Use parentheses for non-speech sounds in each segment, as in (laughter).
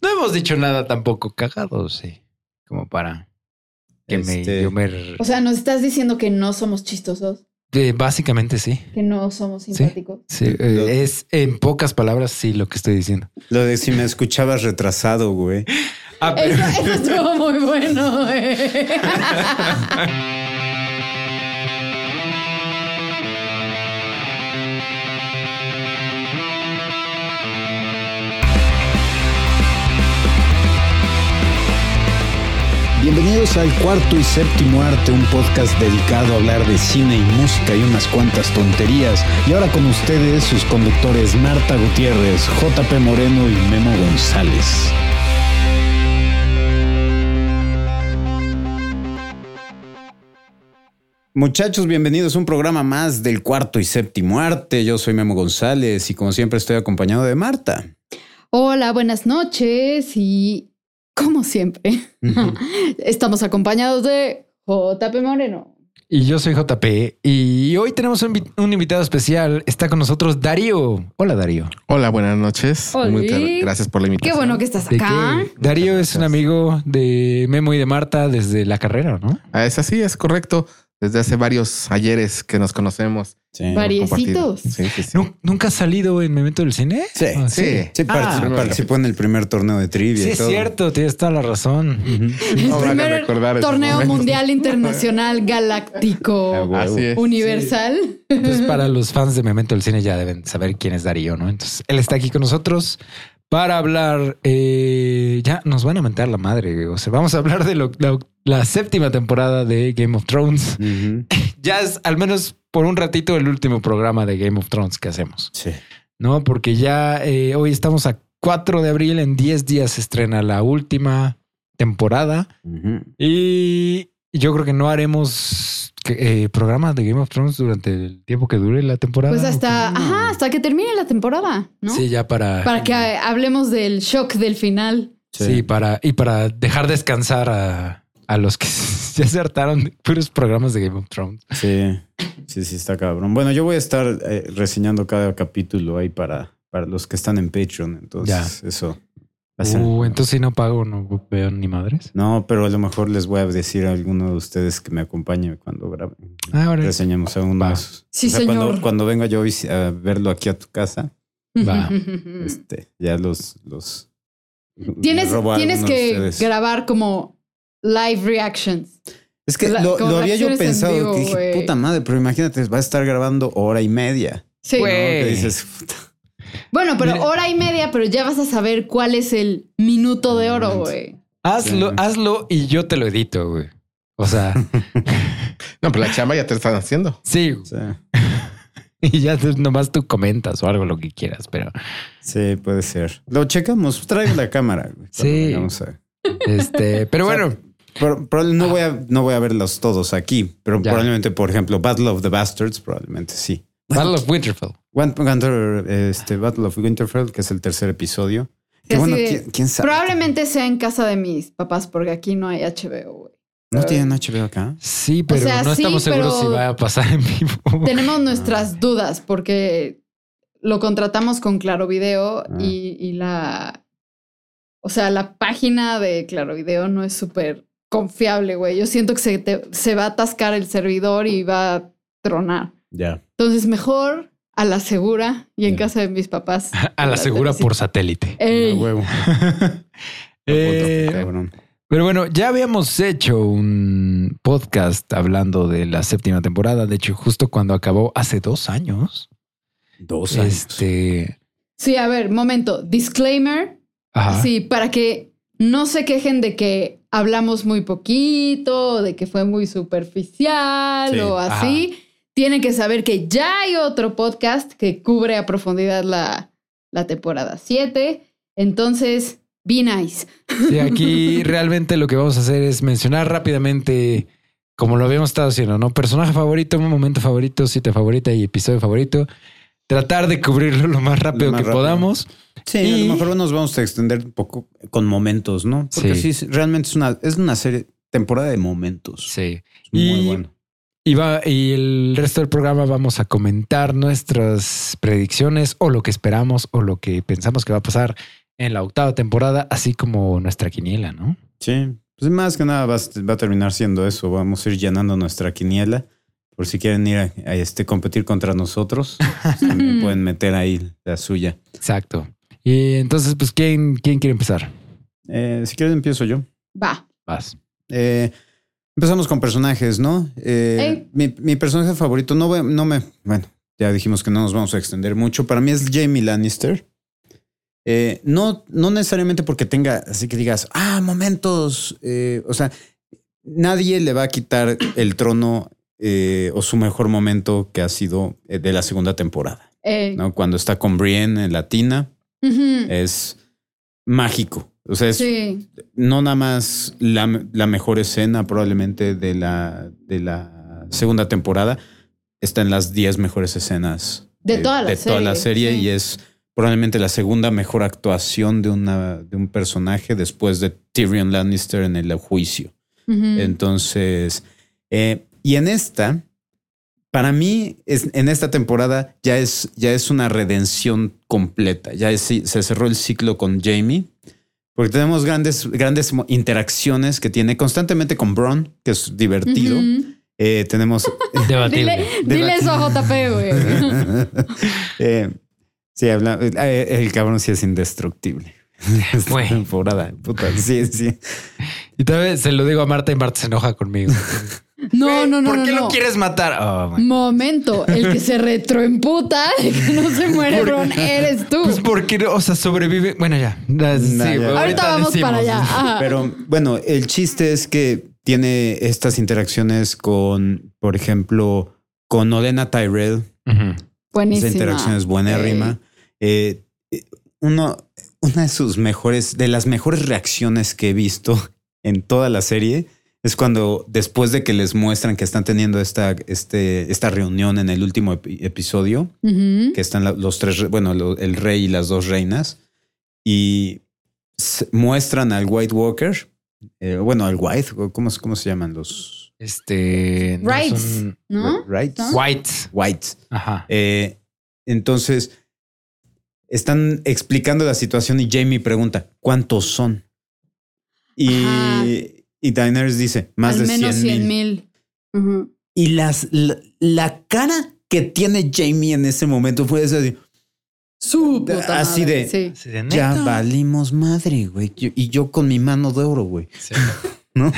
No hemos dicho nada tampoco cagado, sí. Como para que me, Este- yo me- O sea, nos estás diciendo que no somos chistosos, Eh, básicamente sí. que no somos simpáticos. Sí, eh, Lo- es en pocas palabras sí lo que estoy diciendo. Lo de si me escuchabas retrasado, güey. Ah, pero- Eso, eso estuvo muy bueno. eh. Bienvenidos al cuarto y séptimo arte, un podcast dedicado a hablar de cine y música y unas cuantas tonterías. Y ahora con ustedes sus conductores Marta Gutiérrez, JP Moreno y Memo González. Muchachos, bienvenidos a un programa más del cuarto y séptimo arte. Yo soy Memo González y como siempre estoy acompañado de Marta. Hola, buenas noches y como siempre, (laughs) estamos acompañados de JP Moreno. y yo soy JP y hoy tenemos un, vi- un invitado especial. Está con nosotros Darío. Hola Darío. Hola, buenas noches. Oli. Muchas gracias por la Qué invitación. bueno que estás ¿De acá. qué? Darío es un amigo de Memo y de Marta desde la carrera, ¿no? Ah, Es así, es correcto. Desde hace varios ayeres que nos conocemos. Sí. Vari- hemos compartido. Variecitos. Sí, sí, sí. Nu- ¿Nunca has salido en Memento del Cine? Sí, ¿Ah, sí. Sí, participó, Ah. participó en el primer torneo de trivia. Sí, y es todo. cierto, tienes toda la razón. El No van a primer recordar esos torneo momentos. mundial internacional Ah, galáctico güey. Así es. universal. Entonces, para los fans de Memento del Cine ya deben saber quién es Darío, ¿no? Entonces, él está aquí con nosotros para hablar. eh, ya nos van a mentar la madre. güey. O sea, vamos a hablar de lo- la, la séptima temporada de Game of Thrones. (laughs) Ujú. Ya es al menos por un ratito el último programa de Game of Thrones que hacemos. Sí. ¿no? Porque ya eh, hoy estamos a 4 de abril, en 10 días se estrena la última temporada Ujú. y yo creo que no haremos que- eh, programas de Game of Thrones durante el tiempo que dure la temporada. (laughs) Pues hasta, ¿o qué? ajá, hasta que termine la temporada, ¿no? Sí, ya para... Para que eh, hablemos del shock del final. sí. para... Y para dejar descansar a, a los que (laughs) ya se hartaron de puros programas de Game of Thrones. Sí, sí, sí, está cabrón. Bueno, yo voy a estar eh, reseñando cada capítulo ahí para, para los que están en Patreon. Entonces, eso. va a ser- Uh, entonces si no pago, no veo ni madres. No, pero a lo mejor les voy a decir a alguno de ustedes que me acompañe cuando graben. Ah, ahora Reseñamos a uno Va. de esos. Sí, O sea, señor. Cuando, (laughs) cuando venga yo vis- a verlo aquí a tu casa, Va. (laughs) este, ya los, los Mm. Tienes, les robo a tienes alguno de que ustedes. grabar como live reactions. Es que la- lo, como lo había yo reacciones en pensado, vivo, que dije, güey. puta madre, pero imagínate, va a estar grabando hora y media. Sí. ¿no? Que Güey. dices, puta, Bueno, pero Mira. hora y media, pero ya vas a saber cuál es el minuto de oro, güey. Hazlo, Sí. hazlo y yo te lo edito, güey. O (laughs) sea, No, pero la chamba ya te están haciendo. sí, o sea, (laughs) Y ya tú- nomás tú comentas o algo lo que quieras, pero sí, puede ser. Lo checamos, trae la cámara. güey, cuando Sí. vengamos a- este, (laughs) pero bueno, Pero, probable- no, voy a, no voy a verlos todos aquí, pero Ya. probablemente, por ejemplo, Battle of the Bastards, probablemente sí. Battle of Winterfell. One- Winter- este, Battle of Winterfell, que es el tercer episodio. Que Así bueno, de- ¿quién, quién sabe? Probablemente sea en casa de mis papás, porque aquí no hay HBO, güey. ¿No tienen HBO acá? Sí, pero sea, no sí, estamos seguros pero- si va a pasar en vivo. Tenemos Ah. nuestras dudas, porque lo contratamos con Claro Video Ah. y, y la. O sea, la página de Claro Video no es súper confiable, güey. Yo siento que se, te- se va a atascar el servidor y va a tronar. Ya. Entonces, mejor a la segura y en Ya. casa de (laughs) mis papás. (laughs) A la segura por satélite. Ey. huevo. (laughs) Eh, Cabrón. pero bueno, ya habíamos hecho un podcast hablando de la séptima temporada. De hecho, justo cuando acabó hace dos años. Dos Este. Sí, a ver, momento. Disclaimer. Ajá. Sí, para que no se quejen de que hablamos muy poquito, de que fue muy superficial Sí, o ajá. así. Tienen que saber que ya hay otro podcast que cubre a profundidad la, la temporada 7. Entonces, be nice. Sí, aquí realmente lo que vamos a hacer es mencionar rápidamente, como lo habíamos estado haciendo, ¿no? Personaje favorito, momento favorito, cita favorita y episodio favorito. Tratar de cubrirlo lo más rápido más que rápido. podamos. Sí, Y- a lo mejor nos vamos a extender un poco con momentos, ¿no? Porque Sí. sí, realmente es una, es una serie, temporada de momentos. Sí. Es Muy Y- bueno. Y, va, y el resto del programa vamos a comentar nuestras predicciones o lo que esperamos o lo que pensamos que va a pasar en la octava temporada, así como nuestra quiniela, ¿no? Sí, pues más que nada va, a- va a terminar siendo eso. Vamos a ir llenando nuestra quiniela. Por si quieren ir a, a, este, competir contra nosotros, pues (laughs) también pueden meter ahí la suya. Exacto. Y entonces, pues, ¿quién, quién quiere empezar? Eh, si quieres, empiezo yo. Va. Vas. Eh, empezamos con personajes, ¿no? Eh, Ey. mi, mi personaje favorito, no, ve- no me. Bueno, ya dijimos que no nos vamos a extender mucho. Para mí es Jamie Lannister. Eh, no, no necesariamente porque tenga, así que digas, ah, momentos. eh, o sea, nadie le va a quitar el trono eh, o su mejor momento que ha sido eh, de la segunda temporada, Eh, ¿no? Eh, Cuando está con Brienne en Latina, ujú. es mágico. O sea, es Mm. sí. no nada más la, la mejor escena probablemente de la, de la segunda temporada, está en las 10 mejores escenas De toda la toda la serie, serie sí. y es probablemente la segunda mejor actuación de, una, de un personaje después de Tyrion Lannister en el juicio. Ujú. Entonces, eh, y en esta, para mí, es, en esta temporada ya es, ya es una redención completa. Ya es- se cerró el ciclo con Jamie, porque tenemos grandes, grandes mo- interacciones que tiene constantemente con Bron, que es divertido. Ujú. Eh, (laughs) tenemos. (laughs) Dile, dile eso a JP, güey. Eh, sí, habla- eh, el cabrón sí es indestructible. (laughs) Esta Güey. temporada, puta, sí, sí. Y tal vez se lo digo a Marta y Marta se enoja conmigo. (laughs) No, no, no. ¿Por no, qué no. lo quieres matar? Oh, my- Momento, el que se retroemputa (laughs) de que no se muere Bron eres tú. Pues porque, o sea, sobrevive. Bueno, ya. Ah, sí, ya. ahorita Ahorita vamos decimos. para allá. Ajá. Pero bueno, el chiste es que tiene estas interacciones con, por ejemplo, con Olena Tyrell. Ujú. Buenísima. Esa interacción es buenérrima. Eh, eh, uno, una de sus mejores, de las mejores reacciones que he visto en toda la serie es cuando después de que les muestran que están teniendo esta, este, esta reunión en el último epi- episodio, Ujú. que están la- los tres, re- bueno, lo- el rey y las dos reinas, y s- muestran al White Walker, eh, bueno, al White, ¿cómo, se- ¿cómo se llaman los? Este. no Rights, ¿Ah? son- ¿No? Right? ¿No? White. White. Ajá. Eh, entonces, están explicando la situación y Jamie pregunta, ¿cuántos son? Y, Ajá. y Daenerys dice, más Al de menos 100 100 mil. Ah, mil. Ujú. Y las, la, la cara que tiene Jamie en ese momento fue esa de, Su puta Así madre, de- Sí. Sí, de ya neta. valimos madre, güey. Yo- y yo con mi mano de oro, güey. Sí. ¿No?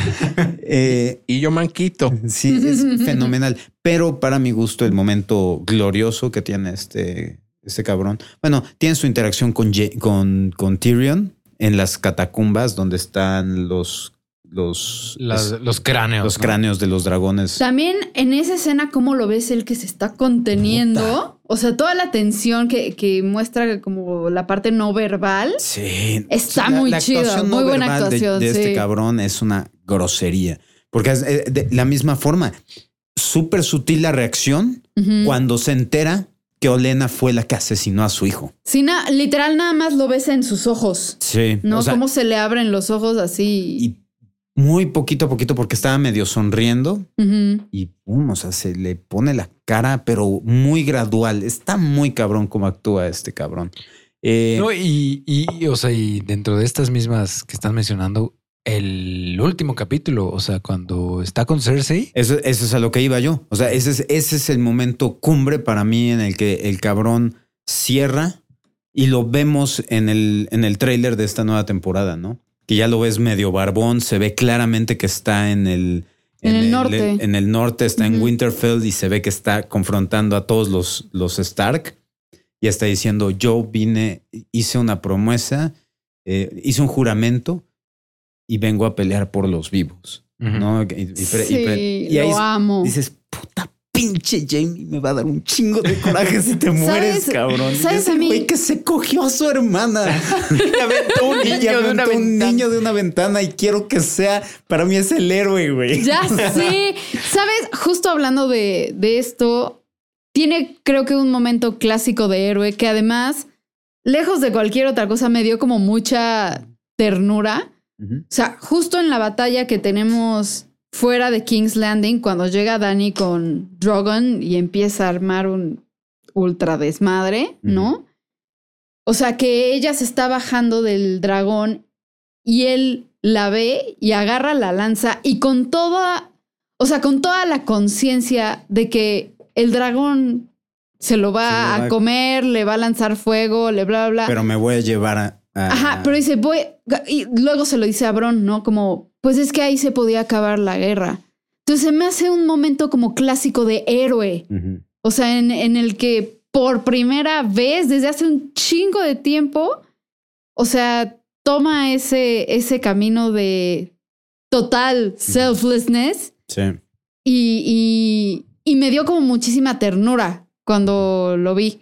Eh, Y yo manquito. Sí, (laughs) es fenomenal. Pero para mi gusto, el momento glorioso que tiene este, este cabrón. Bueno, tiene su interacción con, Ye- con, con Tyrion en las catacumbas donde están los, los, Las- los cráneos. los ¿no? cráneos de los dragones. También en esa escena, ¿cómo lo ves el que se está conteniendo? O sea, toda la tensión que, que muestra como la parte no verbal. Sí. Está Sí, la- muy la chido, actuación muy buena verbal de- actuación, De, este sí. cabrón es una grosería. Porque es eh, de la misma forma, súper sutil la reacción Ujú. cuando se entera que Olena fue la que asesinó a su hijo. Sí, na- literal, nada más lo ves en sus ojos. Sí. ¿No? o sea, cómo se le abren los ojos así. y muy poquito a poquito porque estaba medio sonriendo Ujú. y pum, o sea, se le pone la cara, pero muy gradual. Está muy cabrón como actúa este cabrón. Eh, No, y, y, o sea, y dentro de estas mismas que están mencionando, el último capítulo, o sea, cuando está con Cersei, eso, eso es a lo que iba yo. O sea, ese es, ese es el momento cumbre para mí en el que el cabrón cierra y lo vemos en el, en el tráiler de esta nueva temporada, ¿no? Que ya lo ves medio barbón, se ve claramente que está en el... En el norte. En el norte, está en Ujú. Winterfell y se ve que está confrontando a todos los, los Stark y está diciendo, yo vine, hice una promesa, eh, hice un juramento y vengo a pelear por los vivos, Ujú. ¿no? Y, y pre- y pre- Sí, y ahí lo es- amo. dices, puta pinche Jamie, me va a dar un chingo de coraje si te mueres, cabrón. Y ¿Sabes ese a mí? güey que se cogió a su (laughs) hermana. Le aventó un niño, de, una niño de una ventana y quiero que sea, para mí es el héroe, güey. (laughs) Ya sé. ¿Sabes? Justo hablando de, de esto, tiene creo que un momento clásico de héroe que además, lejos de cualquier otra cosa, me dio como mucha ternura. Ujú. O sea, justo en la batalla que tenemos fuera de King's Landing, cuando llega Dani con Drogon y empieza a armar un ultra desmadre, ¿no? O sea, que ella se está bajando del dragón y él la ve y agarra la lanza y con toda, o sea, con toda la conciencia de que el dragón se lo va, Se lo va a a- comer, le va a lanzar fuego, le bla, bla, bla. Pero me voy a llevar a. a- Ah. Ajá, pero dice, voy. Y luego se lo dice a Bron, ¿no? Como, pues es que ahí se podía acabar la guerra. Entonces se me hace un momento como clásico de héroe. Ujú. O sea, en, en el que por primera vez desde hace un chingo de tiempo, o sea, toma ese, ese camino de total selflessness Sí. y, y, y me dio como muchísima ternura cuando lo vi.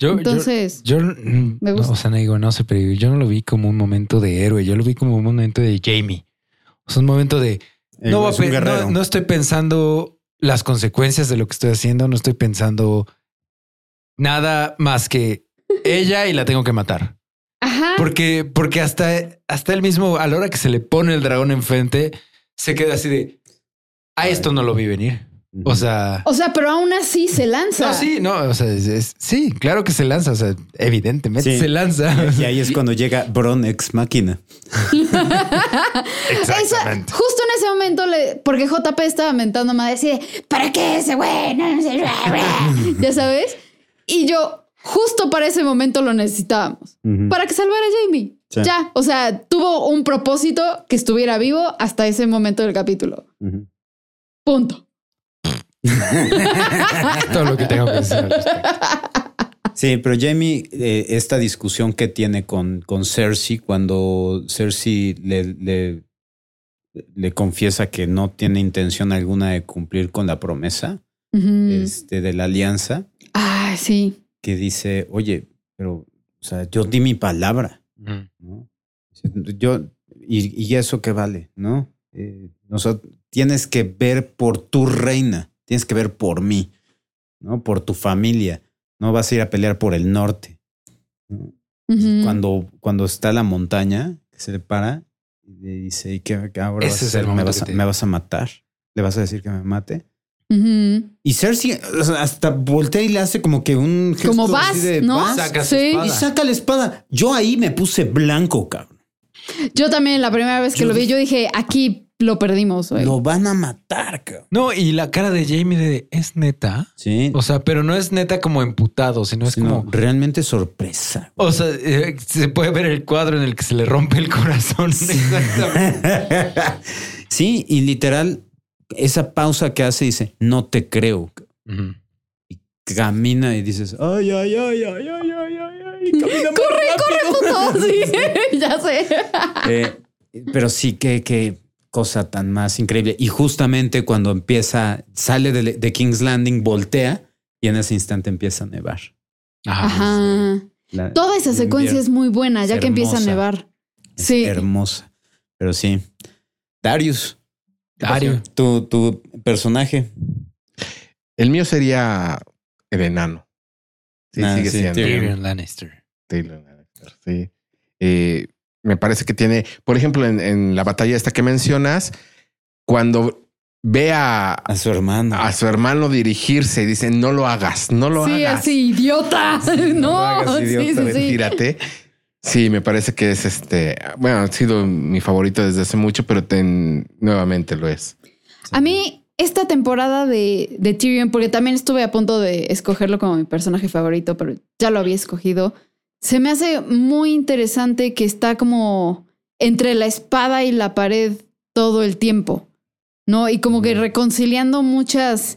Yo, Entonces, yo, yo mm, Me no, gusta. o sea, no digo, no sé, pero yo no lo vi como un momento de héroe, yo lo vi como un momento de Jamie. O sea, un momento de El- no, va es a un pe- no- guerrero. no estoy pensando las consecuencias de lo que estoy haciendo, no estoy pensando nada más que ella y la tengo que matar. ajá. Porque, porque hasta, hasta él mismo, a la hora que se le pone el dragón enfrente, se queda así de a esto no lo vi venir. O sea, O sea, pero aún así se lanza. no, sí, no, o sea, es- es- sí, claro que se lanza. O sea, evidentemente Sí. se (laughs) lanza. Y ahí es cuando llega Bron ex máquina. Esa- (laughs) justo en ese momento, le, porque JP estaba mentando madre así de, ¿para qué ese güey? No, no sé, bla, (laughs) bla". ya sabes. Y yo, justo para ese momento lo necesitábamos. Para que salvara a Jamie. Sí. Ya, o sea, tuvo un propósito que estuviera vivo hasta ese momento del capítulo. Ujú. Punto. Todo lo que tengo que decir. al respecto. Sí, pero Jamie, eh, esta discusión que tiene con, con Cersei cuando Cersei le, le, le confiesa que no tiene intención alguna de cumplir con la promesa Ujú. este, de la alianza, Ay, sí. que dice, oye, pero o sea, yo di mi palabra, ¿no? Yo, y, y eso que vale, ¿no? Eh, o sea, tienes que ver por tu reina, tienes que ver por mí, ¿no? Por tu familia. No vas a ir a pelear por el norte. ¿no? Ujú. cuando, cuando está la montaña, que se le para y le dice, ¿y qué, qué ahora Ese vas a es el hacer? ¿Me momento vas que a, te- me vas a matar? ¿Le vas a decir que me mate? Ujú. Y Cersei o sea, hasta voltea y le hace como que un gesto Como así vas, de, ¿no? "Vas", Saca su sí. Y saca la espada. Yo ahí me puse blanco, cabrón. Yo también, la primera vez que Yo lo vi, dije- yo dije, aquí lo perdimos, (laughs) güey. Lo van a matar, cabrón. No, y la cara de Jamie de es neta. Sí. O sea, pero no es neta como emputado, sino es sino como realmente sorpresa. (laughs) O sea, eh, se puede ver el cuadro en el que se le rompe el corazón. (laughs) Exactamente. sí, y literal, esa pausa que hace dice, no te creo. Ujú. Camina y dices, ay, ay, ay, ay, ay, ay, ay, ay. (laughs) Camina más Corre, rápido". corre, puto. Sí, (laughs) ya sé. (laughs) Eh, pero sí, que qué cosa tan más increíble. Y justamente cuando empieza, sale de, de King's Landing, voltea y en ese instante empieza a nevar. Ah, Ajá. La- Toda esa el secuencia invierno es muy buena, ya Es que empieza a hermosa. nevar. es Sí. hermosa. Pero sí. Darius. Dario. Tu, tu personaje. El mío sería el enano. Sí, Ah, sigue sí, siendo. Tyrion. Tyrion Lannister. Tyrion Lannister, sí. Eh, me parece que tiene, por ejemplo, en, en la batalla esta que mencionas, cuando ve a, A su hermano. a su hermano dirigirse y dice, no lo hagas, no lo sí, hagas. así, idiota. (laughs) no, sí, sí, sí. Retírate. Sí, me parece que es este. Bueno, ha sido mi favorito desde hace mucho, pero ten- nuevamente lo es. A mí, esta temporada de, de Tyrion, porque también estuve a punto de escogerlo como mi personaje favorito, pero ya lo había escogido, se me hace muy interesante que está como entre la espada y la pared todo el tiempo, ¿no? Y como que reconciliando muchas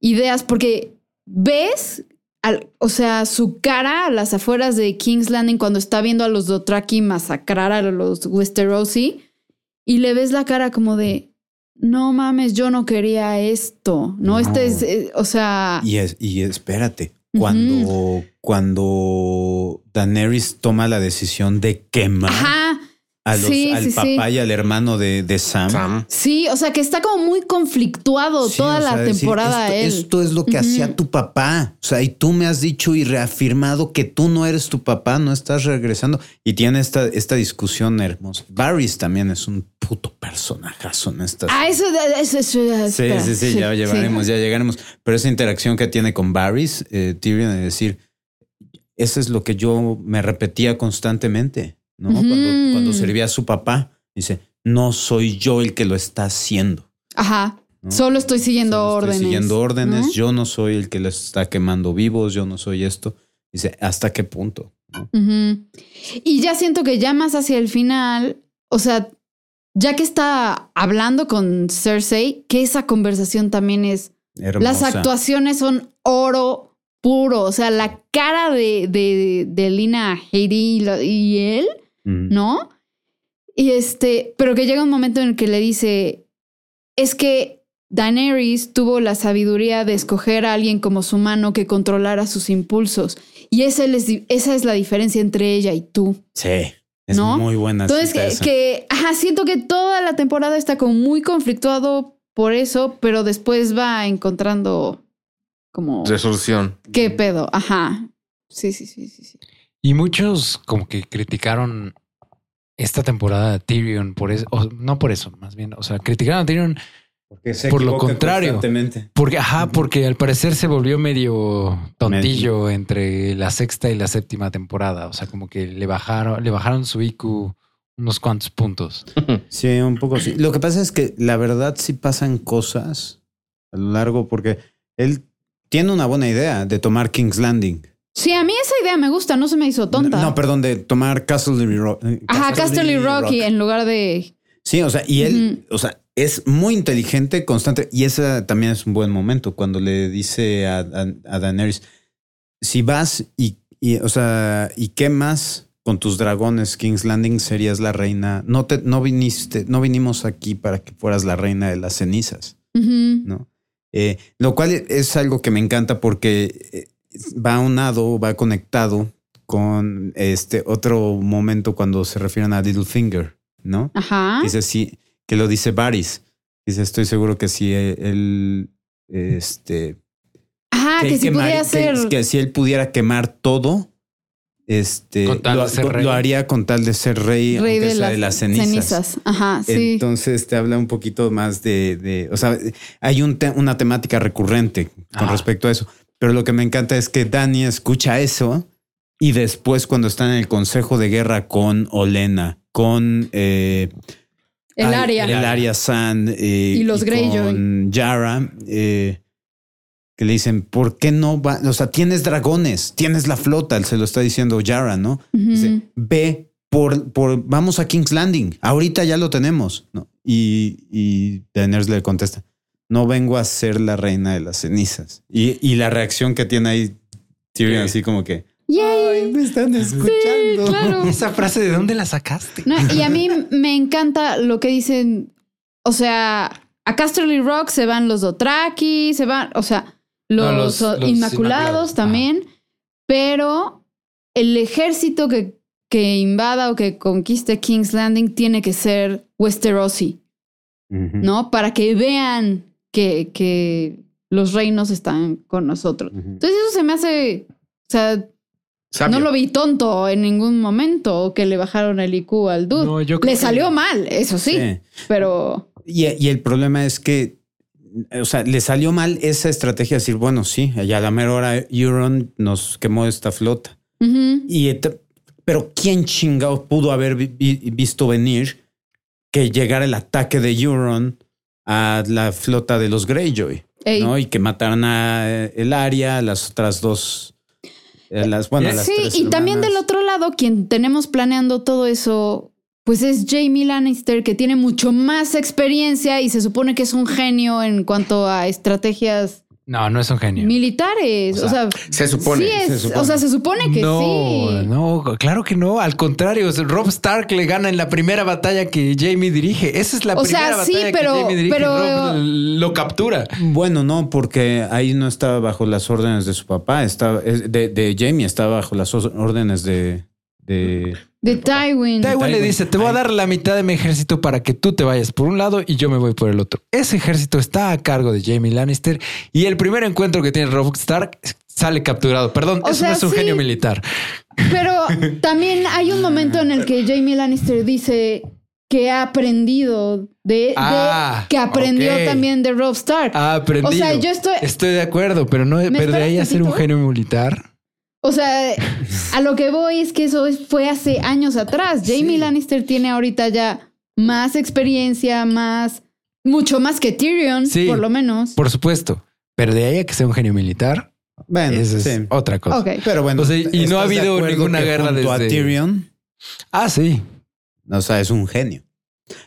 ideas, porque ves, al- o sea, su cara a las afueras de King's Landing cuando está viendo a los Dothraki masacrar a los Westerosi, y le ves la cara como de, no mames, yo no quería esto, ¿no? Este es, eh, o sea... Y, es- y espérate, cuando, cuando Daenerys toma la decisión de quemar Ajá. a los- sí, al sí, sí. papá y al hermano de, de Sam. Sam. Sí, o sea que está como muy conflictuado Sí, Oh, toda o la sea, decir, temporada esto, él. esto es lo que Ujú. hacía tu papá. O sea, y tú me has dicho y reafirmado que tú no eres tu papá, no estás regresando. Y tiene esta, esta discusión hermosa. Varys también es un puto personajazo en estas. Ah, eso, eso, eso- Sí, espera. sí, sí, ya llevaremos, ya llegaremos. Pero esa interacción que tiene con Varys, eh, Tyrion, de decir, Eso es lo que yo me repetía constantemente, ¿no? Ujú. cuando, cuando servía a su papá, dice, no soy yo el que lo está haciendo. Ajá. ¿no? Solo estoy siguiendo Solo estoy órdenes. siguiendo órdenes, ¿no? yo no soy el que lo está quemando vivos, yo no soy esto. Dice, ¿hasta qué punto? Ujú. Y ya siento que ya más hacia el final, o sea, ya que está hablando con Cersei, que esa conversación también es. Las Hermosa. actuaciones son oro puro. O sea, la cara de, de, de Lina Heidi y lo- y él, Mm. ¿no? Y este, pero que llega un momento en el que le dice: Es que Daenerys tuvo la sabiduría de escoger a alguien como su mano que controlara sus impulsos. Y esa es, esa es la diferencia entre ella y tú. Sí, es ¿No? muy buena. Entonces, cita que, esa. que, ajá, siento que toda la temporada está como muy conflictuado por eso, pero después va encontrando como Resolución. qué pedo. Ajá. Sí, sí, sí, sí. sí. Y muchos como que criticaron esta temporada de Tyrion por eso, o no por eso, más bien, o sea, criticaron a Tyrion Porque se por lo equivoca contrario. constantemente. porque, ajá, porque al parecer se volvió medio tontillo entre la sexta y la séptima temporada, o sea, como que le bajaron, le bajaron su IQ unos cuantos puntos. Sí, un poco sí. Lo que pasa es que la verdad sí pasan cosas a lo largo porque él tiene una buena idea de tomar King's Landing. Sí, a mí esa idea me gusta, no se me hizo tonta. No, perdón, de tomar Castle Rock. Ajá, Castle y Rocky en lugar de. Sí, o sea, y él, o sea, es muy inteligente, constante. Y ese también es un buen momento cuando le dice a, a- a Daenerys, si vas y, y, o sea, y quemas con tus dragones King's Landing, serías la reina. No te, no viniste, no vinimos aquí para que fueras la reina de las cenizas. Ujú. ¿no? Eh, lo cual es algo que me encanta porque eh, va unado, va conectado con este otro momento cuando se refieren a Littlefinger, ¿no? Ajá. Dice sí, que lo dice Varys. Dice, estoy seguro que si e-, él, este, Ajá, Ah, que, si quemar- pudiera que- ser. que si él pudiera quemar todo, este, Con tal lo, de ser lo- rey. lo haría con tal de ser rey, Rey aunque de sea las, de las cenizas. Ajá, sí. Entonces te habla un poquito más de, de- o sea, hay un te- una temática recurrente con Ajá. respecto a eso. Pero lo que me encanta es que Dani escucha eso y después cuando está en el consejo de guerra con Olena, con eh, el ay, área. el área San eh, Y los Greyjoy. con Yara, eh, que le dicen, ¿por qué no va? O sea, tienes dragones, tienes la flota, se lo está diciendo Yara, ¿no? Ujú. Dice, ve por, por, vamos a King's Landing. Ahorita ya lo tenemos. ¿no? Y, y Daenerys le contesta, no vengo a ser la reina de las cenizas. Y, y la reacción que tiene ahí Tyrion, Sí. así como que, Yay. me están escuchando. Sí, claro. Esa frase, ¿de dónde la sacaste? No, y a mí (laughs) me encanta lo que dicen. O sea, a Casterly Rock se van los Dothraki, se van, o sea, los, No, los- uh, los Inmaculados Inmaculados, también. Pero el ejército que, que invada o que conquiste King's Landing tiene que ser Westerosi, ¿no? Para que vean que, que los reinos están con nosotros. Entonces, eso se me hace. O sea, Sabio. no lo vi tonto en ningún momento que le bajaron el IQ al dude. No, yo creo Le que- salió mal, eso sí, Sí. pero Y, y el problema es que, o sea, le salió mal esa estrategia de decir, bueno, sí, allá a la mera hora Euron nos quemó esta flota. ujú, Y et- pero quién chingado pudo haber vi- vi- visto venir que llegara el ataque de Euron a la flota de los Greyjoy, ey. ¿no? Y que mataran a el área, a las otras dos, a las bueno, a las eh, sí, tres y también del hermanas. otro lado, quien tenemos planeando todo eso, pues es Jamie Lannister, que tiene mucho más experiencia y se supone que es un genio en cuanto a estrategias No, no es un genio. militares. O O sea, Se supone. sí es- se supone. o sea, se supone que no, sí. no, claro que no. Al contrario, o sea, Rob Stark le gana en la primera batalla que Jamie dirige. Esa es la O sea, primera sí, batalla pero- que Jamie dirige. pero- Mm. Rob lo captura. Bueno, no, porque ahí no estaba bajo las órdenes de su papá, estaba es- de, de Jamie, estaba bajo las os- órdenes de, de De Tywin Tywin. le Tywin. dice: Te voy a dar la mitad de mi ejército para que tú te vayas por un lado y yo me voy por el otro. Ese ejército está a cargo de Jamie Lannister y el primer encuentro que tiene Rob Stark sale capturado. Perdón, O eso sea, no es un sí. genio militar. Pero también hay un momento en el que Jamie Lannister dice que ha aprendido de, de- Ah, que aprendió ok. también de Rob Stark. Ah, aprendido. O sea, yo estoy- Estoy de acuerdo, pero no, ¿Me pero de esperas ahí a ser un tantito? genio militar. O sea, a lo que voy es que eso es- fue hace años atrás. Jamie Lannister tiene ahorita ya más experiencia, más, mucho más que Tyrion, Sí. por lo menos. Por supuesto. Pero de ahí a que sea un genio militar, Bueno, esa es sí. otra cosa. Ok. Pero bueno. O sea, y no ha ¿estás de habido acuerdo ninguna que guerra junto a desde- Tyrion? Ah, sí. O sea, es un genio.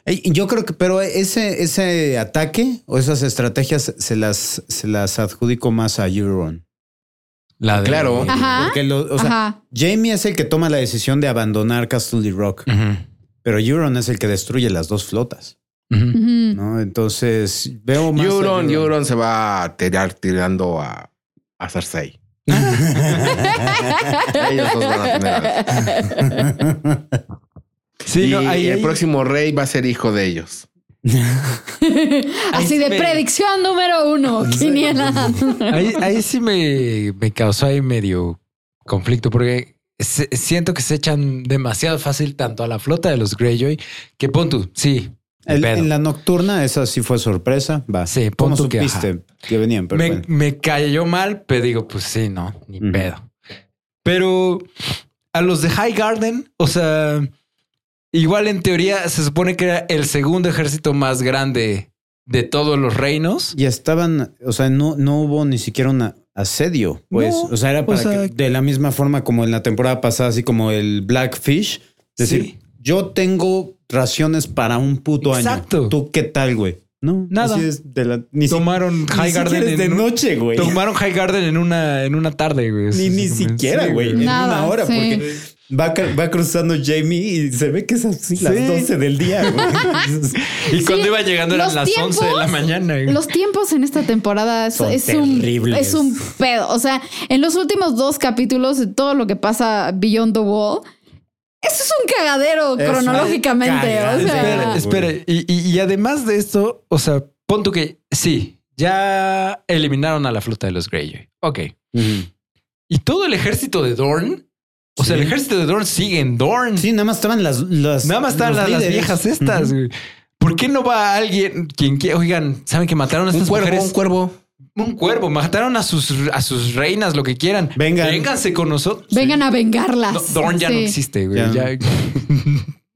Y Yo creo que, pero ese, ese ataque o esas estrategias se las, se las adjudico más a Euron. La de... Claro. Ajá. Porque lo- o sea, Ajá. Jamie es el que toma la decisión de abandonar Castle Rock, Ujú, pero Euron es el que destruye las dos flotas, ujú. Ujú. ¿no? Entonces veo más. a Euron, Euron se va a tirar tirando a, (laughs) a Cersei. Ellos dos van a tener algo. Sí, y no, ahí- el ahí- próximo rey va a ser hijo de ellos. Así de predicción número (laughs) uno, Quiniela. Ahí, ahí sí me, me causó ahí medio conflicto porque se- siento que se echan demasiado fácil tanto a la flota de los Greyjoy que pon tú, sí. ni El- pedo. en la nocturna, esa sí fue sorpresa. Va. Sí, pon ¿Cómo tú que, supiste que, venían? Pero me, bueno. me cayó mal, pero digo, pues sí, no, ni Ujú. pedo. Pero a los de High Garden, o sea, igual en teoría se supone que era el segundo ejército más grande de todos los reinos. Y estaban, o sea, no, no hubo ni siquiera un asedio, pues. No, o sea, era o para sea- que de la misma forma como en la temporada pasada, así como el Blackfish. Es decir, Sí. yo tengo raciones para un puto Exacto. año. ¿Tú qué tal, güey? No, Nada. así es de la- ni si- Tomaron ni High Garden siquiera es de en un- noche, güey. Tomaron High Garden en una, en una tarde, güey. Ni, Sí, ni sí, siquiera, sí, güey. En Nada, una hora, sí. porque va, ca- va cruzando Jamie y se ve que es así las Sí. 12 del día, (laughs) güey. Y Sí, cuando iba llegando eran los las 11 de la tiempos- mañana. güey. Los tiempos en esta temporada es, Son es un terribles. es un pedo. O sea, en los últimos dos capítulos de todo lo que pasa Beyond the Wall, eso es un cagadero Es cronológicamente. un O Espera, sea, cagadero. espera. Y, y- y además de esto, o sea, pon tú que sí, ya eliminaron a la flota de los Greyjoy. Ok. Y todo el ejército de Dorn, o sea, el ejército de Dorn sigue en Dorn. Sí, nada más estaban las. las- Nada más están los las, las líderes. viejas estas. Ujú. güey. ¿Por qué no va alguien quien quiera? Oigan, ¿saben que mataron a estas Un cuervo, mujeres? un cuervo. Un cuervo, mataron a sus, a sus reinas, lo que quieran. Vengan. Vénganse con nosotros. vengan a vengarlas. No, Dorn ya no Sí. existe, güey. (laughs) Ya. Ya-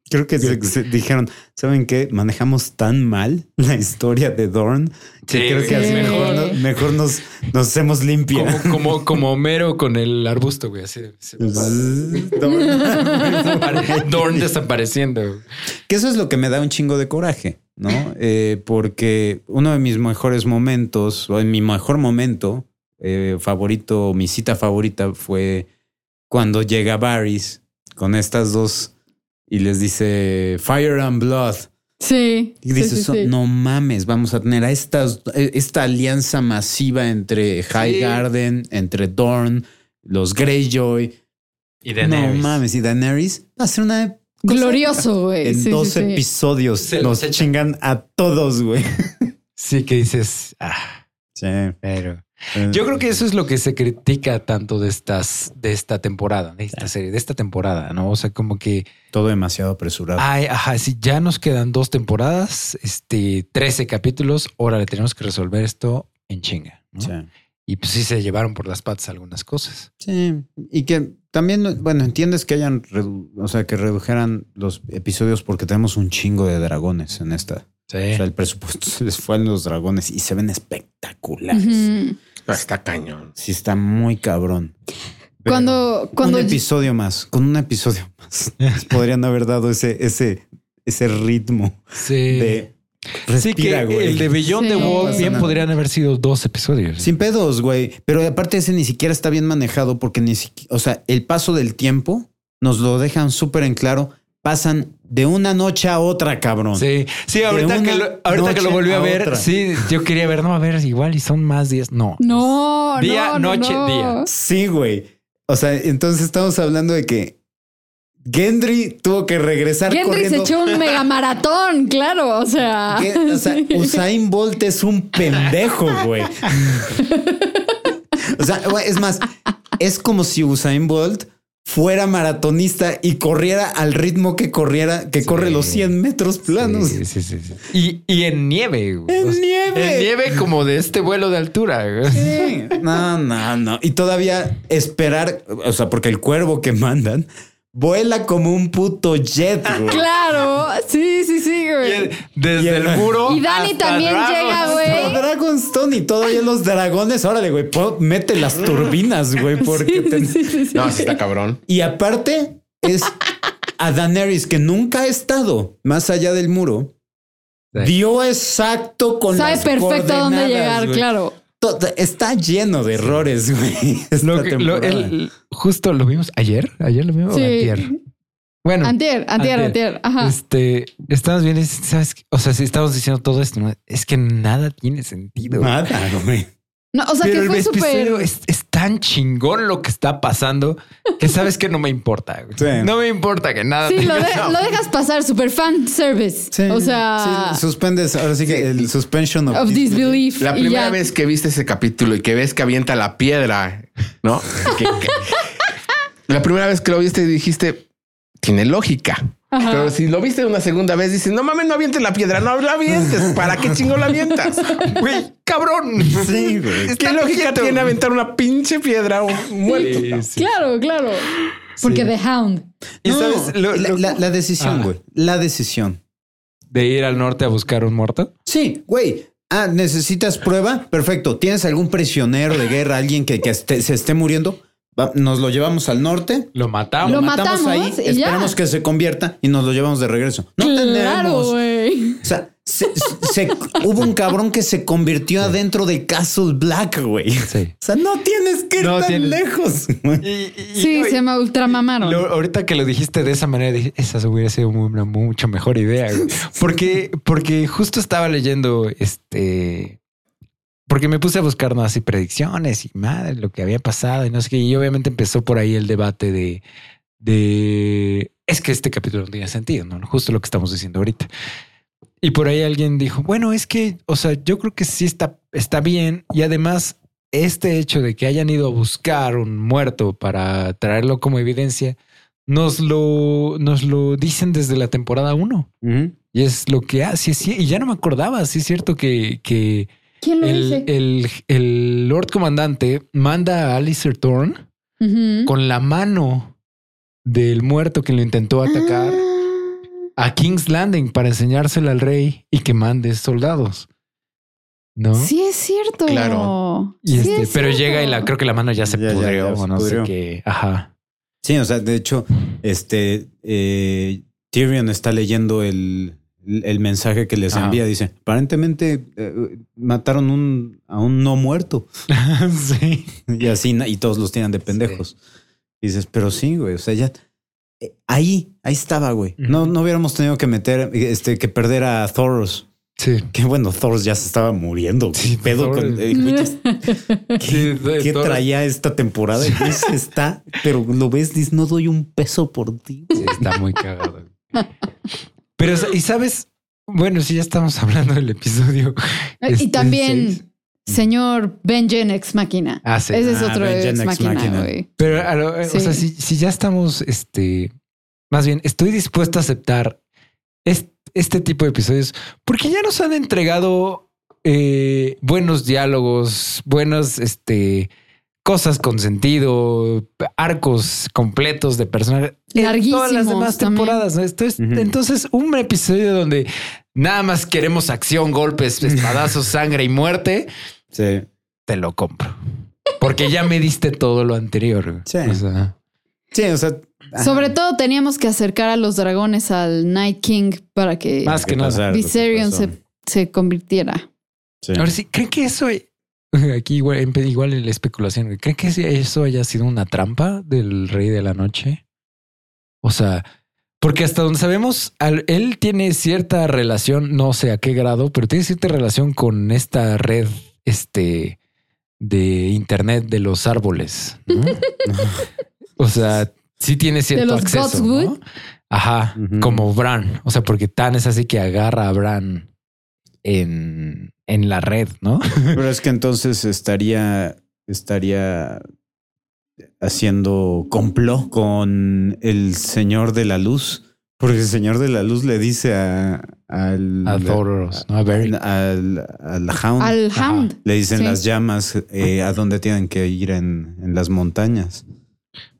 Creo que se, se dijeron, ¿saben qué? Manejamos tan mal la historia de Dorn que Sí, creo güey. que así Sí. mejor, no- mejor nos, nos hacemos limpia. Como, como, como Homero con el arbusto, güey. Así, así. (laughs) Zzz, Dorn. (laughs) Dorn desapareciendo. que eso es lo que me da un chingo de coraje, ¿no? (laughs) Eh, porque uno de mis mejores momentos, o en mi mejor momento eh, favorito, mi cita favorita fue cuando llega Varys con estas dos y les dice Fire and Blood. Sí. Y dices, sí, sí, sí. no mames, vamos a tener a estas, e, esta alianza masiva entre High Garden, entre Dorn, los Greyjoy. Y No mames, y Daenerys va a ser una. cosa- (laughs) Glorioso, güey. En Sí, sí, dos sí. episodios Se los nos echan. chingan a todos, güey. Sí, que dices. ah, Sí. eh, pero. Yo creo que eso es lo que se critica tanto de estas, de esta temporada, de esta serie, de esta temporada, ¿no? O sea, como que. todo demasiado apresurado. Ay, ajá, si ya nos quedan dos temporadas, este, 13 capítulos, órale, tenemos que resolver esto en chinga. ¿no? Sí. Y pues sí se llevaron por las patas algunas cosas. Sí, Y que también, bueno, entiendes que hayan, redu- o sea, que redujeran los episodios porque tenemos un chingo de dragones en esta. O sea, el presupuesto (laughs) se les fue a los dragones y se ven espectaculares. Ujú. Ah, Está cañón. Sí, está muy cabrón. Pero Cuando, cuando un episodio más, con un episodio más. les podrían haber dado ese, ese, ese ritmo Sí. de sí respira, que güey. el de Beyond Sí. the No Wall pasa bien nada. podrían haber sido dos episodios. Sin pedos, güey. Pero aparte ese ni siquiera está bien manejado porque ni siquiera, o sea, el paso del tiempo nos lo dejan súper en claro. Pasan de una noche a otra, cabrón. Sí, sí, ahorita, una que lo, ahorita que lo noche volví a a ver, otra. sí, yo quería ver, no, a ver, igual y son más 10. No. no, Día, no, no, noche, no. día. Sí, güey. O sea, entonces estamos hablando de que Gendry tuvo que regresar Gendry se corriendo. (laughs) echó un mega maratón, claro. O sea, Que, o sea, Usain Bolt es un pendejo, güey. O sea, güey, es más, es como si Usain Bolt fuera maratonista y corriera al ritmo que corriera, que Sí. corre los 100 metros planos. Sí, sí, sí, sí. Y, y en nieve. güey. ¡En O sea, nieve! En nieve como de este vuelo de altura. güey. Sí. No, no, no. Y todavía esperar, o sea, porque el cuervo que mandan vuela como un puto jet. güey. Ah, Claro, sí, sí, sí, Y güey. (laughs) el- Desde Y el- el muro. Y Dani Oh, hasta también llega, güey. Pero Dragonstone y todavía los dragones, órale, güey, po- mete las turbinas, güey, porque Sí, ten- sí, sí, sí. No, sí está cabrón. y aparte es a Daenerys que nunca ha estado más allá del muro. Sí. Dio exacto con Sabe las perfecto a dónde coordenadas, llegar, güey. claro. To- Está lleno de errores, güey. (laughs) Lo esta que- lo- temporada. el- justo lo vimos ayer. Ayer lo vimos. Sí. O antier. Bueno, Antier, Antier. antier, antier. Ajá. este, estamos bien. es- ¿sabes? qué? O sea, si estamos diciendo todo esto, ¿no? es que nada tiene sentido. Nada, güey. No, o sea, Ah, Pero que el fue episodio súper. es, es tan chingón lo que está pasando que sabes que no me importa. güey. Sí. No me importa que nada. (laughs) Sí, lo, tenga- de- lo dejas pasar, super fan service. Sí, o sea, sí, suspendes, ahora sí que el suspension of, of dis- disbelief. La y primera ya. vez que viste ese capítulo y que ves que avienta la piedra, (laughs) ¿no? Que- que- la primera vez que lo viste dijiste, tiene lógica. Ajá. Pero si lo viste una segunda vez, dices, no mames, no avientes la piedra, no la avientes. ¿Para qué chingo la (laughs) avientas? Güey, cabrón. Sí, güey. ¿Qué lógica tiene aventar una pinche piedra a un muerto? Claro, claro. Porque The Hound. (laughs) ¿Y No, sabes lo- la, lo- la- la decisión, Ah. güey. La decisión. de ir al norte a buscar un muerto? Sí, güey. Ah, ¿necesitas prueba? Perfecto. ¿Tienes algún prisionero de guerra, alguien que, que esté- se esté muriendo? Va- nos lo llevamos al norte. Ah, Lo matamos. Lo matamos y ya. esperamos que se convierta y nos lo llevamos de regreso. No claro, tenemos. güey. O sea, se- se- hubo un cabrón que se convirtió adentro de Castle Black, güey. Sí. O sea, no tienes que ir No tan tienes- lejos. güey. Y- y- y- Sí, y- se me ultramamaron. lo- ahorita que lo dijiste de esa manera, dije, esa hubiera sido muy- una mucho mejor idea. güey. Porque, porque justo estaba leyendo este. Porque me puse a buscar ¿no? así predicciones y madre, lo que había pasado y no sé qué. Y obviamente empezó por ahí el debate de. de es que este capítulo no tiene sentido, ¿no? Justo lo que estamos diciendo ahorita. Y por ahí alguien dijo, bueno, es que, o sea, yo creo que sí está, está bien. Y además, este hecho de que hayan ido a buscar un muerto para traerlo como evidencia, nos lo, nos lo dicen desde la temporada 1. Y es lo que hace. sí, y ya no me acordaba, sí es cierto que, que ¿Quién lo el, dice? el- el Lord Comandante manda a Alistair Thorne Ujú. con la mano del muerto que lo intentó atacar Ah. a King's Landing para enseñársela al rey y que mande soldados. ¿No? Ah, Sí, es cierto. Claro. Y Sí este, es pero cierto. llega y la creo que la mano ya se Ya, ya, ya pudrió se o no pudrió. sé qué. Ajá. Sí, o sea, de hecho, este eh, Tyrion está leyendo el, el mensaje que les Ajá. envía. Dice: aparentemente eh, mataron un, a un no muerto. (laughs) (laughs) sí. Y así, na- y todos los tiran de pendejos. Y dices, pero sí, güey. O sea, ya. eh, Ahí, ahí estaba, güey. No, no hubiéramos tenido que meter, este, que perder a Thoros. Sí. Que bueno, Thoros ya se estaba muriendo. güey. Sí, pedo Thoros. con- eh, güey, ya Sí, de- ¿Qué todo- traía esta temporada? Luis está, pero lo ves, dices, no doy un peso por ti. Sí, está muy cagado. Pero, y sabes, bueno, si ya estamos hablando del episodio. Y este, también- seis. Mm. Señor Benjen Ex Máquina. Ah, sí. Ese es Ah, otro Benjen Ex Ex Máquina, Machina. güey. Pero, a lo- eh, Sí. o sea, si, si ya estamos, este, más bien, estoy dispuesto a aceptar es- este, tipo de episodios, porque ya nos han entregado eh, buenos diálogos, buenas, este, cosas con sentido, arcos completos de personajes. En todas las Larguísimos demás también. temporadas, ¿no? Esto es- Ujú. Entonces, un episodio donde nada más queremos acción, golpes, espadazos, sangre y muerte, Sí. te lo compro. Porque ya me diste todo lo anterior. Sí. O sea, Sí, o sea. ajá. Sobre todo teníamos que acercar a los dragones al Night King para que Más que ¿Qué nada. pasar? Viserion Lo que se, se convirtiera. pasó. Sí. Ahora sí, ¿creen que eso e-? (laughs) aquí igual, en- igual en la especulación, ¿creen que eso haya sido una trampa del rey de la noche? O sea, porque hasta donde sabemos, al- él tiene cierta relación, no sé a qué grado, pero tiene cierta relación con esta red este de internet de los árboles. ¿no? o sea, sí tiene cierto los acceso. Godswood. ¿no? Ajá, Ujú. como Bran. O sea, porque Tan es así que agarra a Bran en, en la red, ¿no? Pero es que entonces estaría. Estaría. haciendo complot con el Señor de la Luz, porque el Señor de la Luz le dice a, al, A Thoros, ¿no? A Beric. al, al Hound, Al Hound. le dicen Sí. las llamas eh, a dónde tienen que ir en, en las montañas.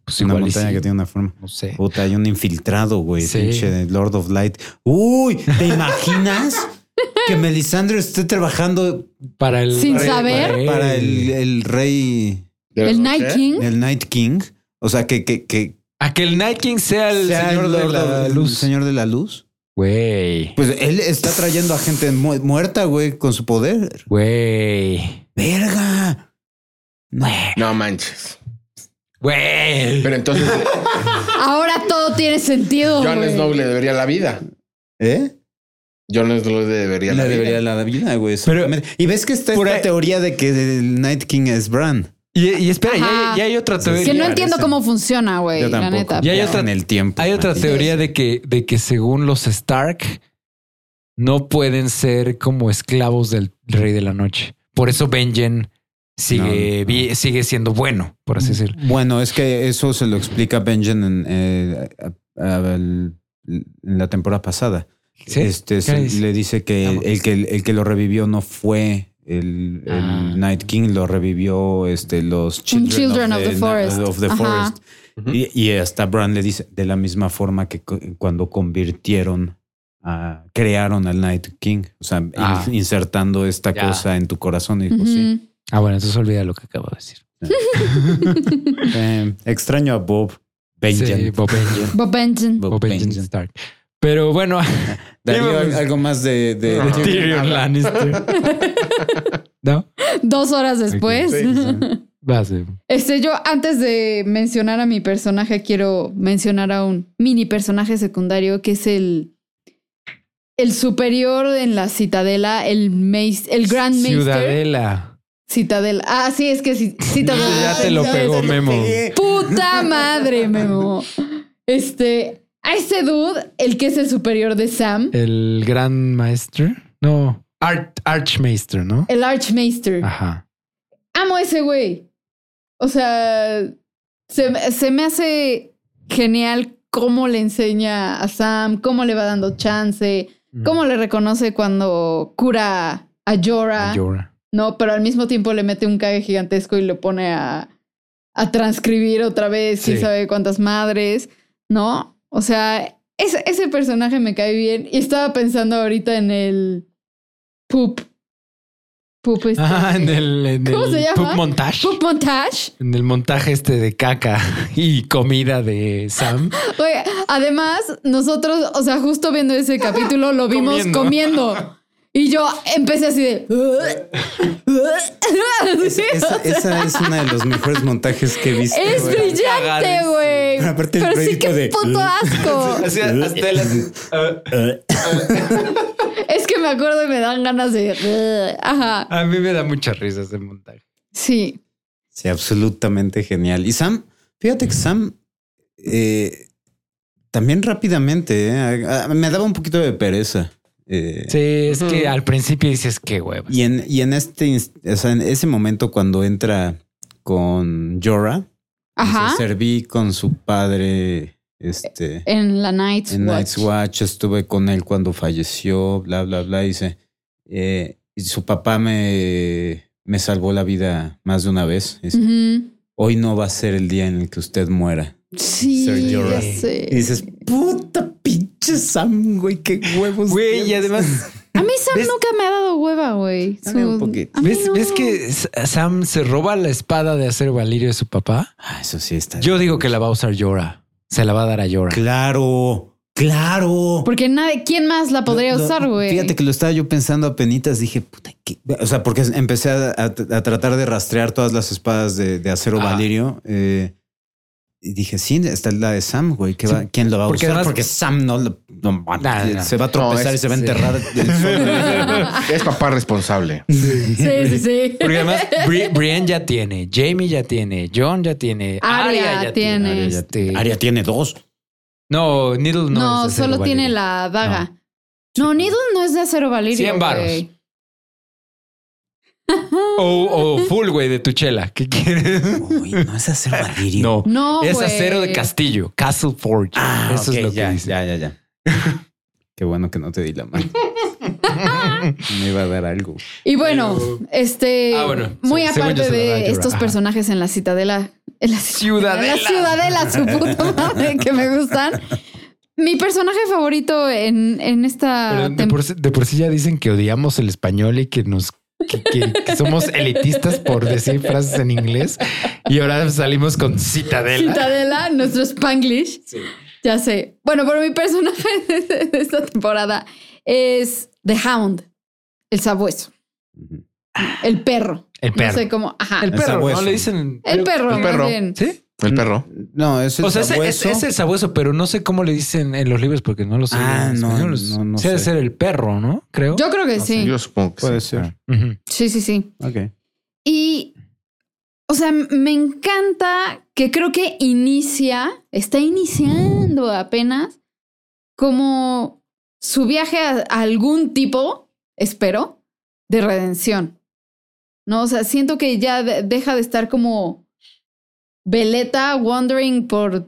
Pues una igual y montaña sí. que tiene una forma. No sé. Puta, hay un infiltrado, güey. Sí. Pinche de Lord of Light. Uy, ¿te imaginas que Melisandre esté trabajando Para el. Sin para el- saber. para el- para el, el rey, El Night (laughs) King. el Night King? O sea, que, que, que A que el Night King sea el sea señor el de Lord la of- el luz. Señor de la luz. Güey. Pues él está trayendo a gente mu- muerta, güey, con su poder. Güey. Verga. No. No manches. Güey. (laughs) Pero entonces Ahora todo tiene sentido. Oh, Jon güey. Snow le debería la vida. ¿Eh? Jon Snow le debería la, La vida. (laughs) debería la vida, güey. exactamente. y ves que está Por esta ahí- teoría de que el Night King es Bran. Y, y espera, ya, Ajá. ya hay otra teoría. Que no Parece- entiendo cómo funciona, güey. Yo La tampoco. neta. Y hay Ya otra- en el tiempo. Hay otra Mati. teoría de que, de que según los Stark no pueden ser como esclavos del Rey de la Noche. Por eso Benjen sigue, No, no. vi- sigue siendo bueno, por así decirlo. Bueno, es que eso se lo explica Benjen en, eh, a- a- al- en la temporada pasada. ¿Sí? Este, se- le dice? le dice que Vamos. el, que el que lo revivió no fue el, el Ah. Night King, lo revivió este, los Children, Children of the Forest. of the Ajá. Forest. Y, y hasta Bran le dice, de la misma forma que co- cuando convirtieron, a, crearon al Night King, o sea, in- Ah. insertando esta Ya. cosa en tu corazón. Y dijo, Ujú. sí. Ah, bueno, entonces olvida lo que acabo de decir. Eh, extraño a Bob Benjen. Sí, Bob Benjen. (laughs) Bob Benson. Bob Bob Benjen Benjen. Stark. Pero bueno, Darío, Íbamos- algo más de, (laughs) de- Ah. No. de- Tyrion Lannister. ¿No? Dos horas después. Vas, eh. Este, yo antes de mencionar a mi personaje, quiero mencionar a un mini personaje secundario que es el. El superior en la citadela, el mace, el Grand Maester. Ciudadela. Citadela. Ah, sí, es que sí, (laughs) Citadela. Ya te lo pegó Memo. Puta madre, Memo. Este, a este dude, el que es el superior de Sam, El gran maestro. No, Arch, Archmaester, ¿no? el Archmaester. Ajá. Amo a ese güey. O sea, se, se me hace genial cómo le enseña a Sam, cómo le va dando chance, Mm. cómo le reconoce cuando cura a Jorah. A Jorah. No, pero al mismo tiempo le mete un cague gigantesco y lo pone a, a transcribir otra vez, quién Sí. sabe cuántas madres, ¿no? O sea, ese, ese personaje me cae bien y estaba pensando ahorita en el poop. Poop este. Ah, en el, en ¿Cómo el se llama? poop montage. Poop montage. En el montaje este de caca y comida de Sam. Oye, además, nosotros, o sea, justo viendo ese capítulo, lo vimos Comiendo. comiendo. Y yo empecé así (laughs) de. Esa, esa es una de los mejores montajes que he visto. Es güey. brillante, Cagadísimo. güey. Pero aparte el Pero sí, ruidito qué de- (laughs) puto asco. Ah, Es que me acuerdo y me dan ganas de. Ajá. A mí me da mucha risa ese montaje. Sí. Sí, absolutamente genial. Y Sam, fíjate que Sam eh, también rápidamente eh, a- a- me daba un poquito de pereza. eh, Sí, es que al principio dices que huevas. Y en, y en este inst- o sea, en ese momento cuando entra con Jorah, Ajá. dice, serví con su padre. Este. En la Night's en Watch. Night's Watch, estuve con él cuando falleció, bla, bla, bla. Dice, eh, y su papá me, me salvó la vida más de una vez. Mm. Dice, Ujú. Hoy no va a ser el día en el que usted muera. Sí. Sir ya Jorah. sé. Eh, Y dices, puta pinche Sam, güey, qué huevos. Güey, tienes". y además, A mí Sam ¿Ves? nunca me ha dado hueva, güey. Dame un Su- poquito. a mí ¿ves, no. ¿ves que S- Sam se roba la espada de acero valirio de su papá? Ah, eso sí está. Yo digo que la va a usar Jorah. Se la va a dar a Jorah. Claro, claro. Porque nadie, ¿quién más la podría Lo- lo- usar, güey? Fíjate que lo estaba yo pensando a penitas. Dije, puta, ¿qué? O sea, porque empecé a, a- a tratar de rastrear todas las espadas de, de acero Ajá. valirio. eh, y dije, sí, está la de Sam, güey. ¿qué va- ¿Quién lo va a porque usar? además- porque Sam no, lo- no mames, Nah, nah. se va a tropezar No, es- y se va (laughs) a sí. enterrar. del sol. Es papá responsable. Sí, (laughs) sí, sí. Porque además, Bri- Brienne ya tiene, Jamie ya tiene, Jon ya tiene, Arya Arya ya tiene. tiene. Arya ya Este- Aria tiene dos. No, Needle no. No, es de acero solo tiene valirio. la daga. No, Needle no es de acero valirio. Cien varos. güey. O, o full, güey, de tu chela. ¿Qué quieres? Uy, no es (laughs) hacer Madrid. No. No, es güey. acero de castillo. Castle Forge. Ah, Eso ok, es lo ya, que dice. Ya, (laughs) ya, ya. Qué bueno que no te di la mano. Me iba a dar algo. Y bueno, este. Ah, bueno, muy se- según yo aparte se lo da a de Jorah. estos Ajá. personajes en la citadela. En la (laughs) citadela, en La ciudadela, su (laughs) puta madre, que me gustan. Mi personaje favorito en, en esta Pero de, temporada. por, sí- de por sí ya dicen que odiamos el español y que nos que, que- que somos elitistas por decir frases en inglés y ahora salimos con citadela. Citadela, nuestro Spanglish. Ya sé. Bueno, pero mi personaje (laughs) de de esta temporada es The Hound, el sabueso, el perro. el perro. No sé cómo. Ajá. el El, El perro, sabueso. no le dicen perro, el más perro. bien. ¿Sí? El perro. No, es el o sea, ese- ese- sabueso. ese es el sabueso, pero no sé cómo le dicen en los libros porque no lo sé. Ah, en no, español. no, no Sí ha de sé. ser el perro, ¿no? Creo. Yo creo que sí. Yo supongo que Ah. Puede sí. ser. Ujú. Sí, sí, sí. Ok. Y, o sea, me encanta que creo que inicia, está iniciando apenas como su viaje a a algún tipo, espero, de redención. No, o sea, siento que ya de- deja de estar como veleta, wandering por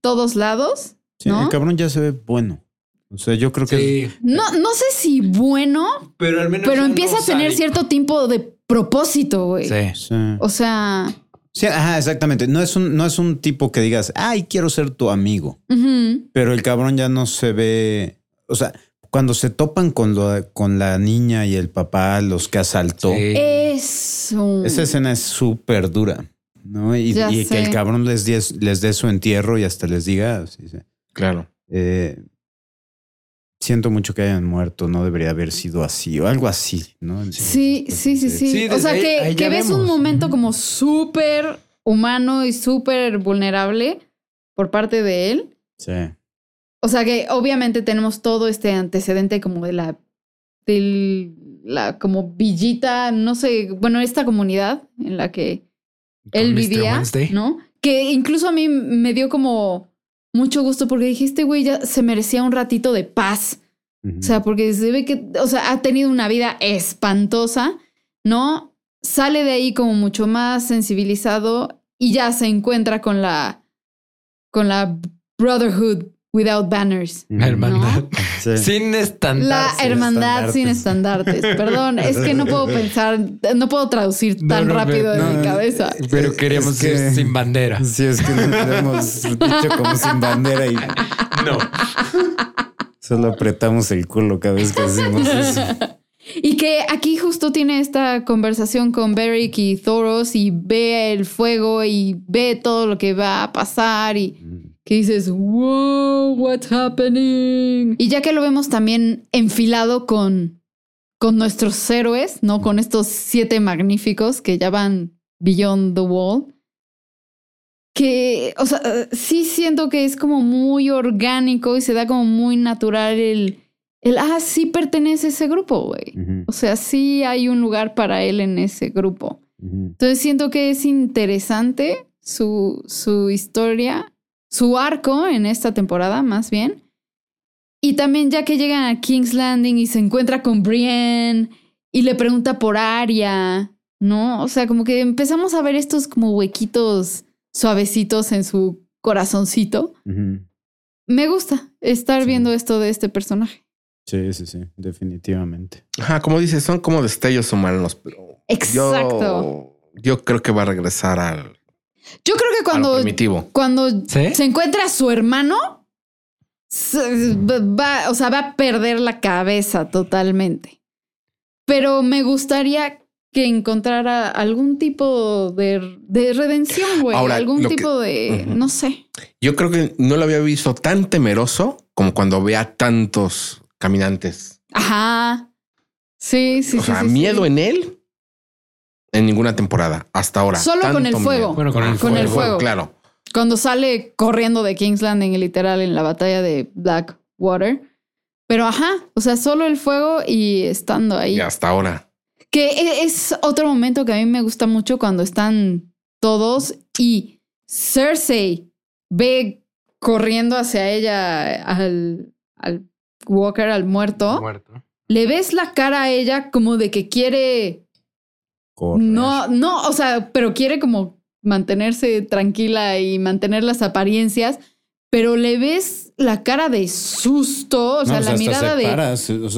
todos lados. Sí, ¿No? El cabrón ya se ve bueno. O sea, yo creo que No, no sé si bueno, Pero al menos. pero empieza a tener cierto tipo de propósito, güey. Sí. O sea, O sea, sí, ajá, exactamente. No es un, no es un tipo que digas, ay, quiero ser tu amigo. ujú. Pero el cabrón ya no se ve. O sea, cuando se topan con, lo- con la niña y el papá, los que asaltó, Sí. Eh, eso. esa escena es súper dura. ¿no? Y, Mm. Ya y que el sé. cabrón les, dies- les dé su entierro y hasta les diga, sí, sí, Claro. eh, siento mucho que hayan muerto, no debería haber sido así o algo así, ¿no? pues, Sí, sí, sí, sí. Sí, o sea, desde que, ahí- ahí que ya ves un vemos. momento Ujú. como súper humano y súper vulnerable por parte de él. Sí. O sea, que obviamente tenemos todo este antecedente como de la, de la como villita, no sé, bueno, esta comunidad en la que Con él Mr. vivía, Wednesday. ¿no? Que incluso a mí me dio como mucho gusto porque dijiste, güey, ya se merecía un ratito de paz. Ujú. O Mm. sea, porque se ve que, o sea, ha tenido una vida espantosa, ¿no? Sale de ahí como mucho más sensibilizado y ya se encuentra con la, con la Brotherhood Without Banners. La hermandad. Sí. Sin La estandarte. hermandad sin estandartes. Perdón, es que (laughs) no puedo pensar, no puedo traducir No, tan no, rápido no, de no, mi cabeza. Pero queríamos Es que- ir sin bandera. Sí, es que nos lo hemos dicho como sin bandera y No. solo apretamos el culo cada vez que hacemos eso. Y que aquí justo tiene esta conversación con Beric y Thoros y ve el fuego y ve todo lo que va a pasar y que dices, wow, what's happening? Y ya que lo vemos también enfilado con, con nuestros héroes, ¿no? Con estos siete magníficos que ya van beyond the wall. Que, o sea, eh, sí siento que es como muy orgánico y se da como muy natural el, el, ah, sí pertenece a ese grupo, güey. Ujú, O sea, sí hay un lugar para él en ese grupo. ujú. Entonces siento que es interesante su, su historia, su arco en esta temporada, más bien. Y también ya que llegan a King's Landing y se encuentra con Brienne y le pregunta por Arya, ¿no? O sea, como que empezamos a ver estos como huequitos suavecitos en su corazoncito. Ujú. Me gusta estar Sí. viendo esto de este personaje. Sí, sí, sí, definitivamente. Ajá, como dices, son como destellos humanos, pero Exacto. Yo, yo creo que va a regresar al, a Yo creo que lo cuando primitivo. cuando ¿Sí? se encuentra a su hermano, se- va, o sea, va a perder la cabeza totalmente. Pero me gustaría que encontrara algún tipo de, de redención, güey. Ahora, Algún lo que- tipo de, Ujú. no sé. Yo creo que no lo había visto tan temeroso como cuando vea tantos caminantes. Ajá. Sí, sí, o sí, sea, sí, sí. miedo en él en ninguna temporada hasta ahora. Solo con Tanto el fuego. miedo. Bueno, con el Con el fuego. Claro. Cuando sale corriendo de King's Landing, literal, en la batalla de Blackwater. Pero ajá, o sea, solo el fuego y estando ahí. Y hasta ahora. Que e- es otro momento que a mí me gusta mucho cuando están todos y Cersei ve corriendo hacia ella al, al Walker, al muerto. Muerto. Le ves la cara a ella como de que quiere correr. No, no, o sea, pero quiere como mantenerse tranquila y mantener las apariencias, pero le ves la cara de susto, o sea, la mirada de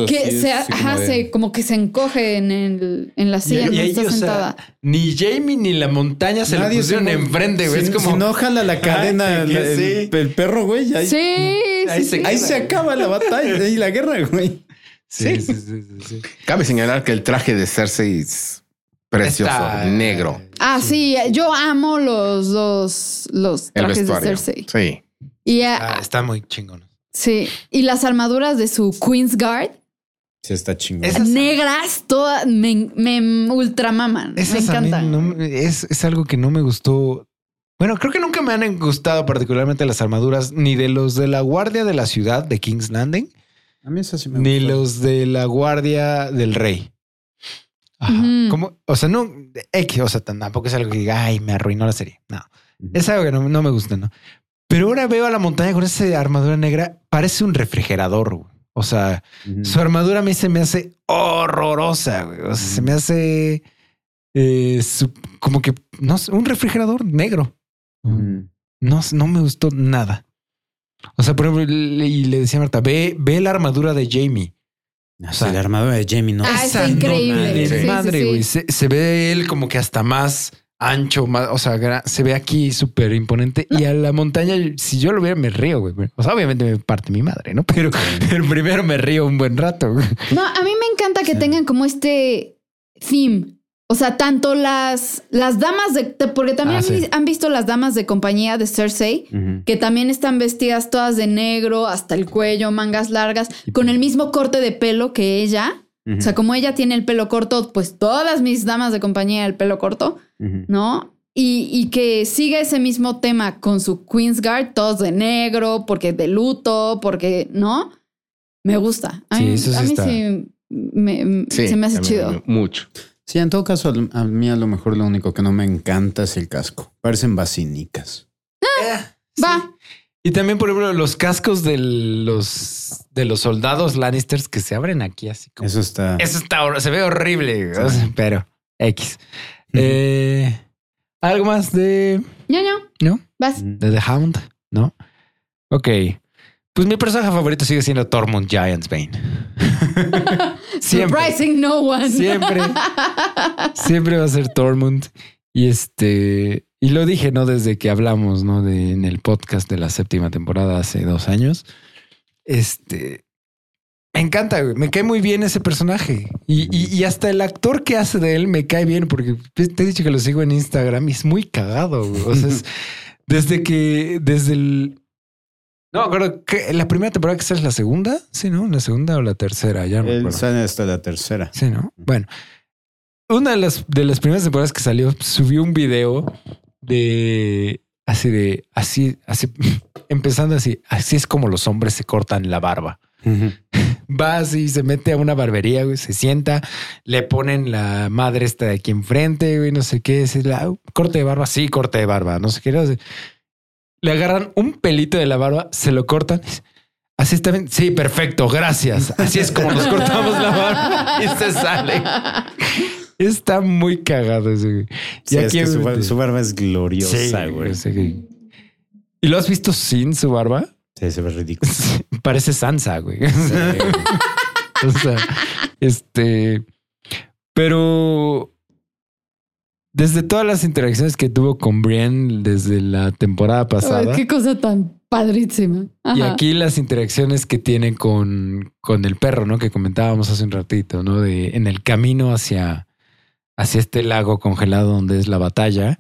que se, ajá, se- como que se encoge en, el, en la silla Y- y donde ahí, está o sea, sentada. ni Jamie ni la montaña se le pusieron enfrente, güey. Si, es como. si no jala la Ay, cadena el, que el- el perro, güey. Ahí, sí, ahí sí, se- sí. ahí se acaba la batalla y la guerra, güey. Sí, sí, sí, sí, sí. Cabe señalar que el traje de Cersei es precioso, Está- negro. Ah, sí, yo amo los dos, los El trajes de vestuario. Cersei. Sí. Y, ah, Ah, está muy chingón. sí, y las armaduras de su Queen's Guard, Sí, está chingón. Es- Esas- negras, todas, me, me ultramaman, me Esas a mí encantan. no me- es, es algo que no me gustó. Bueno, creo que nunca me han gustado particularmente las armaduras, ni de los de la guardia de la ciudad de King's Landing, A mí eso sí me ni gustó. los de la guardia del rey. Ajá. Ujú. Como, o sea, no, X, o sea, tampoco es algo que diga, ay, me arruinó la serie. No, es algo que no, no me gusta, ¿no? Pero ahora veo a la montaña con esa armadura negra, parece un refrigerador, güey. O sea, Ujú. su armadura a mí se me hace horrorosa, güey. O sea, Mm. se me hace eh, su- como que, no sé, un refrigerador negro. Ujú. No, sé, no me gustó nada. O sea, por ejemplo, le- y le decía a Marta, ve, ve la armadura de Jamie. O sea, la armadura de Jamie no. Ah, Esa está increíble. no, Sí, madre, sí, madre, sí. güey. Se, se ve él como que hasta más ancho, más, o sea, gra- se ve aquí súper imponente. Y a la montaña, si yo lo viera, me río, güey. O sea, obviamente me parte mi madre, ¿no? (laughs) Pero, pero primero me río un buen rato, güey. No, a mí me encanta que Sí. tengan como este theme. O sea, tanto las, las damas de. te- Porque también Ah, han vi- sí. han visto las damas de compañía de Cersei, Ujú. que también están vestidas todas de negro, hasta el cuello, mangas largas, con el mismo corte de pelo que ella. O sea, como ella tiene el pelo corto, pues todas mis damas de compañía el pelo corto, Ujú. ¿no? Y, y que sigue ese mismo tema con su Queen's Guard, todos de negro, porque de luto, porque, ¿no? Me gusta. A Sí, mí, eso sí a mí está. sí me- Sí, se me hace también, chido. Mucho. Sí, en todo caso, al- a mí a lo mejor lo único que no me encanta es el casco. Parecen basinicas. Ah. Va. Y también, por ejemplo, los cascos de los, de los soldados Lannisters que se abren aquí así como. Eso está. Eso está, hor- se ve horrible, güey. O sea, pero X. Eh, algo más de, ño, ño. ¿no? Vas. Ujú. de The Hound, ¿no? Ok. Pues mi personaje favorito sigue siendo Tormund Giantsbane. siempre. Surprising no one. (laughs) Siempre. Siempre va a ser Tormund. Y este. Y lo dije, ¿no? Desde que hablamos, ¿no? De, en el podcast de la séptima temporada hace dos años. Este. Me encanta, güey. Me cae muy bien ese personaje. Y, y- y hasta el actor que hace de él me cae bien, porque te te he dicho que lo sigo en Instagram y es muy cagado, güey. O sea, es- desde que. Desde el. No, creo que la primera temporada que esa es la segunda. Sí, ¿no? La segunda o la tercera, ya no me Él acuerdo. sale hasta la tercera. Sí, ¿no? Bueno, una de las, de las primeras temporadas que salió, subió un video de así de así, así, (laughs) empezando así. Así es como los hombres se cortan la barba. Va así, se mete a una barbería, güey, se sienta, le ponen la madre esta de aquí enfrente, güey, no sé qué, es la "Ah, corte de barba, sí, corte de barba, no sé qué. no sé. Le agarran un pelito de la barba, se lo cortan. Así está bien. Sí, perfecto, gracias. Así es como nos cortamos la barba y se sale. Está muy cagado ese güey. Sí, Y es aquí- que su, bar- su barba es Sí, gloriosa, güey, güey. ese güey. ¿Y lo has visto sin su barba? (laughs) Sí, se ve (laughs) ridículo. Parece Sansa, güey. (laughs) O sea, este. Pero. Desde todas las interacciones que tuvo con Brienne desde la temporada pasada. Ay, qué cosa tan padrísima. Y Ajá. aquí las interacciones que tiene con, con el perro, ¿no? Que comentábamos hace un ratito, ¿no? De en el camino hacia, hacia este lago congelado donde es la batalla.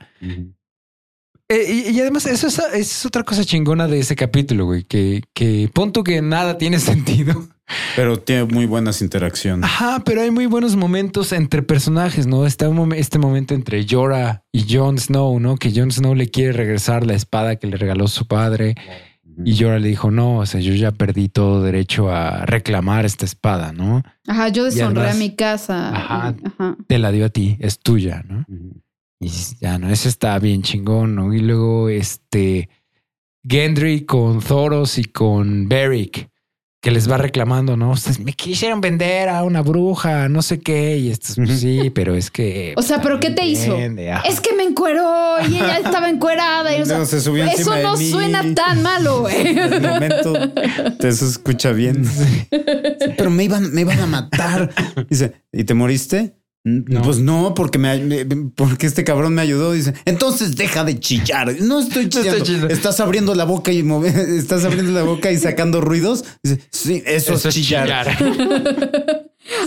Eh, y, y además, eso es, es otra cosa chingona de ese capítulo, güey. Que, que punto que nada tiene (laughs) sentido. Pero tiene muy buenas interacciones. Ajá, pero hay muy buenos momentos entre personajes, ¿no? Está un mom- este momento entre Jorah y Jon Snow, ¿no? Que Jon Snow le quiere regresar la espada que le regaló su padre. Y Jorah le dijo, no, o sea, yo ya perdí todo derecho a reclamar esta espada, ¿no? Ajá, yo deshonré además- a mi casa. Ajá. Ajá. Te la dio a ti, es tuya, ¿no? Y dices, ya no, ese está bien chingón, ¿no? Y luego este Gendry con Thoros y con Beric, que les va reclamando, ¿no? Ustedes me quisieron vender a una bruja, no sé qué, y esto Ujú. sí, pero es que... pues, O sea, ¿pero qué te hizo? entiende, ajá. Es que me encueró y ella estaba encuerada. Y, (laughs) o sea, Luego se subió eso encima de no mí. suena tan malo, (laughs) ¿eh? güey. En el momento te se escucha (laughs) bien. Pero me iban, me iban a matar. Dice, ¿y te moriste? No. Pues no, porque me, me- porque este cabrón me ayudó. Dice, entonces deja de chillar. No estoy estoy chillando. chillando. Estás abriendo la boca y move- (laughs) estás abriendo la boca y sacando ruidos. Dice, sí, eso, pues, es chillar.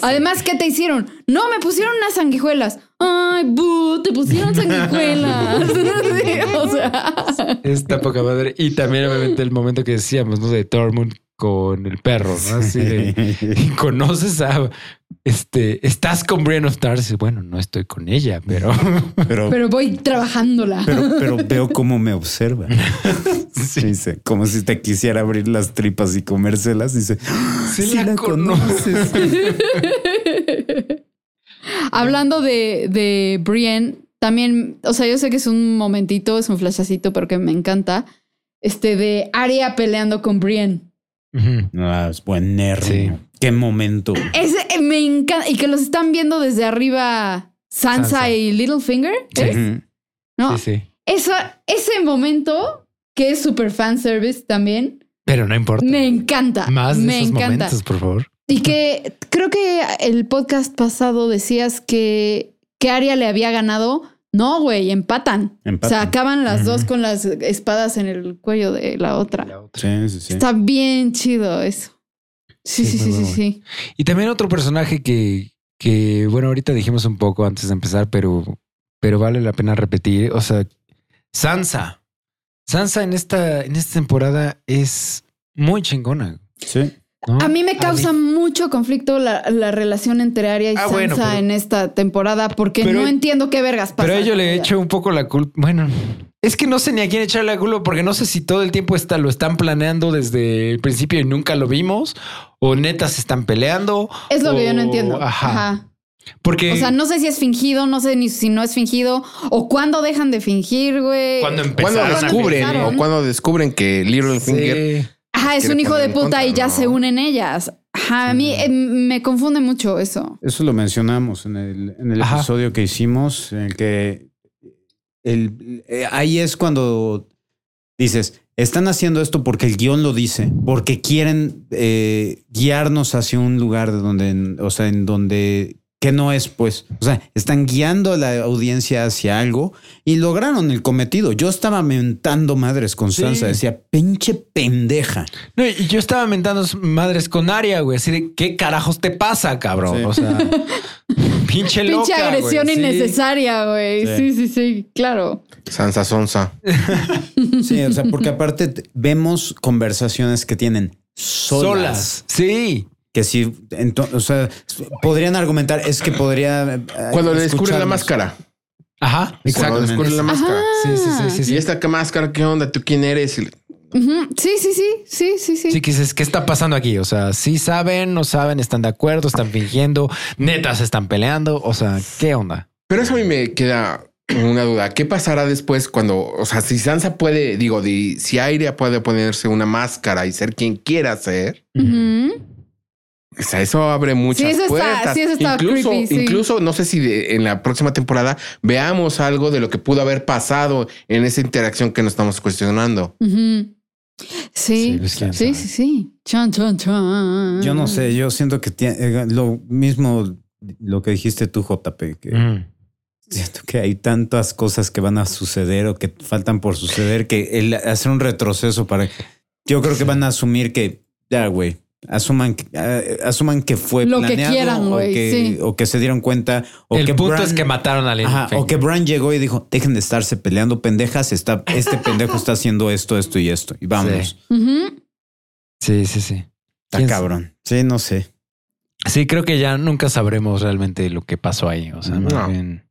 Además, ¿qué te hicieron? No, me pusieron unas sanguijuelas. Ay, bu, te pusieron sanguijuelas. (laughs) Sí, o sea, Está poca madre. Y también obviamente el momento que decíamos, ¿no? De Tormund con el perro, ¿no? Así de... (laughs) Y conoces a... Este, estás con Brian of Tarth. Bueno, no estoy con ella, pero... Pero, pero voy trabajándola. pero, pero veo cómo me observa. Dice, como si te quisiera abrir las tripas y comérselas. (laughs) Dice, (laughs) Sí "Sí la conoces". (laughs) Hablando de, de Brienne, también, o sea, yo sé que es un momentito, es un flashacito, pero que me encanta. Este de Aria peleando con Brienne. Ujú. Ah, es buen nervio. Sí. Qué momento. Ese eh, me encanta. Y que los están viendo desde arriba Sansa, Sansa. y Littlefinger. ¿es? Ujú. No, Sí, sí. Esa, ese momento que es super fan service también. Pero no importa. Me encanta. Más de me esos encanta. momentos, por favor. Y que creo que el podcast pasado decías que, que Aria le había ganado. No, güey, empatan. Empatan. O sea, acaban las Ujú. dos con las espadas en el cuello de la otra. Sí, sí, sí. Está bien chido eso. Sí, Sí, sí, muy sí, sí, bueno. sí. Y también otro personaje que, que, bueno, ahorita dijimos un poco antes de empezar, pero, pero vale la pena repetir. O sea, Sansa. Sansa en esta, en esta temporada es muy chingona. Sí. ¿no? A mí me causa A mí- mucho conflicto la, la relación entre Aria y Ah, Sansa bueno, pero- en esta temporada porque Pero- e- no entiendo qué vergas pasa. Pero a ello le he hecho un poco la culpa. Bueno, es que no sé ni a quién echarle la culpa porque no sé si todo el tiempo está, lo están planeando desde el principio y nunca lo vimos. O neta se están peleando. Es lo que yo no o- entiendo. Ajá. Ajá. Porque O sea, no sé si es fingido, no sé ni si no es fingido o cuándo dejan de fingir, güey. cuando empezaron Cuando a- descubren o cuando descubren que Littlefinger Sí. Ajá, es quiere un hijo poner de en puta contra, y ya ¿no? se unen ellas. Ajá, a mí eh, me confunde mucho eso. Eso lo mencionamos en el, en el Ajá. episodio que hicimos, en el que el, eh, ahí es cuando dices, están haciendo esto porque el guión lo dice, porque quieren eh, guiarnos hacia un lugar de donde, o sea, en donde que no es, pues, o sea, están guiando a la audiencia hacia algo y lograron el cometido. Yo estaba mentando madres con Sí. Sansa, decía, pinche pendeja. No, y yo estaba mentando sus madres con Aria, güey. Así de, ¿qué carajos te pasa, cabrón? Sí. O sea, (laughs) pinche loca, Pinche agresión güey, sí. innecesaria, güey. Sí. sí, sí, claro. Sansa Sonsa. Sí, o sea, porque aparte t- vemos conversaciones que tienen solas. Solas. Sí. Que sí, ento- o sea, podrían argumentar, es que podría. eh, Cuando le descubren la escucharnos. máscara. Ajá. Cuando Exactamente. descubren la máscara. Ajá. Sí, sí, sí, sí. Y Sí, esta máscara, ¿qué onda? ¿Tú quién eres? Y- Ujú. Sí, sí, sí, sí, sí, sí. Sí, que dices, ¿qué está pasando aquí? O sea, sí saben, no saben, están de acuerdo, están fingiendo, neta se están peleando. O sea, ¿qué onda? Pero eso a mí me queda una duda. ¿Qué pasará después cuando, o sea, si Sansa puede, digo, di- si Aria puede ponerse una máscara y ser quien quiera ser? Ujú. O sea, eso abre muchas eso está- puertas. sí, eso está incluso, creepy, sí. incluso no sé si de- en la próxima temporada veamos algo de lo que pudo haber pasado en esa interacción que nos estamos cuestionando. Ujú. Sí, pues, quién sí, sabe. sí, sí. Chan, chan, chan. Yo no sé, yo siento que tie- eh, lo mismo lo que dijiste tú, JP, que Mm. siento que hay tantas cosas que van a suceder o que faltan por suceder que el hacer un retroceso para. Yo creo que van a asumir que, ya, güey. Asuman, que- eh, asuman que fue Lo que planeado quieran, o, güey, que, sí. o que se dieron cuenta o El que punto Bran- es que mataron a Ajá, Littlefinger. o que Bran llegó y dijo, dejen de estarse peleando pendejas, está, este pendejo está haciendo esto, esto y esto, y vamos. Sí. Ujú. Sí, sí, sí. Está ¿Quién- cabrón. Sí, no sé. Sí, creo que ya nunca sabremos realmente lo que pasó ahí. O sea, más No. bien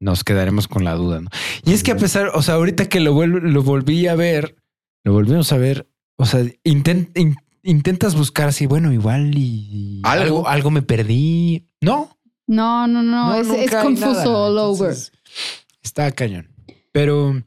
nos quedaremos con la duda. ¿no? Y es que a pesar, o sea, ahorita que lo, vuelvo, lo volví a ver, lo volvimos a ver, o sea, inten- in- intentas buscar así, bueno, igual y Algo. algo, algo me perdí. No, No, no, no, es, nunca es hay confuso nada. all over. Entonces, Está cañón. Pero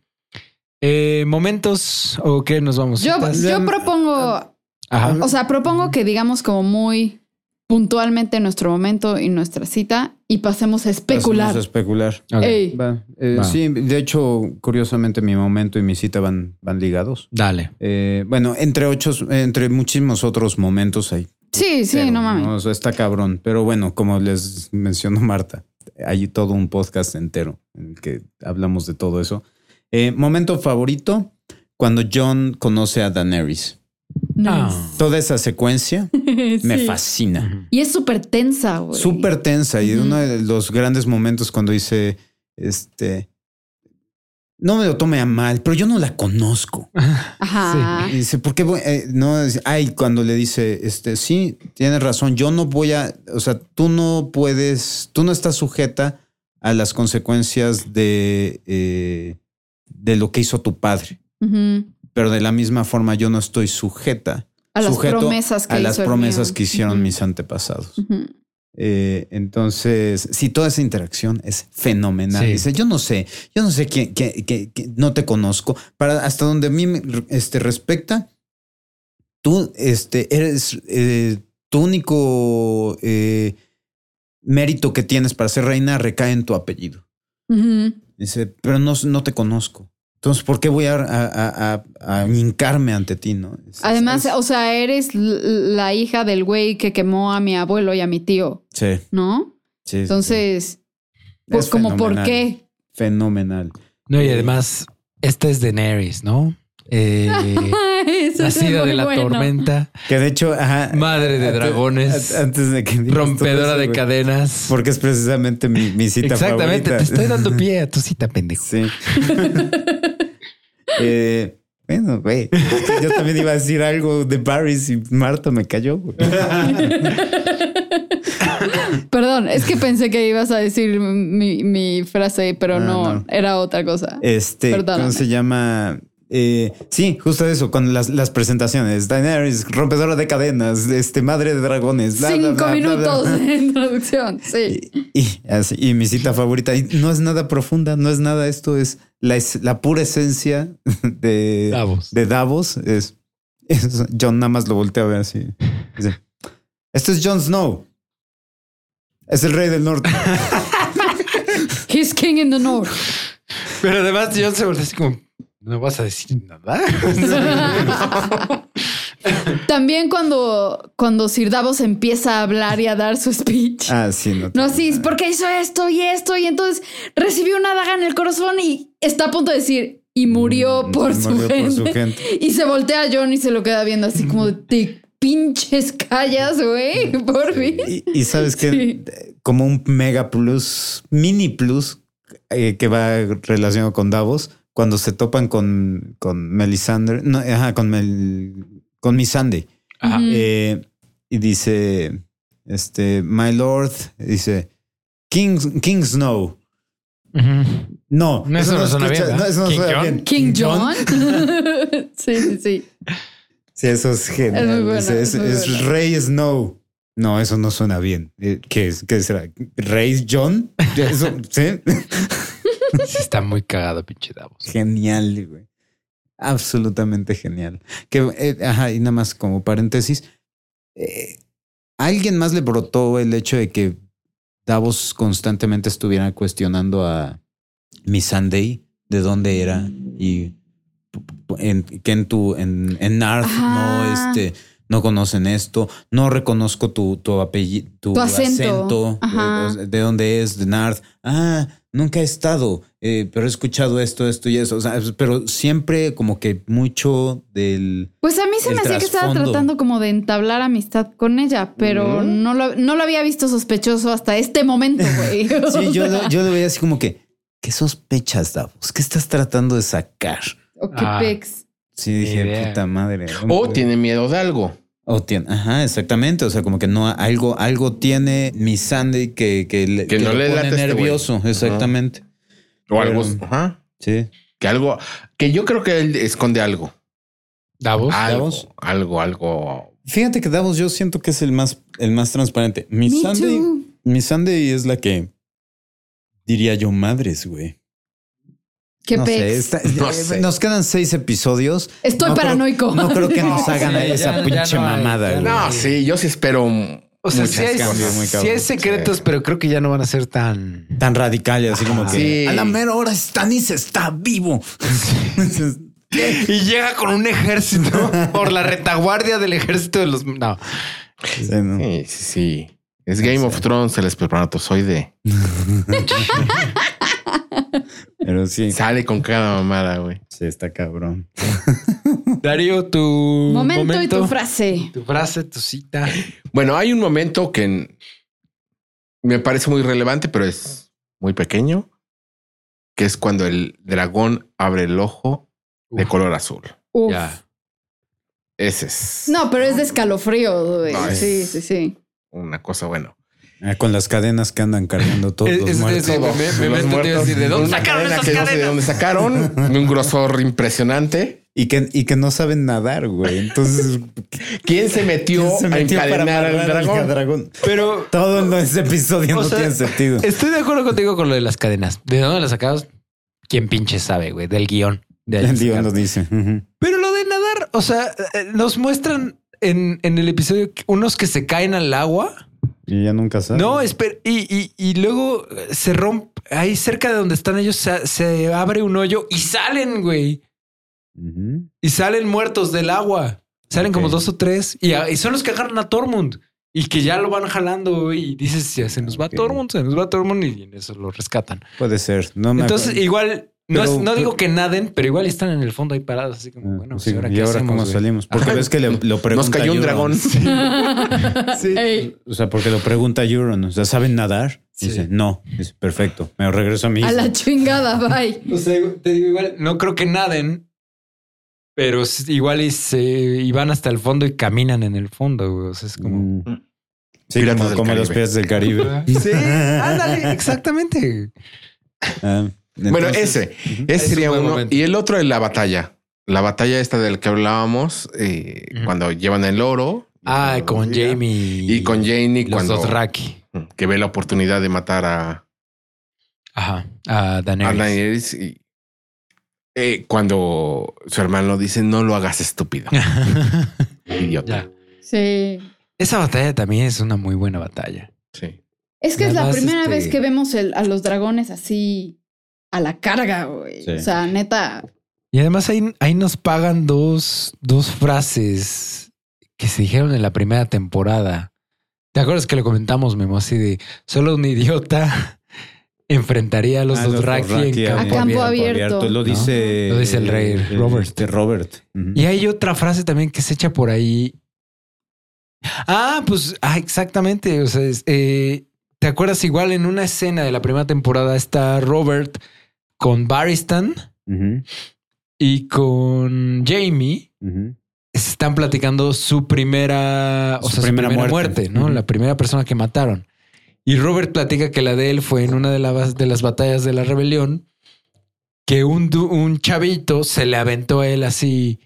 eh, momentos o qué nos vamos. Yo, pues, Citas. yo propongo Ajá. O sea, propongo que digamos como muy puntualmente nuestro momento y nuestra cita y pasemos a especular. Hacemos especular. Ok, Ey, Va, eh, Ah. Va. Sí, de hecho, curiosamente, mi momento y mi cita van, van ligados. Dale. Eh, bueno, entre ochos, entre muchísimos otros momentos hay. Sí, sí, Pero, no mames. O sea, está cabrón. Pero bueno, como les mencionó Marta, hay todo un podcast entero en el que hablamos de todo eso. Eh, momento favorito, cuando John conoce a Daenerys. (laughs) Ah. Toda esa secuencia Nice. me Sí. fascina. Ujú. Y es súper tensa, güey. Súper tensa y Ujú. uno de los grandes momentos cuando dice, este, no me lo tome a mal, pero yo no la conozco. Ajá. Y dice, ¿por qué voy? eh, no, es- ay, cuando le dice, este, sí, tienes razón, yo no voy a, o sea, tú no puedes, tú no estás sujeta a las consecuencias de, eh, de lo que hizo tu padre, Ujú. pero de la misma forma yo no estoy sujeta A las Sujeto promesas que a las hizo el promesas mío. que hicieron Ujú. mis antepasados. Ujú. Eh, entonces, sí, toda esa interacción es fenomenal. Sí. Dice, yo no sé, yo no sé quién, quién- quién- quién- no te conozco. Para hasta donde a mí me este, respecta, tú este, eres eh, tu único eh, mérito que tienes para ser reina recae en tu apellido. Ujú. Dice, pero no, no te conozco. Entonces, ¿por qué voy a, a- a- a- a hincarme ante ti? ¿no? Es- Además, es- o sea, eres l- la hija del güey que quemó a mi abuelo y a mi tío, sí, ¿no? sí, sí, Entonces, sí. pues Es como por fenomenal, qué. Fenomenal. No, y además, esta es Daenerys, (laughs) ¿no? Eh, Eso es nacida muy de la bueno. (laughs) tormenta, Que de hecho, ajá, madre de Antes- dragones, a- Antes de que digas todo rompedora eso, de güey. cadenas. Porque es precisamente mi, mi cita Exactamente, favorita. te estoy dando pie a tu cita, (laughs) pendejo. (laughs) Sí. (laughs) Eh, bueno, güey. Yo también iba a decir algo de Paris y Marta me cayó. (laughs) güey. Perdón, (laughs) es que pensé que ibas a decir mi, mi frase, pero Ah, no, no. era otra cosa. Este, Perdóname. ¿cómo se llama? Eh, sí, justo eso, con las, las presentaciones. Daenerys, rompedora de cadenas, este, madre de dragones. bla, bla, Cinco bla, bla, bla. minutos de introducción, sí. (laughs) Y, y así, y mi cita favorita, y no es nada profunda, no es nada esto, es la, es- la pura esencia de Davos. de Davos. Es, es- John nada más lo voltea a ver así. Dice, Esto es Jon Snow. Es el rey del norte. He's king in the north. Pero además, John se voltea así como, no vas a decir nada. (laughs) (laughs) También cuando, cuando Sir Davos empieza a hablar y a dar su speech. Ah, sí, no. No, sí, es porque hizo esto y esto, y entonces recibió una daga en el corazón y está a punto de decir, y murió, por, su, Mm, murió gente. por su gente. (laughs) Y se voltea a John y se lo queda viendo así como de Mm. "Te pinches callas, güey, por fin. Y, y sabes que Sí. como un mega plus, mini plus eh, que va relacionado con Davos, cuando se topan con, con Melisandre, no, ajá, con, Mel, con Missandei. Ajá. Ujú. Eh, y dice, este, My Lord, dice, King, King Snow. Ujú. No, No, eso no suena escucha- bien, no, eso no ¿verdad? suena King bien. King John. (laughs) (laughs) sí, sí, sí. Sí, eso es genial. Es muy bueno, Dice, es es muy es bueno. Rey Snow. No, eso no suena bien. Eh, ¿Qué, es, ¿Qué será? ¿Rey (laughs) John? Eso, ¿sí? Sí, está muy cagado, pinche Davos. Genial, güey. Absolutamente genial. Que, eh, ajá, y nada más como paréntesis. eh, ¿a alguien más le brotó el hecho de que Davos constantemente estuviera cuestionando a Miss Sunday de dónde era y p- p- en, que en tu en, en Narth Ajá. no este no conocen esto, no reconozco tu tu apellido, tu, Tu acento. acento, Ajá. eh, de dónde es, de Narth. Ah, nunca he estado, eh, pero he escuchado esto, esto y eso. O sea, pero siempre como que mucho del. Pues a mí se El me hacía que estaba trasfondo. Mm. tratando como de entablar amistad con ella, pero no, lo, no lo había visto sospechoso hasta este momento, güey. (laughs) (laughs) O Sí, yo, sea, lo- yo lo veía así como que, ¿qué sospechas, Davos? ¿Qué estás tratando de sacar? o Oh, qué Ah. pex. Sí, dije, idea. puta madre. O tiene miedo de algo. O tiene. Ajá, exactamente. O sea, como que no, algo, algo tiene mi Sandy que, que, le- Que no lo le pone late este nervioso. güey. exactamente. O algo. Pero- ajá. Sí. Que algo. Que yo creo que él esconde algo. Davos. Algo. Davos. Algo, algo. Fíjate que Davos yo siento que es el más, el más transparente. Mi Me Sandy. too. Mi Sunday es la que diría yo madres, güey. (laughs) Qué no sé, pex. está- No eh, sé. Nos quedan seis episodios. Estoy No creo- paranoico. no creo que nos (laughs) No, hagan sí, ahí ya- esa ya pinche no hay, mamada. ya no güey. No, Ah, sí, yo sí espero. O sea, sí hay, cosas. cambios muy sí cabrón. hay secretos, pero creo que ya no van a ser tan. Tan radical, así como que. Sí. A la mera hora Stanis está vivo. Y llega con un (laughs) ejército por la retaguardia del ejército de los. No. (laughs) Sí, ¿no? Sí, sí, sí. Es Game of Thrones, el espermatozoide. Pero sí, Sale con cada mamada, güey. sí, está cabrón. Darío, tu Momento, y tu frase. tu frase, tu cita. Bueno, hay un momento que n- me parece muy relevante, pero es muy pequeño, que es cuando el dragón abre el ojo de Uf. color azul. Uf. Ya. Ese es No, pero es de escalofrío, güey. No, es- Sí, sí, sí. una cosa bueno. Ah, Con las cadenas que andan cargando todos los muertos. Los muertos, una cadena que no sé de dónde sacaron, de un grosor impresionante. Y que, y que no saben nadar, güey. Entonces, ¿Quién se metió, ¿quién se metió a para encadenar al amarrar dragón? dragón? Pero Todo en ese episodio O no sea, tiene sentido. estoy de acuerdo contigo con lo de las cadenas. ¿De dónde las sacabas? ¿Quién pinche sabe, güey? Del guión. De ahí El (laughs) las Dios sacaron. nos dice. ujú. Pero lo de nadar, o sea, eh, nos muestran en, en el episodio que- unos que se caen al agua. Y ya nunca saben. No, espera. Y, y- y luego eh, se rompe. Ahí cerca de donde están ellos se, se abre un hoyo y salen, güey. Ujú. Y salen muertos del agua. Salen como Ok. dos o tres. Y, a- y son los que agarran a Tormund. Y que ya lo van jalando güey, y dices, "Ya se nos va Ok. Tormund, se nos va Tormund y en eso lo rescatan. Puede ser. No me Entonces, acuerdo. igual, no, Pero- es- no digo pero- que naden, pero igual están en el fondo ahí parados, así como, Ah, bueno, sí, pues, ¿ahora y qué ahora hacemos, cómo güey? salimos. Porque Ajá. ves que le- lo pregunta. Nos cayó un Euron. dragón. Sí. Ey. O sea, porque lo pregunta Euron. O sea, ¿saben nadar? Sí. Dice, no. Dice, perfecto. Me regreso a mi A isla. la chingada, bye. O sea, te digo igual, no creo que naden, pero s- igual y, se, y van hasta el fondo y caminan en el fondo, güey. O sea, es como... Mm. Sí, Piratas como, como del los Caribe. piratas del (laughs) Caribe. Sí, ándale, exactamente. (laughs) Ah, (laughs) Bueno, entonces- ese, Es ese un sería buen uno. momento. Y el otro es la batalla. La batalla esta del que hablábamos, eh, Ujú. cuando llevan el oro. Ah, Cuando con los llevan. Jamie. Y con Jamie los cuando dos Raki. que ve la oportunidad de matar a, Ajá, a a Daenerys. Daenerys y eh, cuando su hermano dice no lo (laughs) hagas estúpido, idiota. (laughs) Ya. Sí. Esa batalla también es una muy buena batalla. Sí. Es que Y es la además, primera este- vez que vemos el- a los dragones así a la carga, güey. Sí. O sea, neta. Y además ahí, ahí nos pagan dos, dos frases que se dijeron en la primera temporada. ¿Te acuerdas que lo comentamos, Memo? Así de solo un idiota (laughs) enfrentaría a los Ah, dos Raki Dothraki en A campo campo abierto. abierto. Lo ¿No? dice. Lo dice el rey, Robert. este, Robert. Ujú. Y hay otra frase también que se echa por ahí. Ah, pues, ah, exactamente. O sea, es, eh, ¿te acuerdas igual en una escena de la primera temporada está Robert con Barristan Ujú, y con Jamie? ujú. están platicando su primera, o Su sea, su primera primera muerte. muerte, ¿no? Ujú. La primera persona que mataron. Y Robert platica que la de él fue en una de, las de las batallas de la rebelión, que un, du- un chavito se le aventó a él así,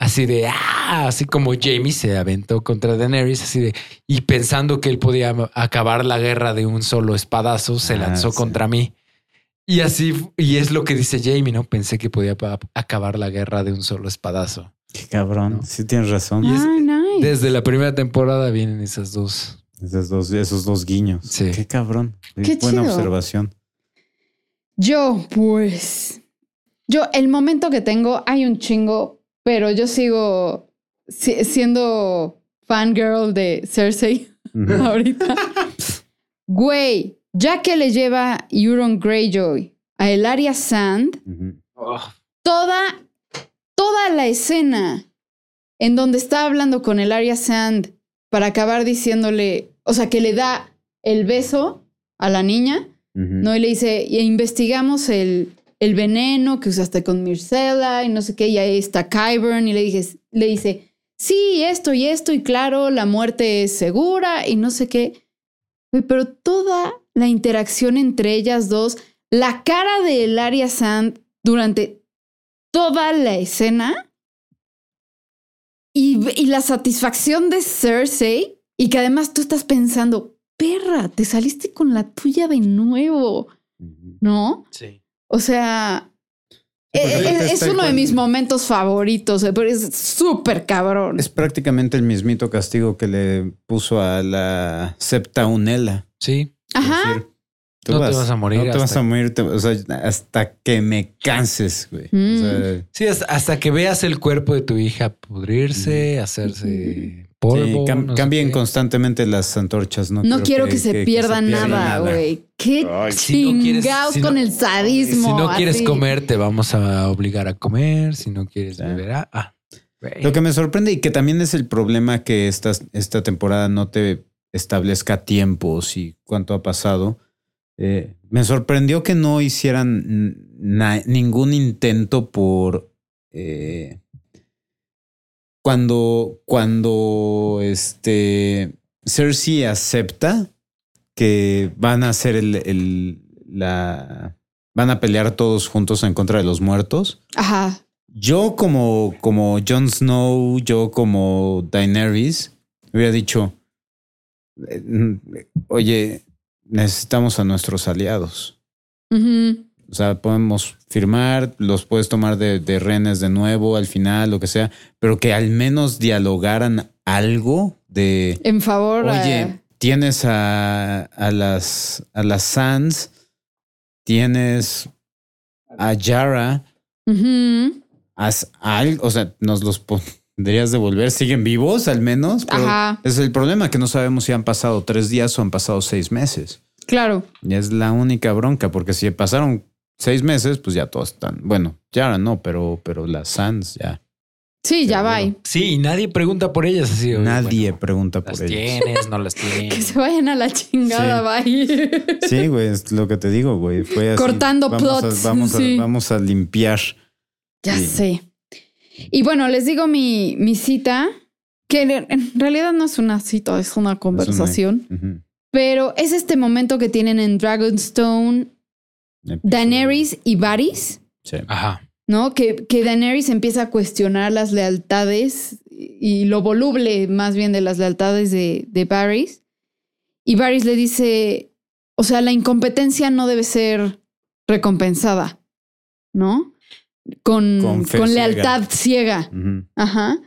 así de, ah, así como Jamie se aventó contra Daenerys, así de, y pensando que él podía acabar la guerra de un solo espadazo, se Ah, lanzó sí. contra mí. Y así, y es lo que dice Jamie, ¿no? Pensé que podía pa- acabar la guerra de un solo espadazo. Qué cabrón. No. Sí, tienes razón. Y es- Ay, Ah, nice. Desde la primera temporada vienen esas dos. Esos dos, esos dos guiños. Sí. Qué cabrón. Qué Buena chido. observación. Yo, pues. Yo, el momento que tengo, hay un chingo, pero yo sigo si- siendo fangirl de Cersei (laughs) Ujú. ahorita. Güey, ya que le lleva Euron Greyjoy a Elaria Sand, Ujú. toda, toda la escena en donde está hablando con el Arya Sand para acabar diciéndole, o sea, que le da el beso a la niña, Ujú. ¿no? Y le dice, y investigamos el, el veneno que usaste con Myrcella y no sé qué, y ahí está Kyburn y le, dije, le dice, sí, esto y esto, y claro, la muerte es segura y no sé qué. Güey, Pero toda la interacción entre ellas dos, la cara de Elaria Sand durante toda la escena y, y la satisfacción de Cersei y que además tú estás pensando, perra, te saliste con la tuya de nuevo, Ujú. ¿no? Sí. O sea, Eh, Ahorita eh, es está uno de igual. mis momentos favoritos, eh, pero es súper cabrón. Es prácticamente el mismito castigo que le puso a la septa unela. Sí. Ajá. decir, tú No te vas a morir No te hasta- vas a morir te- o sea, hasta que me canses, güey. Mm. O sea, Sí, hasta, hasta que veas el cuerpo de tu hija pudrirse, hacerse polvo. sí, cam- no sé cambien qué. constantemente las antorchas. No, No quiero que, se pierda nada, güey. Qué Ay, si no quieres- chingados si no- con el Si sadismo. no quieres así. comer, te vamos a obligar a comer. Si no quieres Sí. beber, ah, ah, güey. Lo que me sorprende y que también es el problema que esta, esta temporada no te establezca tiempos y cuánto ha pasado. Eh, me sorprendió que no hicieran n- na- ningún intento por eh, cuando cuando este Cersei acepta que van a hacer el, el- la van a pelear todos juntos en contra de los muertos. Ajá. Yo como, como Jon Snow, yo como Daenerys, hubiera dicho, eh, mm, oye, necesitamos a nuestros aliados. Ujú. O sea, podemos firmar, los puedes tomar de, de renes de nuevo al final, lo que sea, pero que al menos dialogaran algo de, En favor. Oye, eh, tienes a, a las a las Sans, tienes a Yara, ujú. haz algo, o sea, nos los podrías devolver, siguen vivos al menos, pero Ajá. es el problema que no sabemos si han pasado tres días o han pasado seis meses. Claro. Y es la única bronca, porque si pasaron seis meses, pues ya todos están, bueno, Yara no, pero, pero las Sans ya. Sí, ya Seguro. va. Sí, y nadie pregunta por ellas así. oye, Nadie bueno, pregunta las por ellas. tienes, no las Que tienes. se vayan a la chingada, bye. (laughs) Sí, güey, es lo que te digo, güey. Fue así, Cortando vamos a- plots, vamos, a, sí. vamos a limpiar. Ya Sí. sé. Y bueno, les digo mi, mi cita, que en- en realidad no es una cita, es una conversación, Ujú. pero es este momento que tienen en Dragonstone Daenerys y Varys, Sí. (laughs) Ajá. ¿no? Que, que Daenerys empieza a cuestionar las lealtades y y lo voluble más bien de las lealtades de, de Varys. Y Varys le dice, o sea, la incompetencia no debe ser recompensada, ¿no? Con, Con fe con ciega. lealtad ciega. Ujú. Ajá.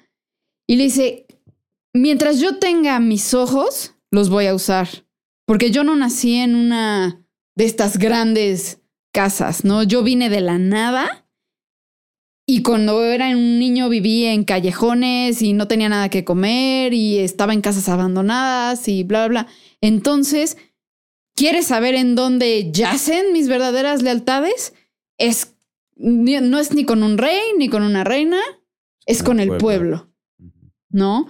Y le dice, mientras yo tenga mis ojos, los voy a usar. Porque yo no nací en una de estas grandes casas, ¿no? Yo vine de la nada. Y cuando era un niño viví en callejones y no tenía nada que comer y estaba en casas abandonadas y bla, bla, bla. Entonces, ¿quieres saber en dónde yacen mis verdaderas lealtades? Es, ni- no es ni con un rey ni con una reina, es con el pueblo, ¿no?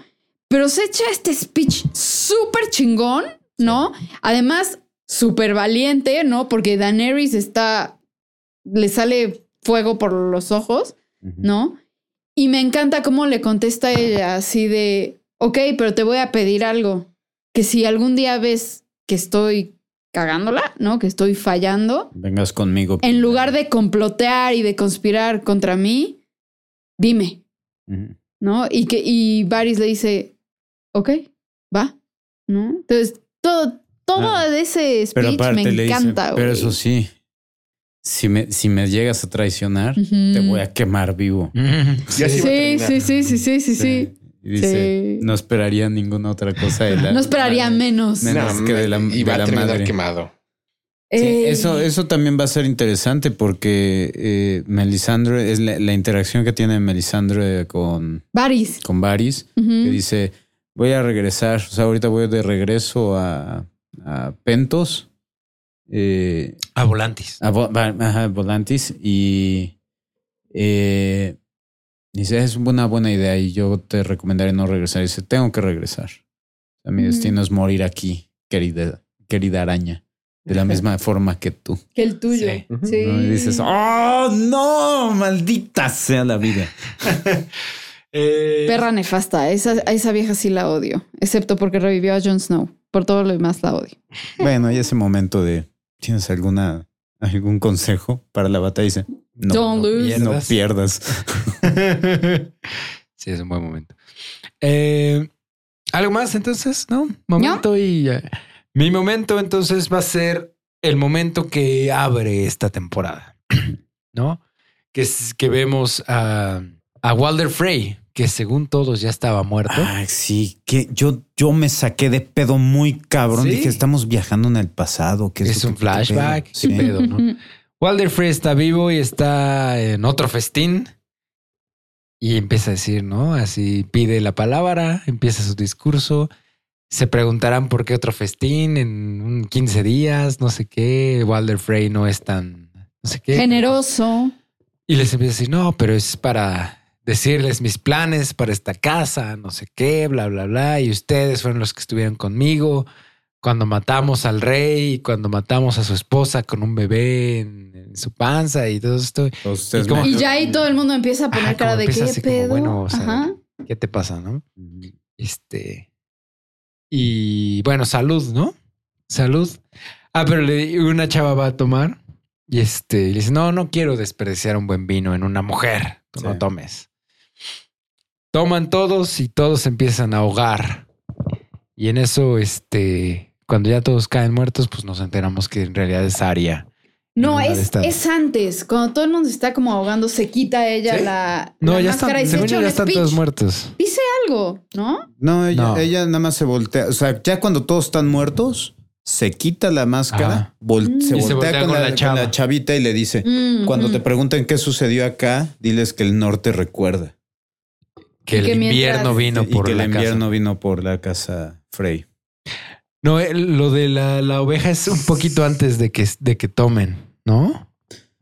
Pero se echa este speech súper chingón, ¿no? Además, súper valiente, ¿no? Porque Daenerys está, le sale fuego por los ojos, Ujú. ¿no? Y me encanta cómo le contesta ella así de, ok, pero te voy a pedir algo, que si algún día ves que estoy cagándola, ¿no? Que estoy fallando, Vengas conmigo. en lugar de complotear y de conspirar contra mí, dime, Ujú. ¿no? Y que y Varys le dice, ok, va, ¿no? Entonces, todo, todo Ah. de ese Pero speech me aparte le dice, encanta. pero güey". eso sí, si me, si me llegas a traicionar, Ujú. te voy a quemar vivo. Mm. Y así va a Sí, terminar. sí, sí, sí, sí, sí, sí. Y dice, Sí. no esperaría ninguna otra cosa de la- No esperaría menos. Menos. No, que de la- y de va la a terminar madre. quemado. Sí, Eh, eso, eso también va a ser interesante porque eh, Melisandre, es la, la interacción que tiene Melisandre con, Varys. con Varys, Ujú. que dice, voy a regresar, o sea, ahorita voy de regreso a, a Pentos. Eh, A volantes. A Vo- Va- ajá, Volantis y eh, dice, es una buena idea y yo te recomendaré no regresar. Dice, tengo que regresar. O sea, mi Mm. destino es morir aquí, querida, querida araña, de la (laughs) misma forma que tú. Que el tuyo. Sí. Sí. ¿no? Y dices, oh, no, maldita sea la vida. Eh, Perra nefasta. Esa, a esa vieja sí la odio. Excepto porque revivió a Jon Snow. Por todo lo demás la odio. bueno, y ese momento de, ¿tienes alguna, algún consejo para la batalla? Dice, no, Don't no, lose. no pierdas. (laughs) sí, es un buen momento. Eh, ¿Algo más entonces? ¿No? Momento y... eh, mi momento entonces va a ser el momento que abre esta temporada, (clears throat) ¿no? que, es- que vemos a, a Walder Frey, que según todos ya estaba muerto. Ay, sí, que yo, yo me saqué de pedo muy cabrón. Sí. Dije, estamos viajando en el pasado. ¿qué es es lo un que- qué pedo? flashback. Sí. ¿Qué pedo, no? Walder Frey está vivo y está en otro festín. Y empieza a decir, ¿no? Así pide la palabra, empieza su discurso. Se preguntarán por qué otro festín en un 15 días, no sé qué. Walder Frey no es tan, no sé qué. Generoso. Y les empieza a decir, no, pero es para decirles mis planes para esta casa, no sé qué, bla, bla, bla. Y ustedes fueron los que estuvieron conmigo cuando matamos al rey, cuando matamos a su esposa con un bebé en, en su panza y todo esto. Todos ustedes ¿Y cómo- me- Y ya ahí todo el mundo empieza a poner Ajá, cara Ah, como de empieza qué así como, pedo. bueno, o sea, Ajá. ¿Qué te pasa, no? Este. Y bueno, salud, ¿no? Salud. Ah, pero le, una chava va a tomar y este, le dice, no, no quiero desperdiciar un buen vino en una mujer. Tú no Sí. tomes. Toman todos y todos empiezan a ahogar. Y en eso, este, cuando ya todos caen muertos, pues nos enteramos que en realidad es Aria. No, en una de es, estas. es antes. Cuando todo el mundo se está como ahogando, se quita ella ¿Sí? la, No, la ya están, máscara y se según echa yo, un ya están speech. todos muertos. Dice algo, ¿no? No ella, No. ella nada más se voltea. O sea, ya cuando todos están muertos, se quita la máscara, Ajá. vol- Mm. se, Y voltea se voltea con, con la, la chava. con la chavita y le dice: Mm, Cuando mm. te pregunten qué sucedió acá, diles que el norte recuerda. Que Y el que mientras- invierno vino y por que el la casa. invierno vino por la casa Frey. No, eh, lo de la, la oveja es un poquito antes de que, de que tomen, ¿no?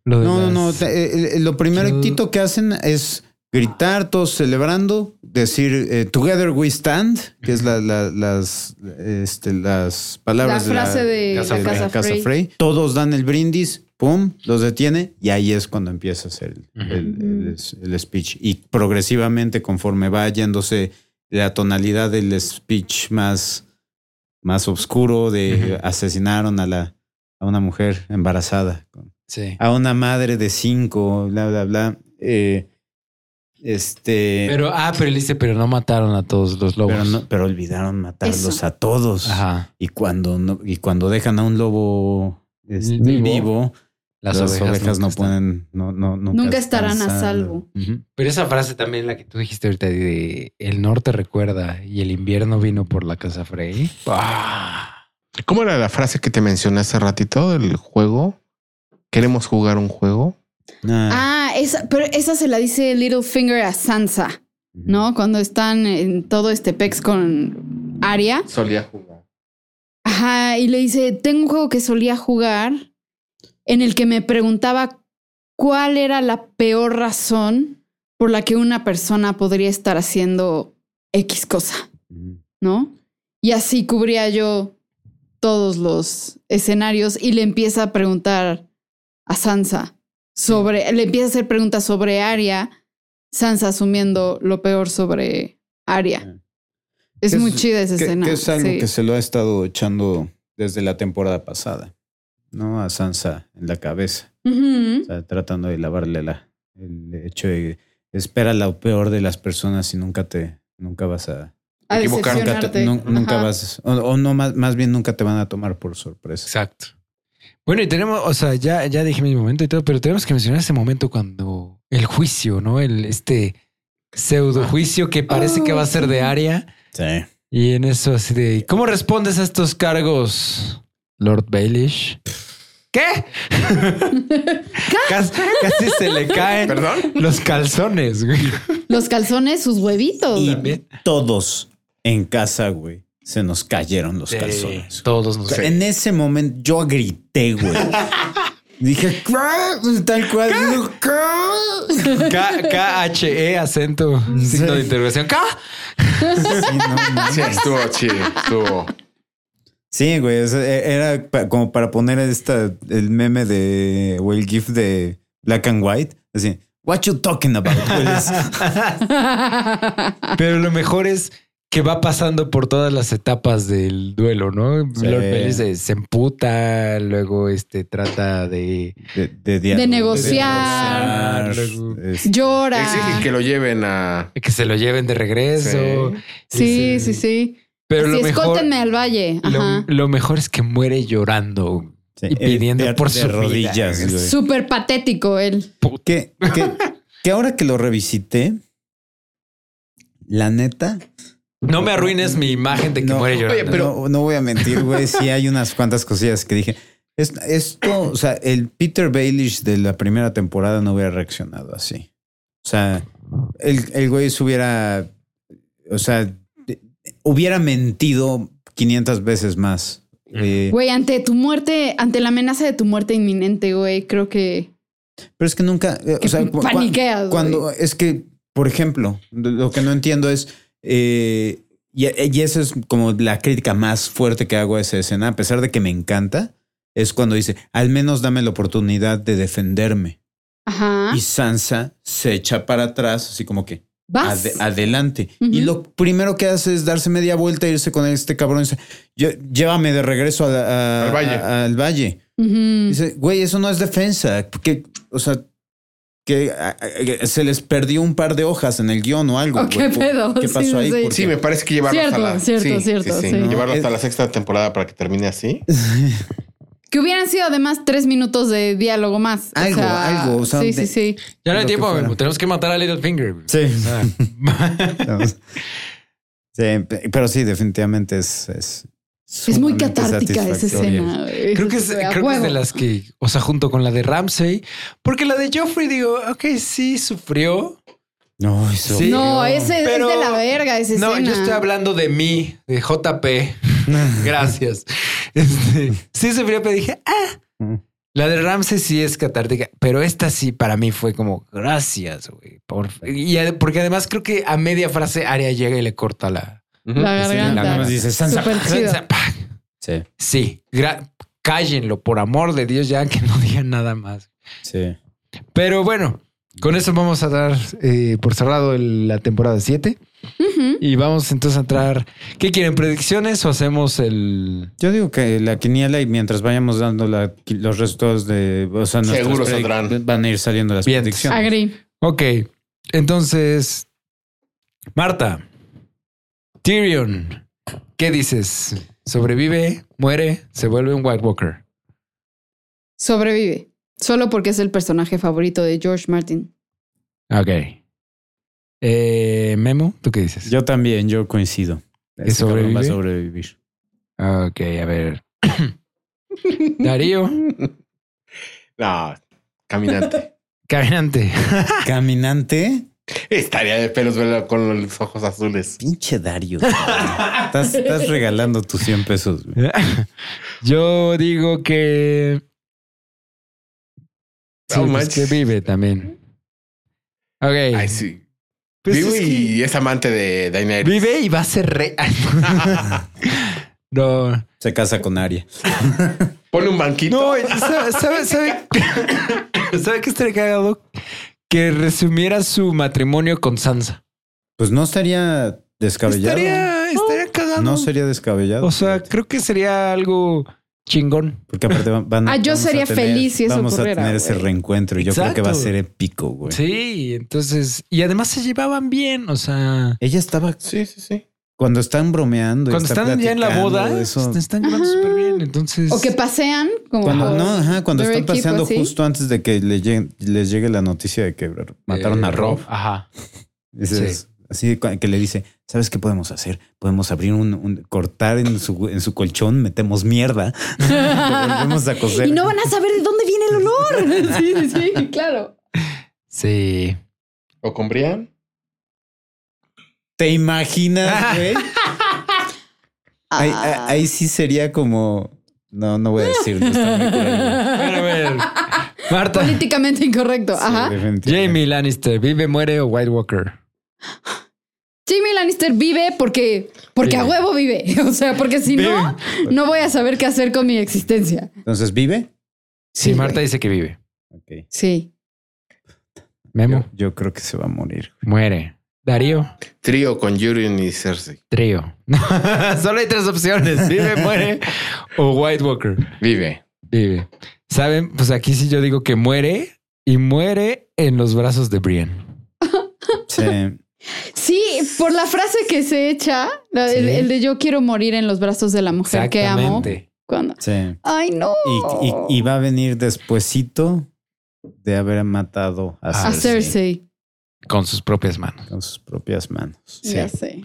Lo de No, no, las- no. te- eh, eh, lo primero Yo- Tito, que hacen es gritar, todos celebrando, decir eh, Together we stand, que es la- la- las, este, las palabras La frase de la la Casa Frey. Todos dan el brindis, pum, los detiene y ahí es cuando empieza a hacer el, Ujú. el- el- el speech. Y progresivamente, conforme va yéndose la tonalidad del speech más, más oscuro de Ujú. asesinaron a la a una mujer embarazada Sí. a una madre de cinco, bla, bla, bla. Eh, este. Pero, ah, pero él dice, pero no mataron a todos los lobos. pero no- pero olvidaron matarlos Eso. a todos. Ajá. Y cuando no- y cuando dejan a un lobo este, vivo, Vivo, las, ovejas, no nunca están. pueden. No, no, nunca, Nunca estarán están a salvo. Ujú. Pero esa frase también, la que tú dijiste ahorita, de el norte recuerda y el invierno vino por la casa Frey. Ah, ¿Cómo era la frase que te mencioné hace ratito del juego? Queremos jugar un juego. Ah, Ah, esa, pero esa se la dice Littlefinger a Sansa, ¿no? Cuando están en todo este pex con Arya. Solía jugar. Ajá, y le dice, tengo un juego que solía jugar en el que me preguntaba cuál era la peor razón por la que una persona podría estar haciendo X cosa, ujú. ¿no? Y así cubría yo todos los escenarios y le empieza a preguntar a Sansa sobre, le empieza a hacer preguntas sobre Aria, Sansa asumiendo lo peor sobre Aria. Es Que muy es- chida esa Que, escena. que es algo sí. que se lo ha estado echando desde la temporada pasada, ¿no? A Sansa en la cabeza. Ujú. O sea, tratando de lavarle la, el hecho de espera lo peor de las personas y nunca te, nunca vas a, a Equivocar. nunca, te- decepcionarte. nun- nunca Ajá. vas, o, o no más, más bien nunca te van a tomar por sorpresa. Exacto. Bueno, y tenemos, o sea, ya, ya dije mi momento y todo, pero tenemos que mencionar ese momento cuando el juicio, ¿no? El, este pseudo juicio que parece que va a Ah, ser de área. Sí. Y en eso así de, ¿cómo respondes a estos cargos, Lord Baelish? (laughs) ¿Qué? Cas- casi, se le caen ¿Perdón? los calzones, güey. Los calzones, sus huevitos. Y También. todos en casa, güey, se nos cayeron los Sí, calzones. Todos nos O sea, En ese momento yo grité, güey. Dije, "¿Qué?", tal cual. Digo, "¿Qué?". K- K-H-E, acento, signo de interrogación. ¡K! Sí, no, no. Sí, estuvo chido, estuvo. Sí, güey, o sea, e- era pa- como para poner esta, el meme de, o el gif de Black and White, así, what you (laughs) talking about, Pues, Willis?" Pero lo mejor es que va pasando por todas las etapas del duelo, ¿no? Sí. Lord Baelish se, se emputa, luego este trata de... de, de diálogo, De negociar. de negociar, es- Llora. Exigen que lo lleven a. que se lo lleven de regreso. Sí, Sí. sí, sí. Pero Así, lo mejor, escótenme al valle. lo, Ajá. lo mejor es que muere llorando. Sí. Y pidiendo por de su vida. rodillas. güey. Súper patético él. Que, que- que ahora que lo revisité, la neta, No me arruines mi imagen de que No. muere llorando. Oye, pero- no, no voy a mentir, güey. sí hay unas cuantas cosillas que dije. Es- Esto, o sea, el Peter Baelish de la primera temporada no hubiera reaccionado así. O sea, el, el güey se hubiera, o sea, de- hubiera mentido 500 veces más. Eh, Güey, ante tu muerte, ante la amenaza de tu muerte inminente, güey, creo que, Pero es que nunca, eh, que o sea, cu- cua- paniqueas. Cuando güey. es que, por ejemplo, lo que no entiendo es, eh, y, y eso es como la crítica más fuerte que hago a esa escena, a pesar de que me encanta, es cuando dice, al menos dame la oportunidad de defenderme. Ajá. Y Sansa se echa para atrás, así como que Vas. ade- adelante. Y Ah. Ujú. lo primero que hace es darse media vuelta e irse con este cabrón. y dice, "Lle- llévame de regreso a la- a- Al valle. a- al valle. Ujú. Dice, güey, eso no es defensa. Que, o sea, que a- a- se les perdió un par de hojas en el guión o algo. ¿O güey. Oh, qué ¿Por- pedo? ¿Qué Sí, pasó ahí? sí. ¿Por Sí, qué? me parece que llevarlo Cierto, hasta la, cierto, sí, sí, cierto, sí. sí. Llevarlo hasta Es- la sexta temporada para que termine así. Que hubieran sido además tres minutos de diálogo más. Algo, algo, o sea, sí, de- sí, sí. ya no hay lo que tiempo, fuera. amigo. tenemos que matar a Littlefinger. Sí. Ah. Entonces, sí, pe- pero sí, definitivamente es. Es, Es muy sumamente catártica esa satisfactoria. escena. güey. Creo que es, Eso fue a creo que es de huevo. las que, o sea, junto con la de Ramsey, porque la de Joffrey, digo, ok, sí sufrió. No, eso. Sí. No, ese es Pero- de la verga esa No, escena. yo estoy hablando de mí, de JP. Gracias. (laughs) Este, sí sufrió, pero dije, ah. La de Ramsey sí es catártica, pero esta sí para mí fue como, gracias, güey. por- Y ade- porque además creo que a media frase Aria llega y le corta la. La Sí, la garganta. garganta. Dice, Sansa. Súper chido. (laughs) Sí, Sí, gra- cállenlo, por amor de Dios, ya que no (laughs) digan nada más. sí. Pero bueno, con eso vamos a dar eh, por cerrado el- la temporada 7 Ujú. y vamos entonces a entrar. ¿Qué quieren? ¿Predicciones o hacemos el. Yo digo que la quiniela y mientras vayamos dando la- los restos de. O sea, nuestras Seguro predic- saldrán. Van a ir saliendo las Bien. predicciones. Agree. Ok, entonces. Marta, Tyrion, ¿qué dices? ¿Sobrevive? ¿Muere? ¿Se vuelve un White Walker? Sobrevive. Solo porque es el personaje favorito de George Martin. Ok. Eh, Memo, ¿tú qué dices? Yo también, yo coincido. ¿Que Ese cabrón va a sobrevive? sobrevivir. Ok, a ver. (coughs) Darío, No, (laughs) caminante. caminante. Caminante. Estaría de pelos velo, con los ojos azules. Pinche Dario. estás, estás regalando tus 100 pesos. güey. (laughs) Yo digo que. Sí, No pues manches. que vive también. Ok. Ay, sí. Pues Vivo es que y es amante de Daenerys. Vive y va a ser rey. (laughs) no. Se casa con Aria. Ponle un banquito. No, ¿sabe, sabe, sabe, ¿sabe (coughs) qué estaría cagado? Que resumiera su matrimonio con Sansa. Pues no estaría descabellado. Estaría, estaría cagado. No sería descabellado. O sea, fíjate. creo que sería algo chingón. porque aparte van, van- Ah, yo vamos a sería tener- feliz si eso Vamos ocurriera, a tener ese güey. reencuentro. y Yo creo que va a Exacto. ser épico, güey. Sí, entonces. Y además se llevaban bien. O sea, Ella estaba Sí, sí, sí. cuando están bromeando. y cuando está están ya en la platicando boda, de eso. se están llevando Ajá. súper bien. Entonces. O que pasean como. Cuando, (laughs) (laughs) no, ajá, cuando Pero están equipo, paseando ¿sí? justo antes de que le llegue- les llegue la noticia de que mataron Eh, a Rob. Ajá. Dices, Así de cua- que le dice, ¿sabes qué podemos hacer? Podemos abrir un, un- cortar en su, en su colchón, metemos mierda, (laughs) lo volvemos a coser. y no van a saber de dónde viene (laughs) el olor. (laughs) sí, sí, sí, claro. Sí. O con Brian. ¿Te imaginas, (laughs) güey? ahí, Ah. a- ahí sí sería como... No, no voy a decir. no está muy cool, Bueno, a ver. Marta. Políticamente incorrecto. (laughs) Ajá. güey. Definitivamente. Jamie Lannister, ¿vive, muere o White Walker? Jimmy Lannister vive porque, porque a Vive. huevo vive. (laughs) O sea, porque si no, no voy a saber qué hacer con mi existencia. Entonces, ¿vive? Sí, Sí, Marta güey. dice que vive. Ok. Sí. Memo, Yo, yo creo que se va a morir. muere. Darío, Trío con Tyrion y Cersei. trío. (laughs) Solo hay tres opciones: vive, muere o White Walker. Vive. Vive. ¿Saben? Pues aquí sí yo digo que muere y muere en los brazos de Brian. Sí. Sí, por la frase que se echa, la- el, Sí. el de yo quiero morir en los brazos de la mujer que amo. Cuando... (laughs) Sí. Ay, no. Y, y- y va a venir despuesito de haber matado a a Cersei, Cersei. con sus propias manos. con sus propias manos. Ya sé.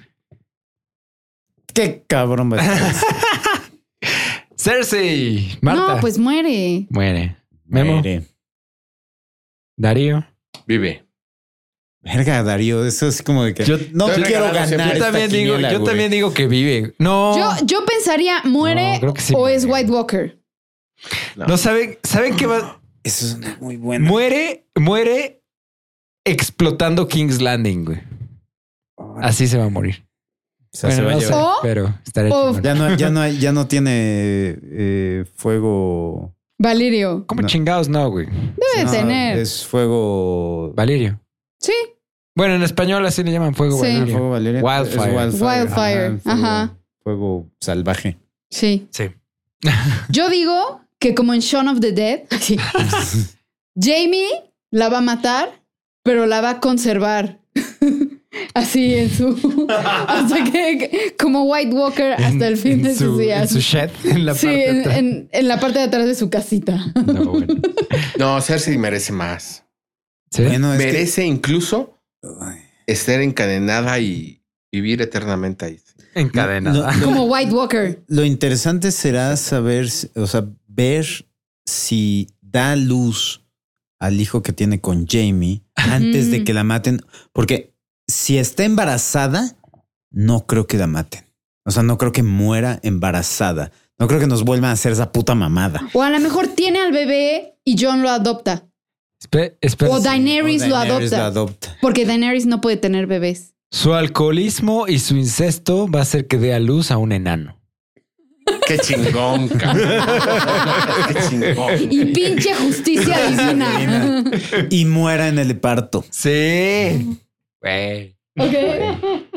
Qué cabrón va a estar eso. Cersei, Marta. No, pues muere. Muere. Memo. Muere. Darío. Vive. Verga, Darío, eso es como de que Yo- no estoy quiero regalando ganar. siempre. Yo Esta también digo, quiniela, yo güey. también digo que vive. No. Yo, yo pensaría muere No, creo que sí o es muere. White Walker. No saben, saben qué va. Eso es una muy buena. Muere, muere explotando King's Landing, güey. Así se va a morir. O sea, se va Bueno, no a sé, llevar. O- pero estaré o- chingón. Ya no, ya no, hay- ya no tiene eh, fuego. Valirio. ¿Cómo No. chingados no, güey? Debe No, tener. Es fuego. Valerio. Sí. Bueno, en español así le llaman fuego Sí. Ah, Valerio. fuego Valeria. Wildfire. Es Wildfire, fuego- ajá. Fuego salvaje. Sí. Sí. Yo digo que como en Shaun of (laughs) the Dead, sí. Jamie la va a matar, pero la va a conservar. (laughs) Así en su. hasta que, como White Walker hasta el fin En- de en su- sus días. En su shed, en la sí, parte de en, atrás. en- en la parte de atrás de su casita. (laughs) No, bueno. No, Cersei merece más. ¿Sí? Bueno, es que- merece incluso Ay. estar encadenada y vivir eternamente ahí. Encadenada. Lo- Como White Walker. Lo interesante será saber, si- o sea, ver si da luz al hijo que tiene con Jamie antes de Mm. que la maten, porque si está embarazada, no creo que la maten. O sea, no creo que muera embarazada. No creo que nos vuelvan a hacer esa puta mamada. O a lo mejor tiene al bebé y John lo adopta. Espe- espera. O Daenerys lo Daenerys adopta. Porque Daenerys no puede tener bebés. Su alcoholismo y su incesto va a hacer que dé a luz a un enano. Qué chingón, (laughs) cabrón. Qué chingón. Y pinche justicia (laughs) divina. Y muera en el parto. Sí. Güey. ok.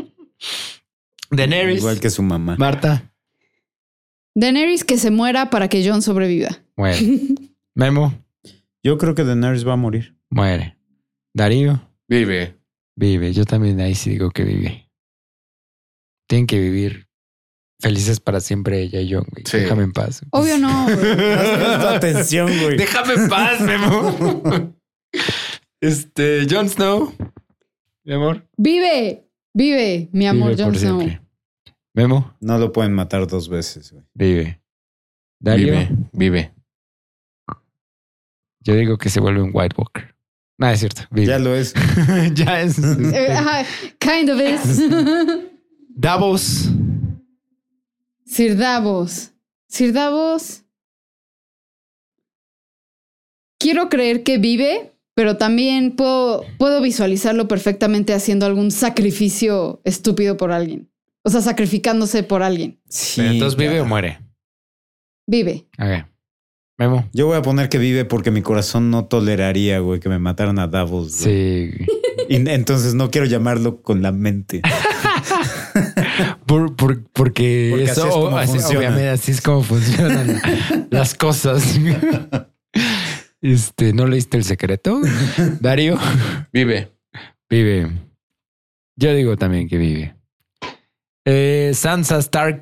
Daenerys. Igual que su mamá. Marta. Daenerys que se muera para que John sobreviva. (laughs) Muere. Memo. Yo creo que Daenerys va (laughs) a morir. Muere. Darío. Vive. Vive. Yo también ahí sí digo que vive. Tienen que vivir felices para siempre ella y John, güey. Sí. Déjame en paz. Obvio no. güey. atención, (laughs) güey. Déjame en paz, (laughs) Memo. este, Jon Snow. Mi amor. Vive, vive, mi amor, vive Jon por Snow. siempre. Memo. No lo pueden matar dos veces, güey. Vive. Darío. Vive. Vive. Yo digo que se vuelve un White Walker. No, es cierto. Vive. (laughs) Ya lo es. ya es. este, (laughs) Eh, ajá, kind of is. (laughs) Davos. Sir Davos. Sir Davos. Quiero creer que vive, pero también puedo, puedo visualizarlo perfectamente haciendo algún sacrificio estúpido por alguien. O sea, sacrificándose por alguien. Sí, Pero entonces vive ya. o muere. Vive. A ver. Memo. Yo voy a poner que vive porque mi corazón no toleraría, güey, que me mataran a Davos. güey. Sí. Y n- entonces no quiero llamarlo con (laughs) la mente. Por- por- porque, Porque así eso, es como así- funciona. obviamente, así es como funcionan (laughs) las cosas. Este, ¿no leíste el secreto? Darío Vive. vive. Yo digo también que vive. Eh, Sansa Stark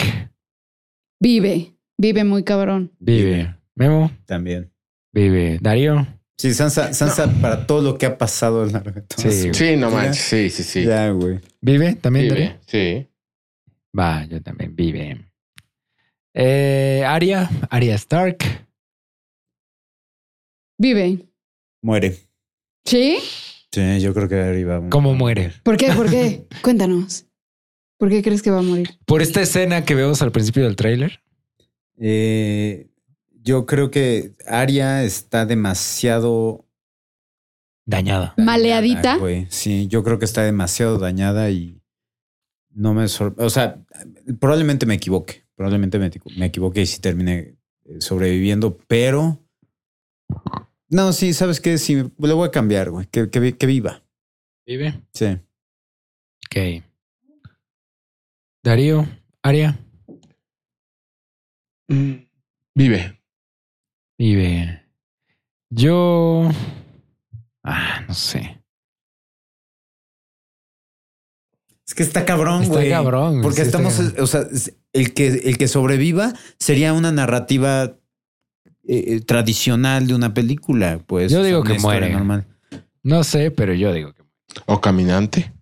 Vive. Vive muy cabrón. vive. Vive. Memo También. vive. Darío. Sí, Sansa, Sansa para todo lo que ha pasado en la (laughs) Sí. Sí, no manches. Sí, sí, sí. Ya, güey. Vive también. Darío? Vive. Sí. Va, yo también vive. Eh, Aria, Aria Stark. Vive. Muere. ¿Sí? Sí, yo creo que arriba. ¿Cómo muere? ¿Por qué? (laughs) ¿Por qué? Cuéntanos. ¿Por qué crees que va a morir? Por esta escena que vemos al principio del tráiler. Eh, yo creo que Aria está demasiado Dañada. dañada, Maleadita. güey. Sí, yo creo que está demasiado dañada y no me sor- O sea, probablemente me equivoque. Probablemente me, equivo- me equivoque y si termine eh, sobreviviendo, pero. No, sí, ¿sabes qué? Sí, le voy a cambiar, güey. Que, que vi- que viva. Vive. Sí. Ok. Darío, Aria, Vive. vive. Yo. Ah, no sé. Es que está cabrón, Está güey. cabrón, güey. Sí, Porque está estamos, cabrón. o sea, es- el que, el que sobreviva sería una narrativa eh, eh, tradicional de una película, pues. Yo o sea, digo una que historia muere. normal. No sé, pero yo digo que. O caminante.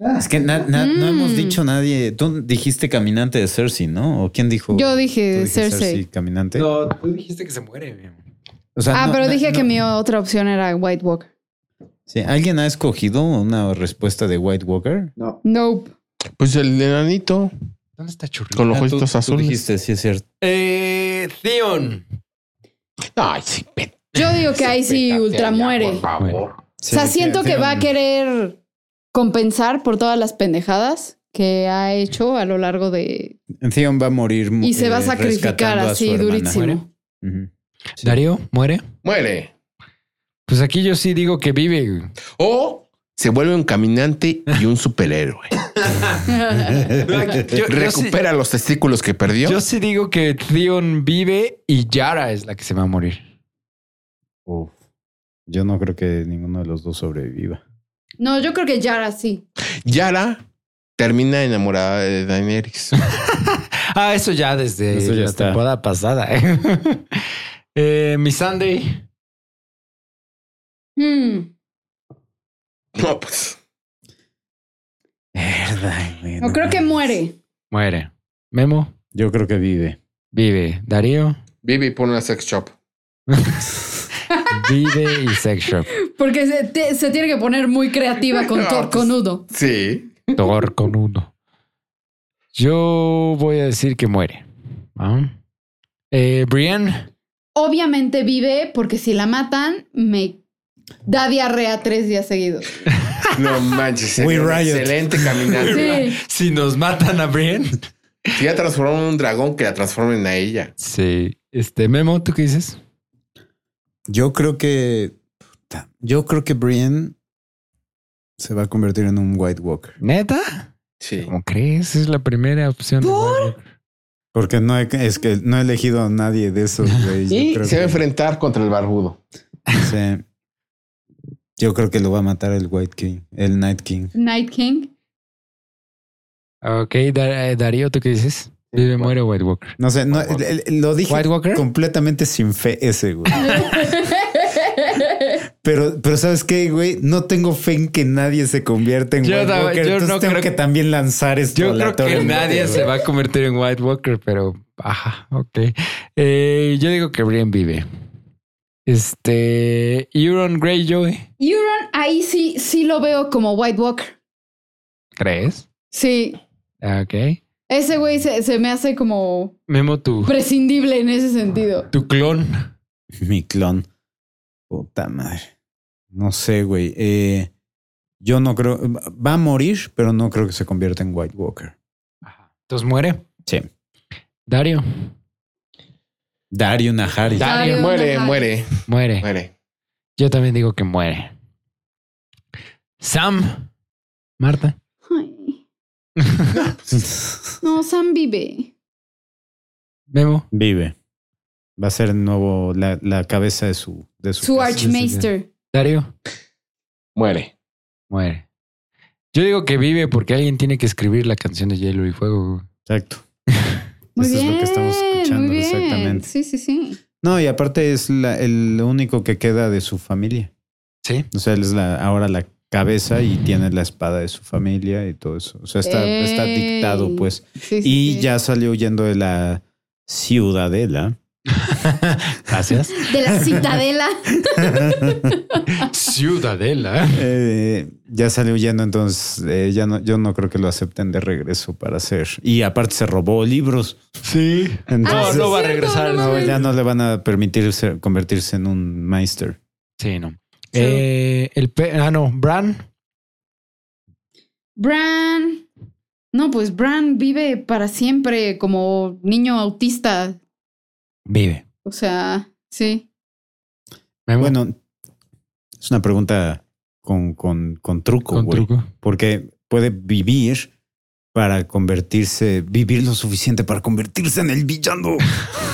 Ah, Es que na- na- no Mm. hemos dicho nadie. Tú dijiste caminante de Cersei, ¿no? ¿O quién dijo? Yo Tú dije dijiste Cersei. caminante. No, tú dijiste que se muere. O sea, Ah, no- pero na- dije no- que mi otra opción era White Walker. Sí, ¿Alguien ha escogido una respuesta de White Walker? Nope. Pues el enanito ¿Dónde está Churrito? con los Ah, tú- ojitos tú azules. dijiste, sí es cierto. Eh, Theon. Ay, sí, vete Yo digo que ahí sí allá, ultra muere. Por favor. o sea, Sí, siento que Theon- va a querer compensar por todas las pendejadas que ha hecho a lo largo de... Theon va a morir. Y se va a eh, sacrificar rescatando a su así hermana. durísimo. Ujú. Sí. (laughs) Darío, muere. Muere. Pues aquí yo sí digo que vive. güey. O se vuelve un caminante y un superhéroe. Yo- yo sí- Eh, Recupera los testículos que perdió. Yo sí digo que Theon vive y Yara es la que se va a morir. Uf. Yo no creo que ninguno de los dos sobreviva. (laughs) no, yo creo que Yara sí. Yara termina enamorada de Daenerys. Ah, eso ya desde Eso ya la está. temporada pasada. ¿eh? (laughs) Eh, mi Sunday. Hmm, (laughs) No, pues. Verdad, güey, No creo que muere. Muere. Memo. Yo creo que vive. Vive. Darío. Vivi pone una sex shop. Vive y Sex Shop. Porque se, te- se tiene que poner muy (laughs) creativa con No, Thor, pues- con Udo. Sí. Thor con uno. Yo voy a decir que muere. ¿Ah? Eh, Brienne. Obviamente vive porque si la matan me da diarrea tres días seguidos. (laughs) No manches. We era un riot. Excelente caminante. Sí. Si nos matan a Brienne. Si ya transformaron un dragón, que la transformen a ella. Sí. Este, Memo, ¿tú qué dices? Yo creo que. puta, Yo creo que Brian se va a convertir en un White Walker. ¿Neta? Sí. ¿Cómo crees? Es la primera opción. de Warwick. Porque no he, es que no he elegido a nadie de (laughs) esos, güey. Yo Y creo se va a que- enfrentar contra el barbudo. sí. Yo creo que lo va a matar el White King, el Night King. Night King. Ok, Dar- eh, Darío, ¿tú qué dices? Vive, muere White Walker. No sé, no, el- el- lo dije ¿White Walker? completamente sin fe ese, (laughs) güey. Pero, pero ¿sabes qué, güey? No tengo fe en que nadie se convierta en Yo White no- Walker. yo Entonces no tengo creo- que también lanzar esto Yo creo que aleatoriamente, nadie güey. se va a convertir en White Walker, pero ajá, ok. Eh, yo digo que Brian vive. Este, Euron Greyjoy, Euron, ahí sí, sí lo veo como White Walker. ¿crees? Sí. Ah, Ok. Ese güey se, se me hace como Memo, tu, prescindible en ese sentido. tu clon. Mi clon. Puta madre. No sé, güey. Eh, yo no creo. Va a morir, pero no creo que se convierta en White Walker. Entonces muere. Sí. Dario Dario Nahari. Da- Dario Muere, Najar. muere, muere. muere. Yo también digo que muere. Sam, Marta. (laughs) Ay, no, Sam vive. Memo. Vive. Va a ser el nuevo la, la cabeza de su de su, Su casa. Archmaester. Dario Muere. muere. Yo digo que vive porque alguien tiene que escribir la canción de Hielo y Fuego. Exacto. Muy Eso bien. es lo que estamos escuchando muy bien. exactamente. Sí, sí, sí. No, y aparte es la- el único que queda de su familia. Sí. O sea, él es la, ahora la cabeza y tiene la espada de su familia y todo eso. O sea, está, está Ey. dictado, pues. Sí, sí, Y sí. ya salió huyendo de la ciudadela. Gracias. De (laughs) la citadela. Ciudadela. Eh, ya salió huyendo, entonces eh, ya no, yo no creo que lo acepten de regreso para hacer. Y aparte se robó libros. Sí. Entonces, no va a cierto, regresar, Ah, no no, mames. ya no le van a permitir ser- convertirse en un maester. Sí, no. Eh, el pe- ah, no, Bran. Bran. No, pues Bran vive para siempre como niño autista. Vive. O sea, sí. Memo, Bueno, es una pregunta con, con, con truco, con güey. (laughs) truco. Porque puede vivir para convertirse, vivir lo suficiente para convertirse en el villano.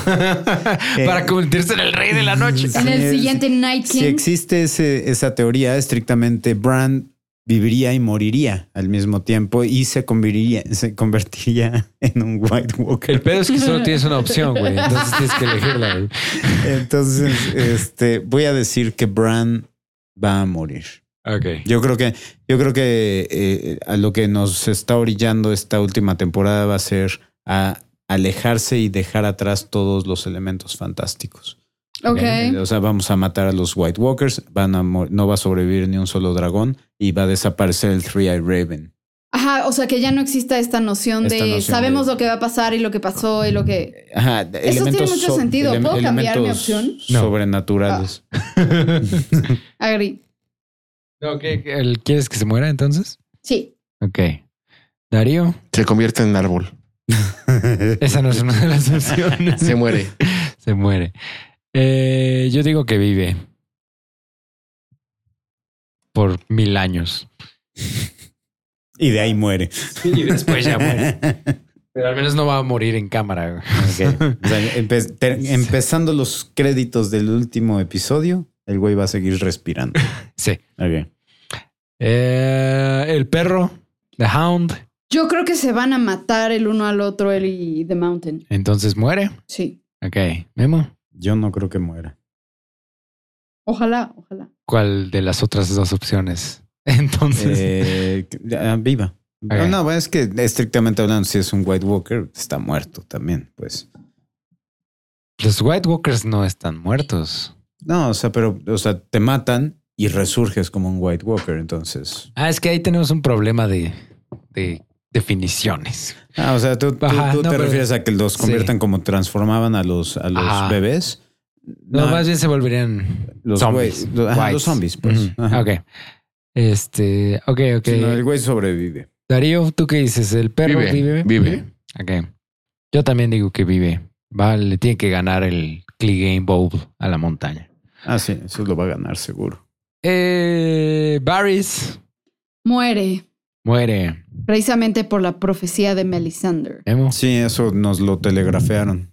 Para convertirse en el rey de la noche. Sí, en el es- siguiente Night Si King. existe ese- esa teoría, estrictamente Bran viviría y moriría al mismo tiempo y se convertiría, se convertiría (laughs) en un White Walker. El pedo es que solo tienes una opción, güey. Entonces tienes que elegirla, güey. Entonces, este, voy a decir que Bran va a morir. Ok. Yo creo que, yo creo que eh, a lo que nos está orillando esta última temporada va a ser a alejarse y dejar atrás todos los elementos fantásticos. Ok. O sea, vamos a matar a los White Walkers, van a mor- no va a sobrevivir ni un solo dragón y va a desaparecer el Three Eye Raven. Ajá, o sea que ya no exista esta noción Esta de noción sabemos de- lo que va a pasar y lo que pasó y lo que. Ajá, tiene mucho sentido. ¿Puedo cambiar mi opción? No. Sobrenaturales. Agri. No, ¿qué- qué- el- ¿Quieres que se muera entonces? Sí. Ok. Darío, Se convierte en árbol. Ah. (laughs) esa no es una de (laughs) las opciones. Se (laughs) muere. Se muere. Eh, yo digo que vive. Por mil (laughs) años. Y de ahí muere. Y después ya (laughs) muere. Pero al menos no va a morir en cámara. güey. Ok. O sea, empe- ter- empezando los créditos del último episodio, el güey va a seguir respirando. (laughs) Sí. Ok. Eh, el perro, The Hound, Yo creo que se van a matar el uno al otro, él y The Mountain. entonces muere. Sí. Ok. Memo, Yo no creo que muera. Ojalá, ojalá. ¿cuál de las otras dos opciones? (laughs) Entonces, (laughs) Eh, ah, viva. Ok. No, bueno, es que estrictamente hablando, si es un White Walker, está muerto también, pues. los White Walkers no están muertos. No, o sea, pero, o sea, te matan y resurges como un White Walker, entonces. Ah, es que ahí tenemos un problema de, de definiciones. Ah, o sea, tú, tú- Ajá, tú no, te pero- refieres a que los Sí. conviertan como transformaban a los, a los Ajá. bebés. No, No, más bien se volverían los zombies. güey- los- ajá, whites. los zombies, pues. Ujú. Ajá. Ok. Este, ok, ok. sino el güey sobrevive. Darío, ¿tú qué dices? ¿El perro vive? Vive, vive. Ok. Yo también digo que vive. Va, le tiene que ganar el Clegane Bowl a la montaña. Ah, sí, eso lo va a ganar seguro. Eh, Barris Muere muere. precisamente por la profecía de Melisander. Memo, Sí, eso nos lo telegrafearon.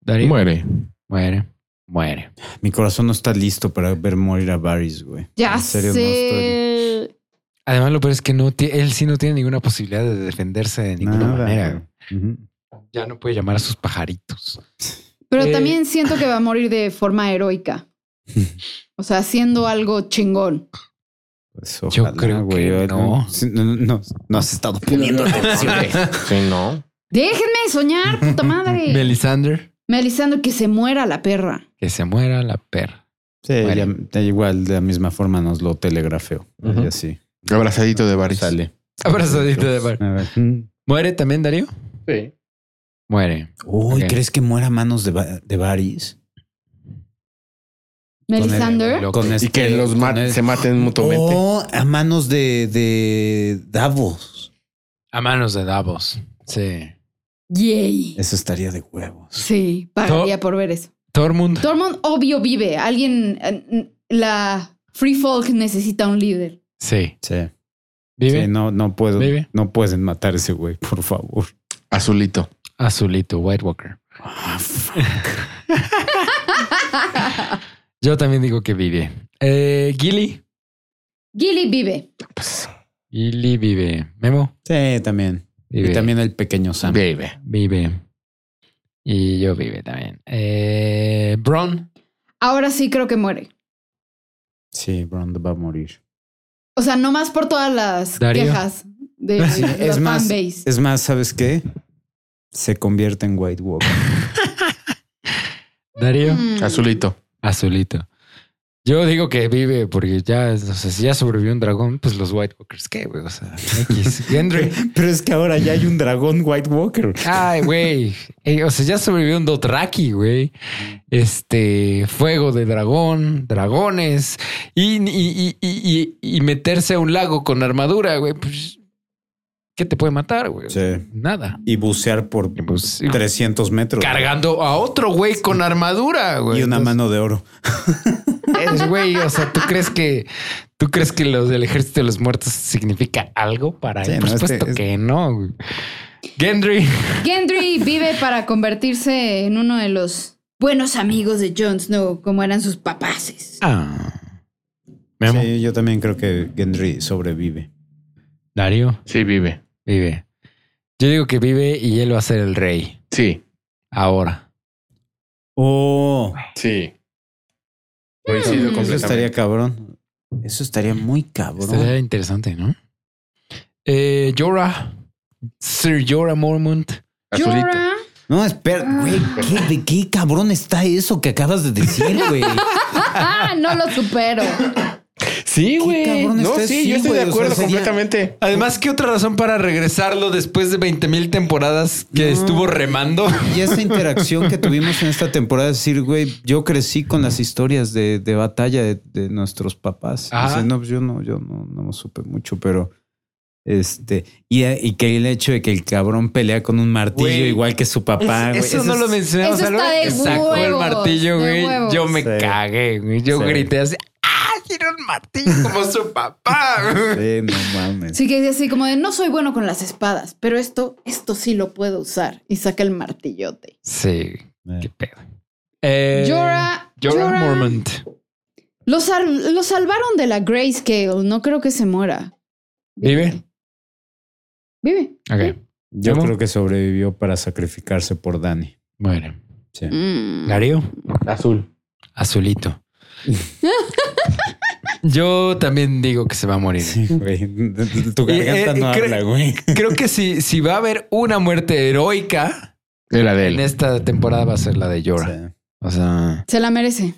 Darío Muere. muere. Muere. Mi corazón no está listo para ver morir a Varys, güey. Ya En serio, no estoy- sé. Además, lo peor es que no ti- él sí no tiene ninguna posibilidad de defenderse de ninguna Nada, manera. güey. Ujú. Ya no puede llamar a sus pajaritos. Pero Eh. también siento que va a morir de forma (laughs) heroica. O sea, haciendo algo chingón. Pues, Yo ojalá, creo güey. que Ay, no. sí, No, no, no, no has estado (laughs) poniendo atención. Sí, no. Déjenme soñar, (laughs) puta madre. Melisander. Melisander, que se muera la perra. Que se muera la perra. Sí, Bueno. ya- ya igual de la misma forma nos lo telegrafeó. Ujú. Y así Abrazadito de Baris. sale. Abrazadito de Barris. A ver. Mm. ¿Muere también, Darío? Sí. Muere. Uy, Ok. ¿crees que muera a manos de, Va- de Varys? Melisander. Lo que- este, Y que Oh. los con este. mat- el- se maten mutuamente. O Oh, a manos de, de Davos. A manos de Davos. Sí. Yay. Eso estaría de huevos. Sí, pagaría por ver eso. Tormund. Tormund obvio vive. Alguien, eh, la Free Folk necesita un líder. Sí. Sí. Vive. Sí, no, no puedo. Vive. No pueden matar a ese güey, por favor. Azulito. Azulito, White Walker. Ah, Yo también digo que vive. Eh, Gilly. Gilly vive. Pues, Gilly vive. Memo. Sí, también. Vive. Y también el pequeño Sam. baby. Vive. Y yo vive también. Eh, Bron. Ahora sí creo que muere. Sí, Brando va a morir. O sea, no más por todas las Darío. quejas de (laughs) la es más- fanbase. Es más, ¿sabes qué? Se convierte en White Walker. Darío. Mm. Azulito. Azulito. Yo digo que vive porque ya, o sea, si ya sobrevivió un dragón, pues los White Walkers, ¿qué, güey? O sea, X. Gendry. (laughs) Pero es que ahora ya hay un dragón White Walker. Ay, güey. Eh, O sea, ya sobrevivió un Dothraki, güey. Este, fuego de dragón, dragones y, y- y- y- y- y meterse a un lago con armadura, güey. Pues, ¿qué te puede matar, güey? Sí. Nada. Y bucear por Y pues, 300 metros. cargando a otro güey con armadura, güey. y una Entonces, mano de oro. es, güey, o sea, ¿tú crees que tú crees que los del ejército de los muertos significa algo para Sí, él? Por no, es que- supuesto que, es- no, güey. Gendry. Gendry vive para convertirse en uno de los buenos amigos de Jon Snow, como eran sus papaces. Ah. Memo. Sí, yo también creo que Gendry sobrevive. Darío Sí, vive. vive. Yo digo que vive y él va a ser el rey Sí, ahora. Oh, sí. Coincido eso estaría completamente. cabrón. Eso estaría muy cabrón. Estaría interesante, ¿no? Eh, Jorah. Sir Jorah Mormont. Azulito. Llora. No, espera, güey, ¿qué, ¿de qué cabrón está eso que acabas de decir, güey? Ah, no lo supero. Sí, güey. cabrón No, está sí, así, yo estoy güey, o de sea, acuerdo sería- completamente. Además, ¿qué otra razón para regresarlo después de 20 mil temporadas que No. estuvo remando? Y esta interacción que tuvimos en esta temporada, es decir, güey, yo crecí con las historias de, de batalla de, de nuestros papás. Ajá. Dice, no, pues yo no, yo no, no supe mucho, pero este, y, y que el hecho de que el cabrón pelea con un martillo Güey. igual que su papá, güey, eso, no lo es- mencionamos. Eso algo está de que sacó el huevos, martillo, de güey. huevos. Yo me Sí. cagué, güey. Yo Sí. grité así. ¡Ah! Tiene un martillo como su papá. güey". Sí, no mames. Sí que es así como de no soy bueno con las espadas, pero esto, esto sí lo puedo usar. Y saca el martillote. (laughs) Sí, qué Eh. pedo. Eh, Jorah- Jorah Jorah. Mormont. Lo, sal- lo salvaron de la Grayscale. No creo que se muera. ¿Vive? Vive. Ok. Yo ¿Cómo? creo que sobrevivió para sacrificarse por Dani. Bueno. Sí. Mm. Darío. Azul. Azulito. Yo también digo que se va a morir. Sí, güey. (laughs) Tu Eh, garganta eh, no cre- habla, güey. Creo que si, si va a haber una muerte heroica Era de en él. esta temporada va a ser la de Jorah. O sea, Mm. Se la merece.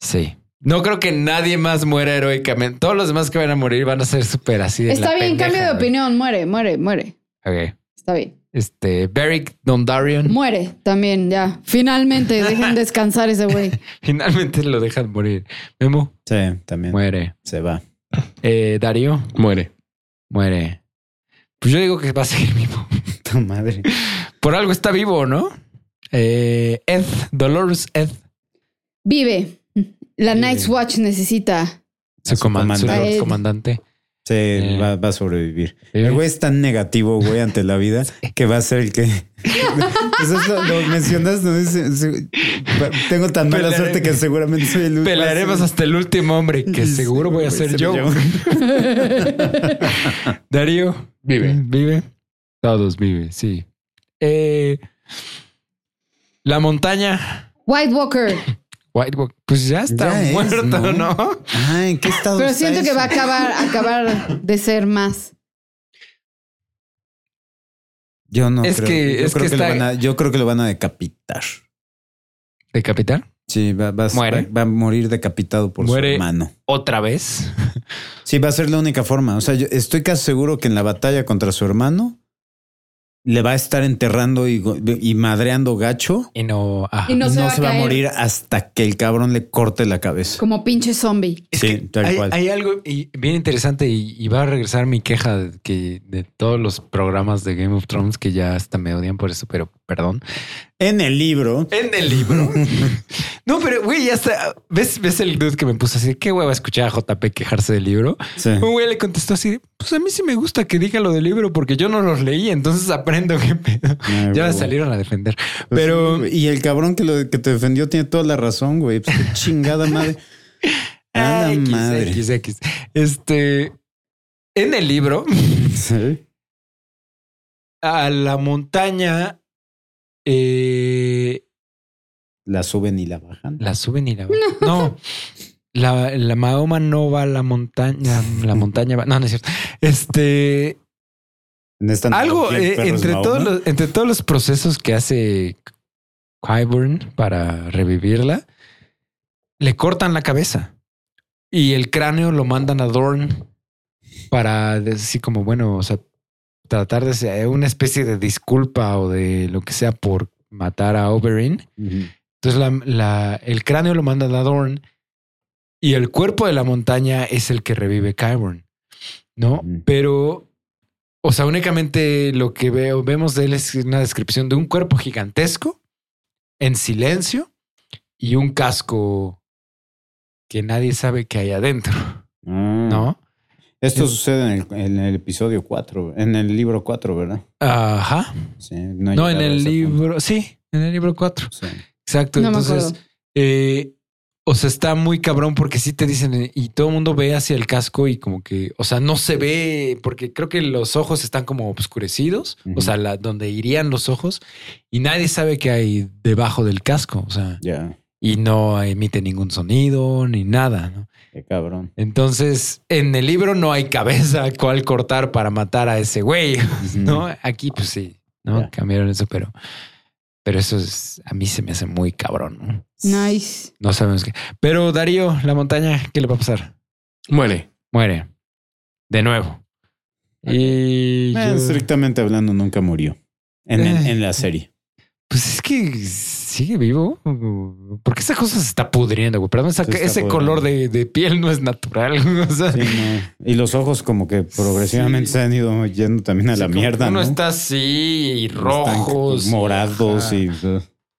sí. No creo que nadie más muera heroicamente. Todos los demás que van a morir van a ser súper así de Está la bien, pendeja, cambio de güey. opinión. Muere, muere, muere. Ok. Está bien. Este, Beric Dondarrion. Muere también, ya. Finalmente, dejen descansar ese güey. (laughs) Finalmente lo dejan morir. Memo Sí, sí, también. muere. Se va. (laughs) Eh, Darío Muere. muere. Pues yo digo que va a seguir vivo. Tu madre. Por algo está vivo, ¿no? Eh, Ed, Dolores Ed. Vive. La Vive. Night's Watch necesita. Su, su comandante. comandante. su comandante. Sí, Eh. va, va a sobrevivir. Sí. El güey es tan negativo, güey, ante la vida (laughs) que va a ser el (laughs) que. Pues Eso es lo, lo mencionas, ¿no? Dice, se- va- tengo tan mala Pelearemos. suerte que seguramente soy el último. Pelearemos hasta el último hombre, (laughs) que Sí, seguro voy a güey, ser se yo. me llama. Darío. Vive. Mm, Vive. Todos vive, sí. Eh, la montaña. White Walker. White Walk- Pues ya está Ya es, muerto, ¿no? ¿no? (laughs) Ah, ¿en qué estado Pero está siento que eso? va a acabar, acabar de ser más. Yo no Es creo. que- yo, es creo que lo está- van a- yo creo que lo van a decapitar. ¿De capitán? Sí, va, va a- Muere. va a morir decapitado por Muere. su hermano. ¿Otra vez? Sí, va a ser la única forma. O sea, yo estoy casi seguro que en la batalla contra su hermano le va a estar enterrando y, go- y madreando gacho. Y no... ajá. Y No, no se va a se va a caer. morir hasta que el cabrón le corte la cabeza. Como pinche zombie. Es Sí, que tal hay, cual. hay algo y- bien interesante y, y va a regresar mi queja de, que, de todos los programas de Game of Thrones que ya hasta me odian por eso, pero perdón. En el libro. En el libro. (laughs) no, pero güey, ya está. ¿Ves, ¿Ves el dude que me puso así? ¿Qué hueva escuchar a JP quejarse del libro? Sí. Un güey le contestó así, pues a mí sí me gusta que diga lo del libro porque yo no los leí, entonces aprendo qué pedo. Ay, ya huevo. salieron a defender. Pues, Pero Y el cabrón que, lo, que te defendió tiene toda la razón, (laughs) güey. Pues, qué chingada madre. A la Ay, Ah, X, madre. X, X. Este, en el libro, (laughs) Sí. a la montaña eh, La suben y la bajan. la suben y la bajan. No, la, la Mahoma no va a la montaña, la montaña va. No, no es cierto. Este, En esta algo analogía de eh, perros entre Mahoma. todos los, entre todos los procesos que hace Qyburn para revivirla, le cortan la cabeza y el cráneo lo mandan a Dorn para decir como bueno, o sea, tratar de ser una especie de disculpa o de lo que sea por matar a Oberyn. Ujú. Entonces la- la- el cráneo lo manda a Dorn y el cuerpo de la montaña es el que revive Kyburn, ¿no? Ujú. Pero, o sea, únicamente lo que veo, vemos de él es una descripción de un cuerpo gigantesco en silencio y un casco que nadie sabe que hay adentro, Ah. ¿no? Esto sucede en el, en el episodio 4, en el libro 4, ¿verdad? Ajá. Sí, he No, en llegado a el ese libro, sí, en el libro 4. punto. Sí. Exacto. No me Entonces, acuerdo. eh, o sea, está muy cabrón porque sí te dicen eh, y todo el mundo ve hacia el casco y como que, o sea, no se ve porque creo que los ojos están como oscurecidos, Ujú. o sea, la- donde irían los ojos y nadie sabe qué hay debajo del casco, o sea, Ya, y no emite ningún sonido ni nada, ¿no? qué cabrón. Entonces, en el libro no hay cabeza cuál cortar para matar a ese güey, (laughs) (laughs) ¿no? Aquí, pues sí, ¿no? Ya. Cambiaron eso, pero, pero eso es, a mí se me hace muy cabrón, ¿no? Nice. No sabemos qué. Pero Darío, la montaña, ¿qué le va a pasar? Muere. Muere. De nuevo. Y. Eh, yo- Estrictamente hablando, nunca murió. En, en- Eh. en (laughs) la serie. Pues es que sigue vivo. Porque esa cosa se está pudriendo, güey. Perdón, esa- Se está ese pudriendo. color de, de piel no es natural. (laughs) O sea, Sí, no. Y los ojos como que progresivamente Sí. se han ido yendo también a la sí, como mierda, Uno ¿no? está así, y rojos. Están morados ajá. y...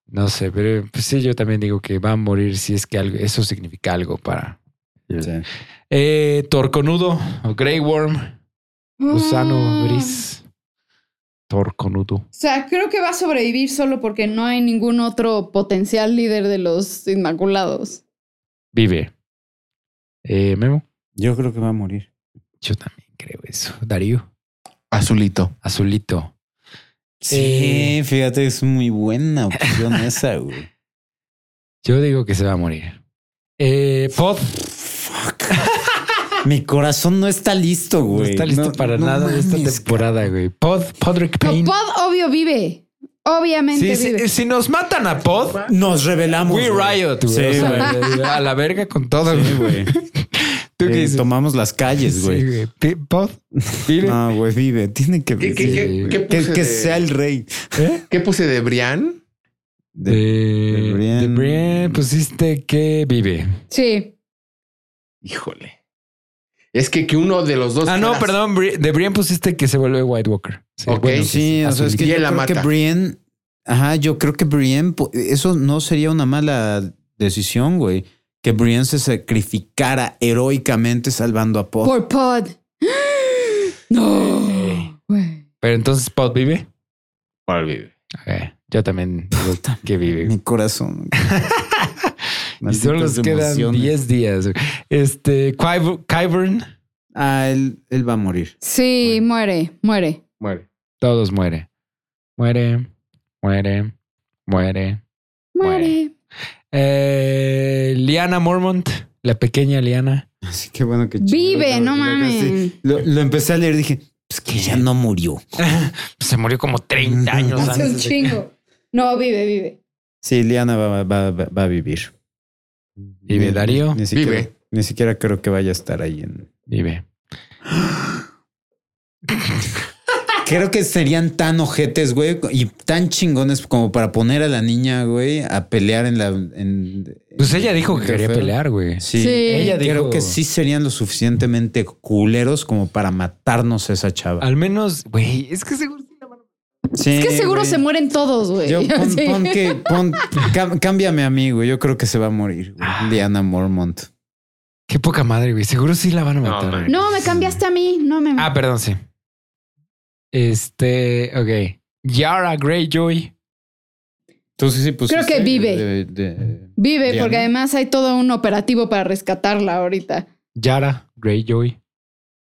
No sé, pero pues sí, yo también digo que va a morir si es que algo, eso significa algo para. Sí. Eh, torconudo o Grey Worm, gusano Ah. gris. Torconudo. O sea, creo que va a sobrevivir solo porque no hay ningún otro potencial líder de los Inmaculados. Vive. Eh, Memo. Yo creo que va a morir. Yo también creo eso. Darío. Azulito. Azulito. Sí, fíjate, es muy (laughs) buena opción esa, güey. Yo digo que se va a morir. Eh, Pod. Mi corazón no está listo, No güey. está listo No- para no nada de esta mames, temporada, güey. Pod, Podrick No, Payne. Pod obvio vive. Obviamente Sí, vive. si, si nos matan a Pod, Nos revelamos. we güey. riot, güey. Sí, O sea, güey. (laughs) a la verga con todo, (laughs) Sí, güey. güey. ¿Tú qué Eh, dices? tomamos las calles, Sí, güey. güey. Pi- Pod, vive. (laughs) no, güey, vive. Tiene que ¿Qué, qué, Sí. qué- qué Que, puse que de- sea el rey. ¿Qué puse de Brian? De, Eh, de Brienne. Brienne pusiste que vive. Sí. Híjole. Es que, que uno de los dos. Ah, no, fueras- perdón. Bri- De Brienne pusiste que se vuelve White Walker. Sí. Ok. Bueno, sí, o sea, es que Y yo él la creo que mata. Brienne. Ajá, yo creo que Brienne. po- Eso no sería una mala decisión, güey. Que Brienne se sacrificara heroicamente salvando a Pod. Por Pod. (gasps) Eh. No. güey. Pero entonces Pod vive. Para el vive. Ok, Yo (laughs) también digo que vive. Mi corazón. (laughs) Y solo nos Malditas quedan emociones. 10 días. Este, Kyv- Kyvern, Ah, él, él va a morir. Sí, muere, muere. Muere. todos muere. Muere, muere, muere. Muere. Eh, Liana Mormont, la pequeña Liana. Así que bueno que Vive, chingado, no que lo mames. dejaste. Lo, lo empecé a leer y dije, pues que ya no murió. Se murió como 30 años Hace un antes. de- chingo. No, vive, vive. Sí, Liana va, va- va- va a vivir. Vive, Ni- Darío. Ni siquiera, Vive. Ni siquiera creo que vaya a estar ahí. en- Vive. Creo que serían tan ojetes, güey, y tan chingones como para poner a la niña, güey, a pelear en la... en- Pues ella dijo que en quería Interfell. pelear, güey. Sí. Sí. Ella dijo Creo que sí serían lo suficientemente culeros como para matarnos a esa chava. Al menos, güey, es que seguro. Sí, Es que seguro Eh, güey. se mueren todos, güey. (laughs) Yo, pon, Sí. pon que, pon, cam- cámbiame a mí, güey. Yo creo que se va a morir, güey. Ah. Diana Mormont. Qué poca madre, güey. Seguro sí la van a No, matar. man. güey. No, me cambiaste a mí, no me. Ah, perdón, sí. Este, ok. Yara Greyjoy. Tú sí, sí pusiste Creo que vive. de- de- Vive, Diana. porque además hay todo un operativo para rescatarla ahorita. Yara Greyjoy.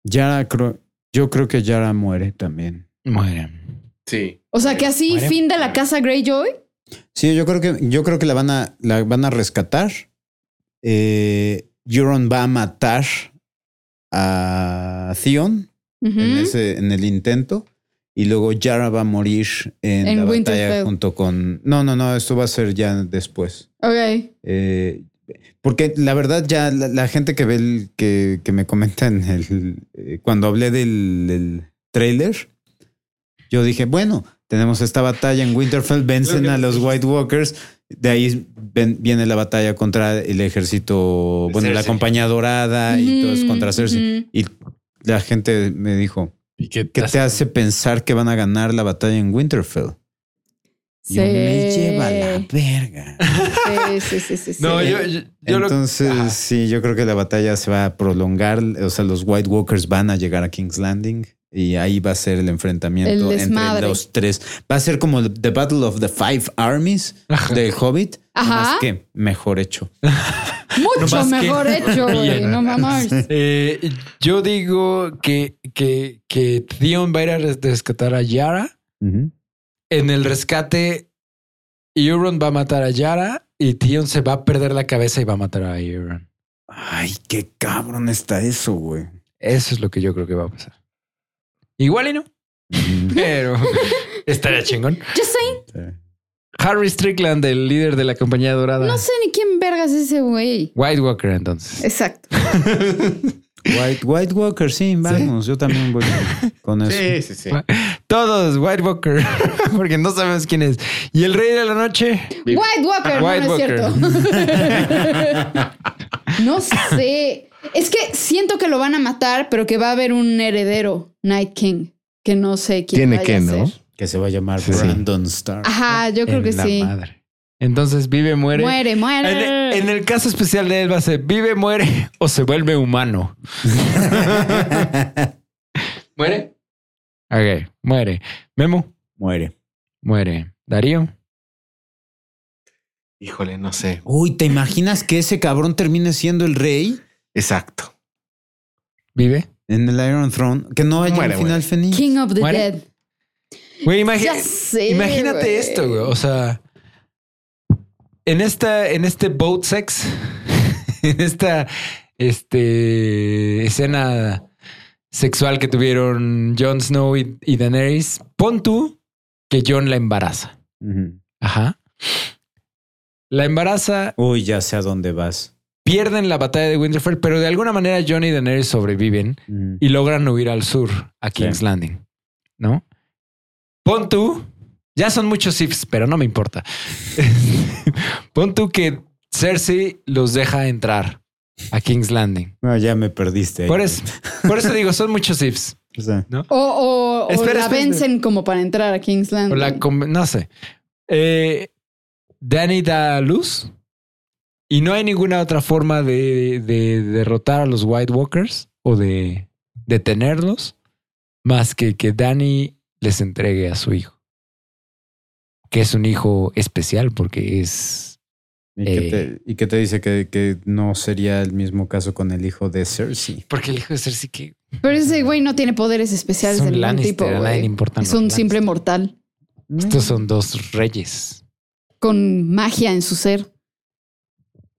Yara, creo- yo creo que Yara muere también. Muere. Sí. O sea que así, Muere. fin de la casa Greyjoy. Sí, yo creo que, yo creo que la, van a, la van a rescatar. Eh, Euron va a matar a Theon Ujú. en, ese, en el intento. Y luego Yara va a morir en, En la batalla Winterfell. junto con. No, no, no, esto va a ser ya después. Ok. Eh, porque la verdad ya la, la gente que ve el, que, que me comenta en el eh, cuando hablé del, del trailer, yo dije, bueno, tenemos esta batalla en Winterfell, vencen a los White Walkers, de ahí ven- viene la batalla contra el ejército, De bueno, la Cersei. compañía dorada Ah, y todo es Ujú, contra Cersei. ujú. Y la gente me dijo, ¿qué te hace pensar que van a ganar la batalla en Winterfell? Sí. Yo me lleva a la verga. Sí, sí, sí, sí, sí. No, yo, yo, yo lo- Entonces, Ajá. sí, yo creo que la batalla se va a prolongar. O sea, los White Walkers van a llegar a King's Landing y ahí va a ser el El enfrentamiento entre desmadre. los tres. Va a ser como el- The Battle of the Five Armies de Hobbit, Ajá. más que mejor hecho. Mucho Nomás que- (laughs) mejor hecho, güey. Bien. No mames. Eh, yo digo que, que, que Theon va a ir a res- rescatar a Yara. Ujú. En el rescate, Euron va a matar a Yara y Theon se va a perder la cabeza y va a matar a Euron. Ay, qué cabrón está eso, güey. Eso es lo que yo creo que va a pasar. Igual y no, pero (laughs) estaría chingón. Yo sé, Harry Strickland, el líder de la compañía dorada. no sé ni quién vergas es ese güey. White Walker, entonces. Exacto. White, White Walker, sí, vamos. Yo también voy (laughs) con eso. Sí, sí, sí. Todos, White Walker, (laughs) porque no sabemos quién es. Y el rey de la noche, White Walker, White no, no es cierto. (laughs) no sé. Es que siento que lo van a matar, pero que va a haber un heredero, Night King, que no sé quién Tiene vaya que, a ¿no? ser. Que se va a llamar Sí. Brandon Stark. Ajá, yo creo en que la sí. madre. Entonces vive, muere. Muere, En, muere. en el caso especial de él va a ser vive, muere o se vuelve humano. ¿Muere? Ok, muere. Memo, (laughs) Muere. muere. Darío. Híjole, no sé. Uy, ¿te imaginas que ese cabrón termine siendo el rey Exacto. ¿Vive? en el Iron Throne? Que no haya Muere, un final feliz. King of the Muere. Dead. Güey, imagi- Ya sé, imagínate güey. esto, güey. O sea, en esta, en este boat sex, (laughs) en esta este, escena sexual que tuvieron Jon Snow y, y Daenerys, pon tú que Jon la embaraza. Ujú. Ajá. La embaraza, Uy, ya sé a dónde vas. pierden la batalla de Winterfell, pero de alguna manera Jon y Daenerys sobreviven Ujú. y logran huir al sur, a King's Landing, ¿no? Pon tú, ya son muchos ifs, pero no me importa. (laughs) Pon tú que Cersei los deja entrar a King's Landing. No, Ah, ya me perdiste. ahí, Por güey. eso, por eso digo, son muchos ifs. O sea, O, o- o Espera, la espera, vencen como para entrar a King's O Landing. la com- no sé. Eh, Dani da a luz y no hay ninguna otra forma de, de derrotar a los White Walkers o de detenerlos más que que Dani les entregue a su hijo. Que es un hijo especial porque es... ¿y, qué Eh. te, y qué te dice que, que no sería el mismo caso con el hijo de Cersei? Porque el hijo de Cersei que Pero ese güey no tiene poderes es especiales de un ningún Lannister, tipo. a nadie güey. le importan Es los un simple Lannister. mortal Estos son dos reyes. con magia en su ser.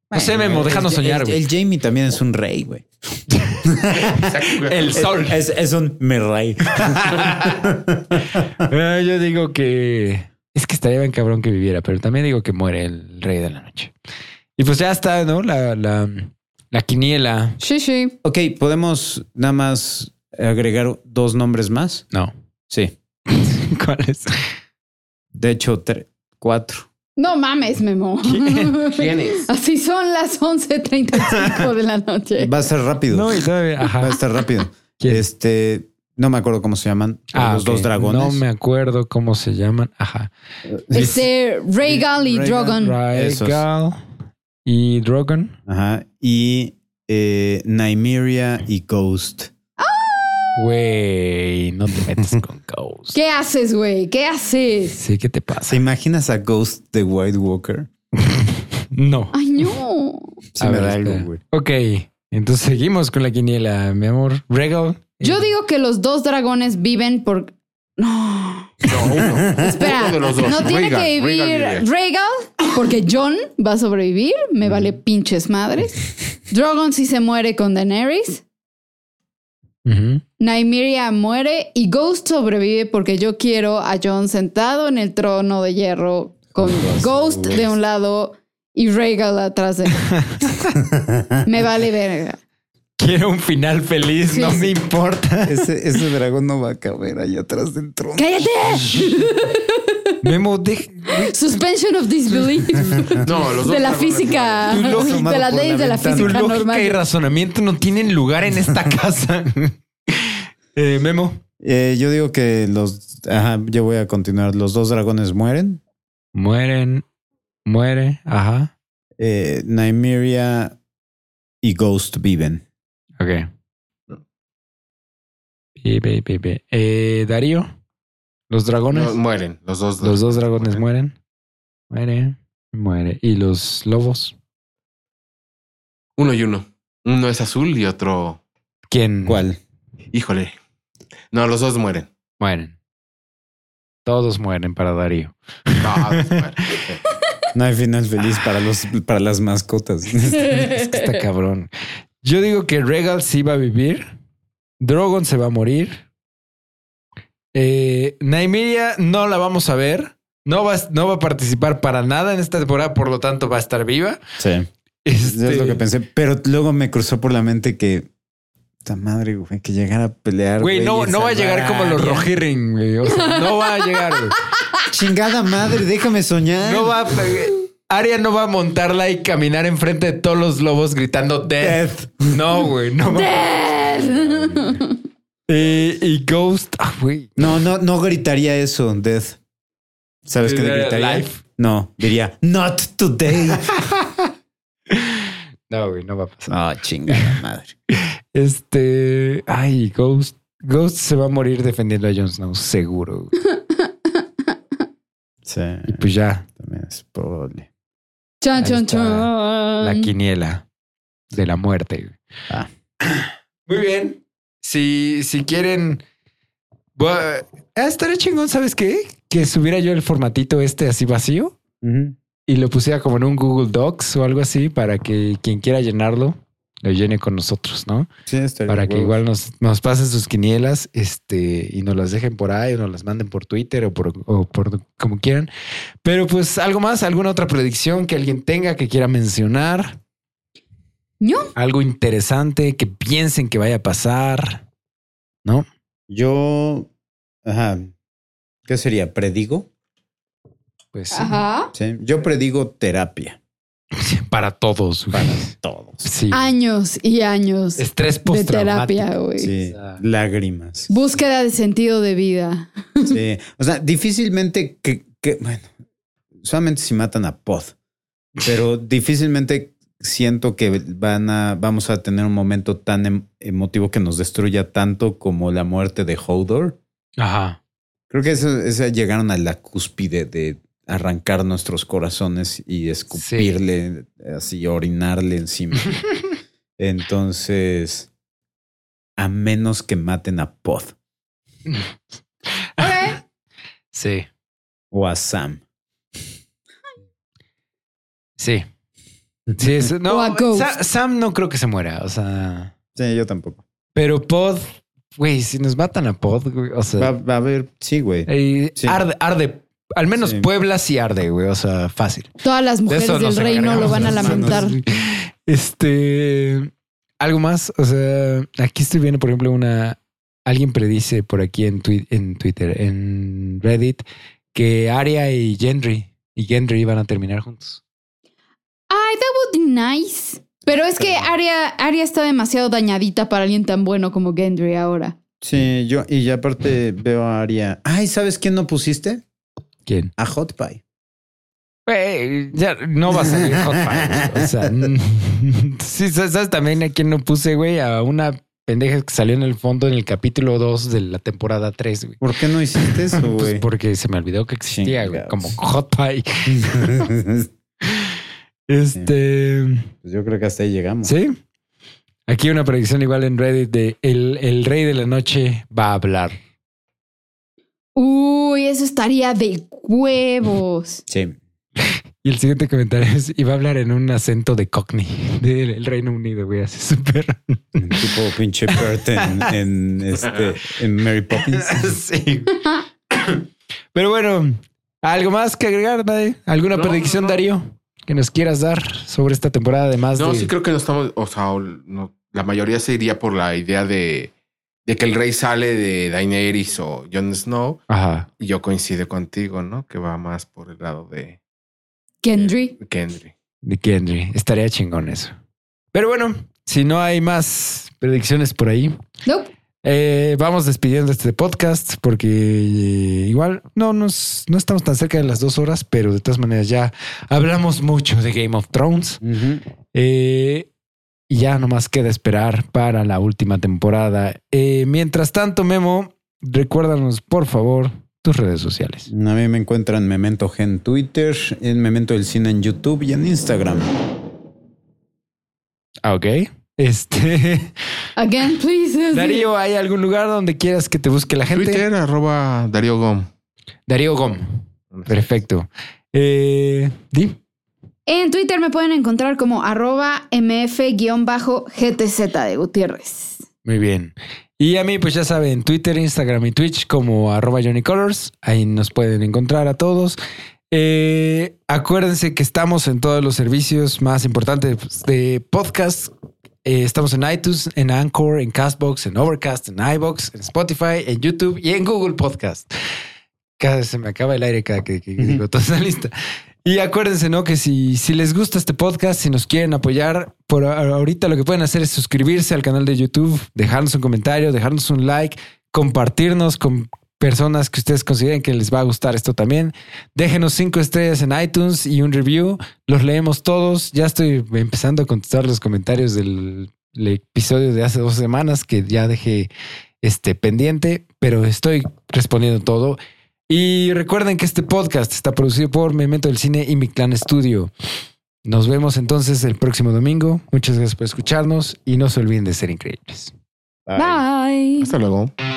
No sé, Memo, el- déjanos el- soñar, el- güey. El Jamie también es un rey, güey. El sol. Es, es un me rey. Eh, yo digo que es que estaría bien cabrón que viviera, pero también digo que muere el rey de la noche. Y pues ya está, ¿no? La, la, la quiniela. Sí, sí. (laughs) ok, podemos nada más agregar dos nombres más. No. Sí. (laughs) ¿Cuál es? De hecho, tre- cuatro. No mames, Memo. ¿Quién es? (laughs) Así son las 11.35 de la noche. Va a ser rápido. No, y todavía. Va a Ajá. estar rápido. (laughs) ¿Quién? Este, no me acuerdo cómo se llaman. Ah, los ok. dos dragones. No me acuerdo cómo se llaman. Ajá. Este Rhaegal y Rhaegal, Drogon. Esos. Rhaegal y Drogon. Ajá. Y eh, Nymeria y Ghost. Güey, no te (laughs) metas con Ghost. ¿Qué haces, güey? ¿Qué haces? Sí, ¿qué te pasa? ¿Se imaginas a Ghost de White Walker? No. Ay, no. Eh. Sí A me ver, da espera. algo, güey. Ok, entonces seguimos con la quiniela, mi amor. Regal. Eh, Yo digo que los dos dragones viven por... No. No, uno. Espera. Uno de los dos. No tiene Rhaegal, que vivir Rhaegal vive. Rhaegal porque John va a sobrevivir. Me vale Mm. pinches madres. Drogon sí se muere con Daenerys. Nymeria muere y Ghost sobrevive porque yo quiero a Jon sentado en el trono de hierro con Ghost de un lado y Rhaegal atrás de él. Me vale verga. Quiero un final feliz, no me importa. Ese, ese dragón no va a caber allá atrás del trono. ¡Cállate! Memo, deja- Suspension of disbelief No, los dos de la dragones. física, Tu lógica- de las por la leyes de la ventana. tu física lógica y normal. razonamiento no tienen lugar en (laughs) esta casa. Eh, Memo. Eh, yo digo que los. Ajá, yo voy a continuar. Los dos dragones mueren. Mueren, muere, ajá. Eh, Nymeria y Ghost viven. Ok. Y ve, ve, ve. Eh, Darío, los dragones, No, mueren, los dos. los dos dragones mueren. Muere, muere. Y los lobos. Uno y uno. Uno es azul y otro. ¿Quién? ¿Cuál? Híjole. No, los dos mueren. Mueren. Todos mueren para Darío. Todos mueren. No hay final feliz para, los, para las (laughs) mascotas. Es que (laughs) está cabrón. Yo digo que Regal sí va a vivir. Drogon se va a morir. Eh, Nymeria no la vamos a ver. No va, a- no va a participar para nada en esta temporada, por lo tanto va a estar viva. Sí. Este, Es lo que pensé. Pero luego me cruzó por la mente que. Puta madre, güey, que llegara a pelear. Güey, no, y no va a llegar como los salvar. Rohirrim, güey. O sea, no va a llegar, güey. (laughs) Chingada madre, déjame soñar. No va a... Aria no va a montarla y caminar enfrente de todos los lobos gritando death. No, güey, no. Eh, y Ghost, ah, güey. No, no, no gritaría eso, Death. ¿Sabes qué Diría, gritaría? Eh, "Life". No, diría, not today. (laughs) No, güey, no va a pasar. No, chingada madre. Este, ay, Ghost, Ghost se va a morir defendiendo a Jon Snow, seguro. güey. Sí, Y pues ya, también es probable. Chan, Ahí chan, está. chan. la quiniela de la muerte. güey. Ah. (clears throat) Muy bien. Si, si quieren, voy a- ah, estaría chingón, ¿sabes qué? Que subiera yo el formatito este así vacío y lo pusiera como en un Google Docs o algo así para que quien quiera llenarlo lo llene con nosotros, ¿no? Sí, estaría para que huevo. igual nos, nos pasen sus quinielas este, y nos las dejen por ahí o nos las manden por Twitter o por, o por como quieran. Pero pues algo más, alguna otra predicción que alguien tenga que quiera mencionar, ¿No? algo interesante que piensen que vaya a pasar, ¿no? Yo. Ajá. ¿Qué sería? ¿Predigo? Pues sí, Ajá. Sí. Yo predigo terapia (laughs) para todos. güey. para (laughs) todos. Sí. Años y años Estrés de postraumático. terapia, güey. Sí. Lágrimas. Búsqueda de sentido de vida. Sí. O sea, difícilmente que, que- Bueno, solamente si matan a Pod. Pero difícilmente siento que van a, vamos a tener un momento tan em- emotivo que nos destruya tanto como la muerte de Hodor. Ajá. Creo que eso, esa llegaron a la cúspide de arrancar nuestros corazones y escupirle, así orinarle encima. Entonces, a menos que maten a Pod Sí, o a Sam. sí. Sí, (laughs) eso- no, O a Ghost. Sa- Sam no creo que se muera, o sea... Sí, yo tampoco. Pero Pod, güey, si nos matan a Pod, güey, o sea, Va, va a haber, sí, güey. eh, sí. arde, arde. Al menos Sí. Puebla sí arde, güey, o sea, fácil. Todas las mujeres eso del nos reino lo encargamos van a las manos, lamentar. güey. (laughs) Este, algo más, o sea, aquí estoy viendo, por ejemplo, una, alguien predice por aquí en, twi- en Twitter, en Reddit, que Arya y Gendry y Gendry van a terminar juntos. Ay, that would be nice. Pero es que Aria, Aria está demasiado dañadita para alguien tan bueno como Gendry ahora. Sí, yo, y ya aparte veo a Aria. Ay, ¿sabes quién no pusiste? ¿Quién? A Hot Pie. Güey, ya no va a salir Hot Fire, güey. O sea, mm, sí, ¿sabes sabes también a quién no puse, güey? A una pendeja que salió en el fondo en el capítulo 2 de la temporada 3, güey. ¿Por qué no hiciste eso, (laughs) Pues güey? porque se me olvidó que existía, güey, Chingados. como Hot Pie. Este. (laughs) Pues yo creo que hasta ahí llegamos. Sí. Aquí una predicción igual en Reddit de el, el rey de la noche va a hablar. Uy, eso estaría de huevos. Sí. Y el siguiente comentario es: y va a hablar en un acento de Cockney, (laughs) del el Reino Unido, güey, así súper. Tipo pinche Bert en, en, este, en Mary Poppins. (laughs) sí. Pero bueno, ¿algo más que agregar, Dade? ¿Alguna No, predicción, no, no. Darío, que nos quieras dar sobre esta temporada de más No, de- sí creo que no estamos, o sea, ol- no, la mayoría se iría por la idea de, de que el rey sale de Daenerys o Jon Snow. Ajá. Y yo coincide contigo, ¿no? Que va más por el lado de Gendry. de Gendry. de Kendry. Estaría chingón eso. Pero bueno, si no hay más predicciones por ahí, Nope. eh, vamos despidiendo este podcast porque eh, igual no nos no estamos tan cerca de las dos horas, pero de todas maneras ya hablamos mucho de Game of Thrones. Eh, y ya nomás queda esperar para la última temporada. Eh, mientras tanto, Memo, recuérdanos por favor tus redes sociales. A mí me encuentran Memento Gen en Twitter, en Memento del Cine en YouTube y en Instagram. Ah, ok. Este. Again, please. (laughs) Darío, ¿hay algún lugar donde quieras que te busque la gente? Twitter, arroba Darío Gom. Darío Gom. Perfecto. Eh, Di. En Twitter me pueden encontrar como arroba mf-gtz de Gutiérrez. Muy bien. Y a mí, pues ya saben, Twitter, Instagram y Twitch como arroba Johnny Colors. Ahí nos pueden encontrar a todos. Eh, acuérdense que estamos en todos los servicios más importantes de podcast. Eh, estamos en iTunes, en Anchor, en Castbox, en Overcast, en iBox, en Spotify, en YouTube y en Google Podcast. Cada vez se me acaba el aire cada que, que digo toda esa lista. Y acuérdense, ¿no? Que si, si les gusta este podcast, si nos quieren apoyar, por a- ahorita lo que pueden hacer es suscribirse al canal de YouTube, dejarnos un comentario, dejarnos un like, compartirnos con personas que ustedes consideren que les va a gustar esto también. Déjenos cinco estrellas en iTunes y un review. Los leemos todos. Ya estoy empezando a contestar los comentarios del el episodio de hace dos semanas que ya dejé este pendiente, pero estoy respondiendo todo. Y recuerden que este podcast está producido por Memento del Cine y Mi Clan Studio. Nos vemos entonces el próximo domingo. Muchas gracias por escucharnos y no se olviden de ser increíbles. Bye. Hasta luego.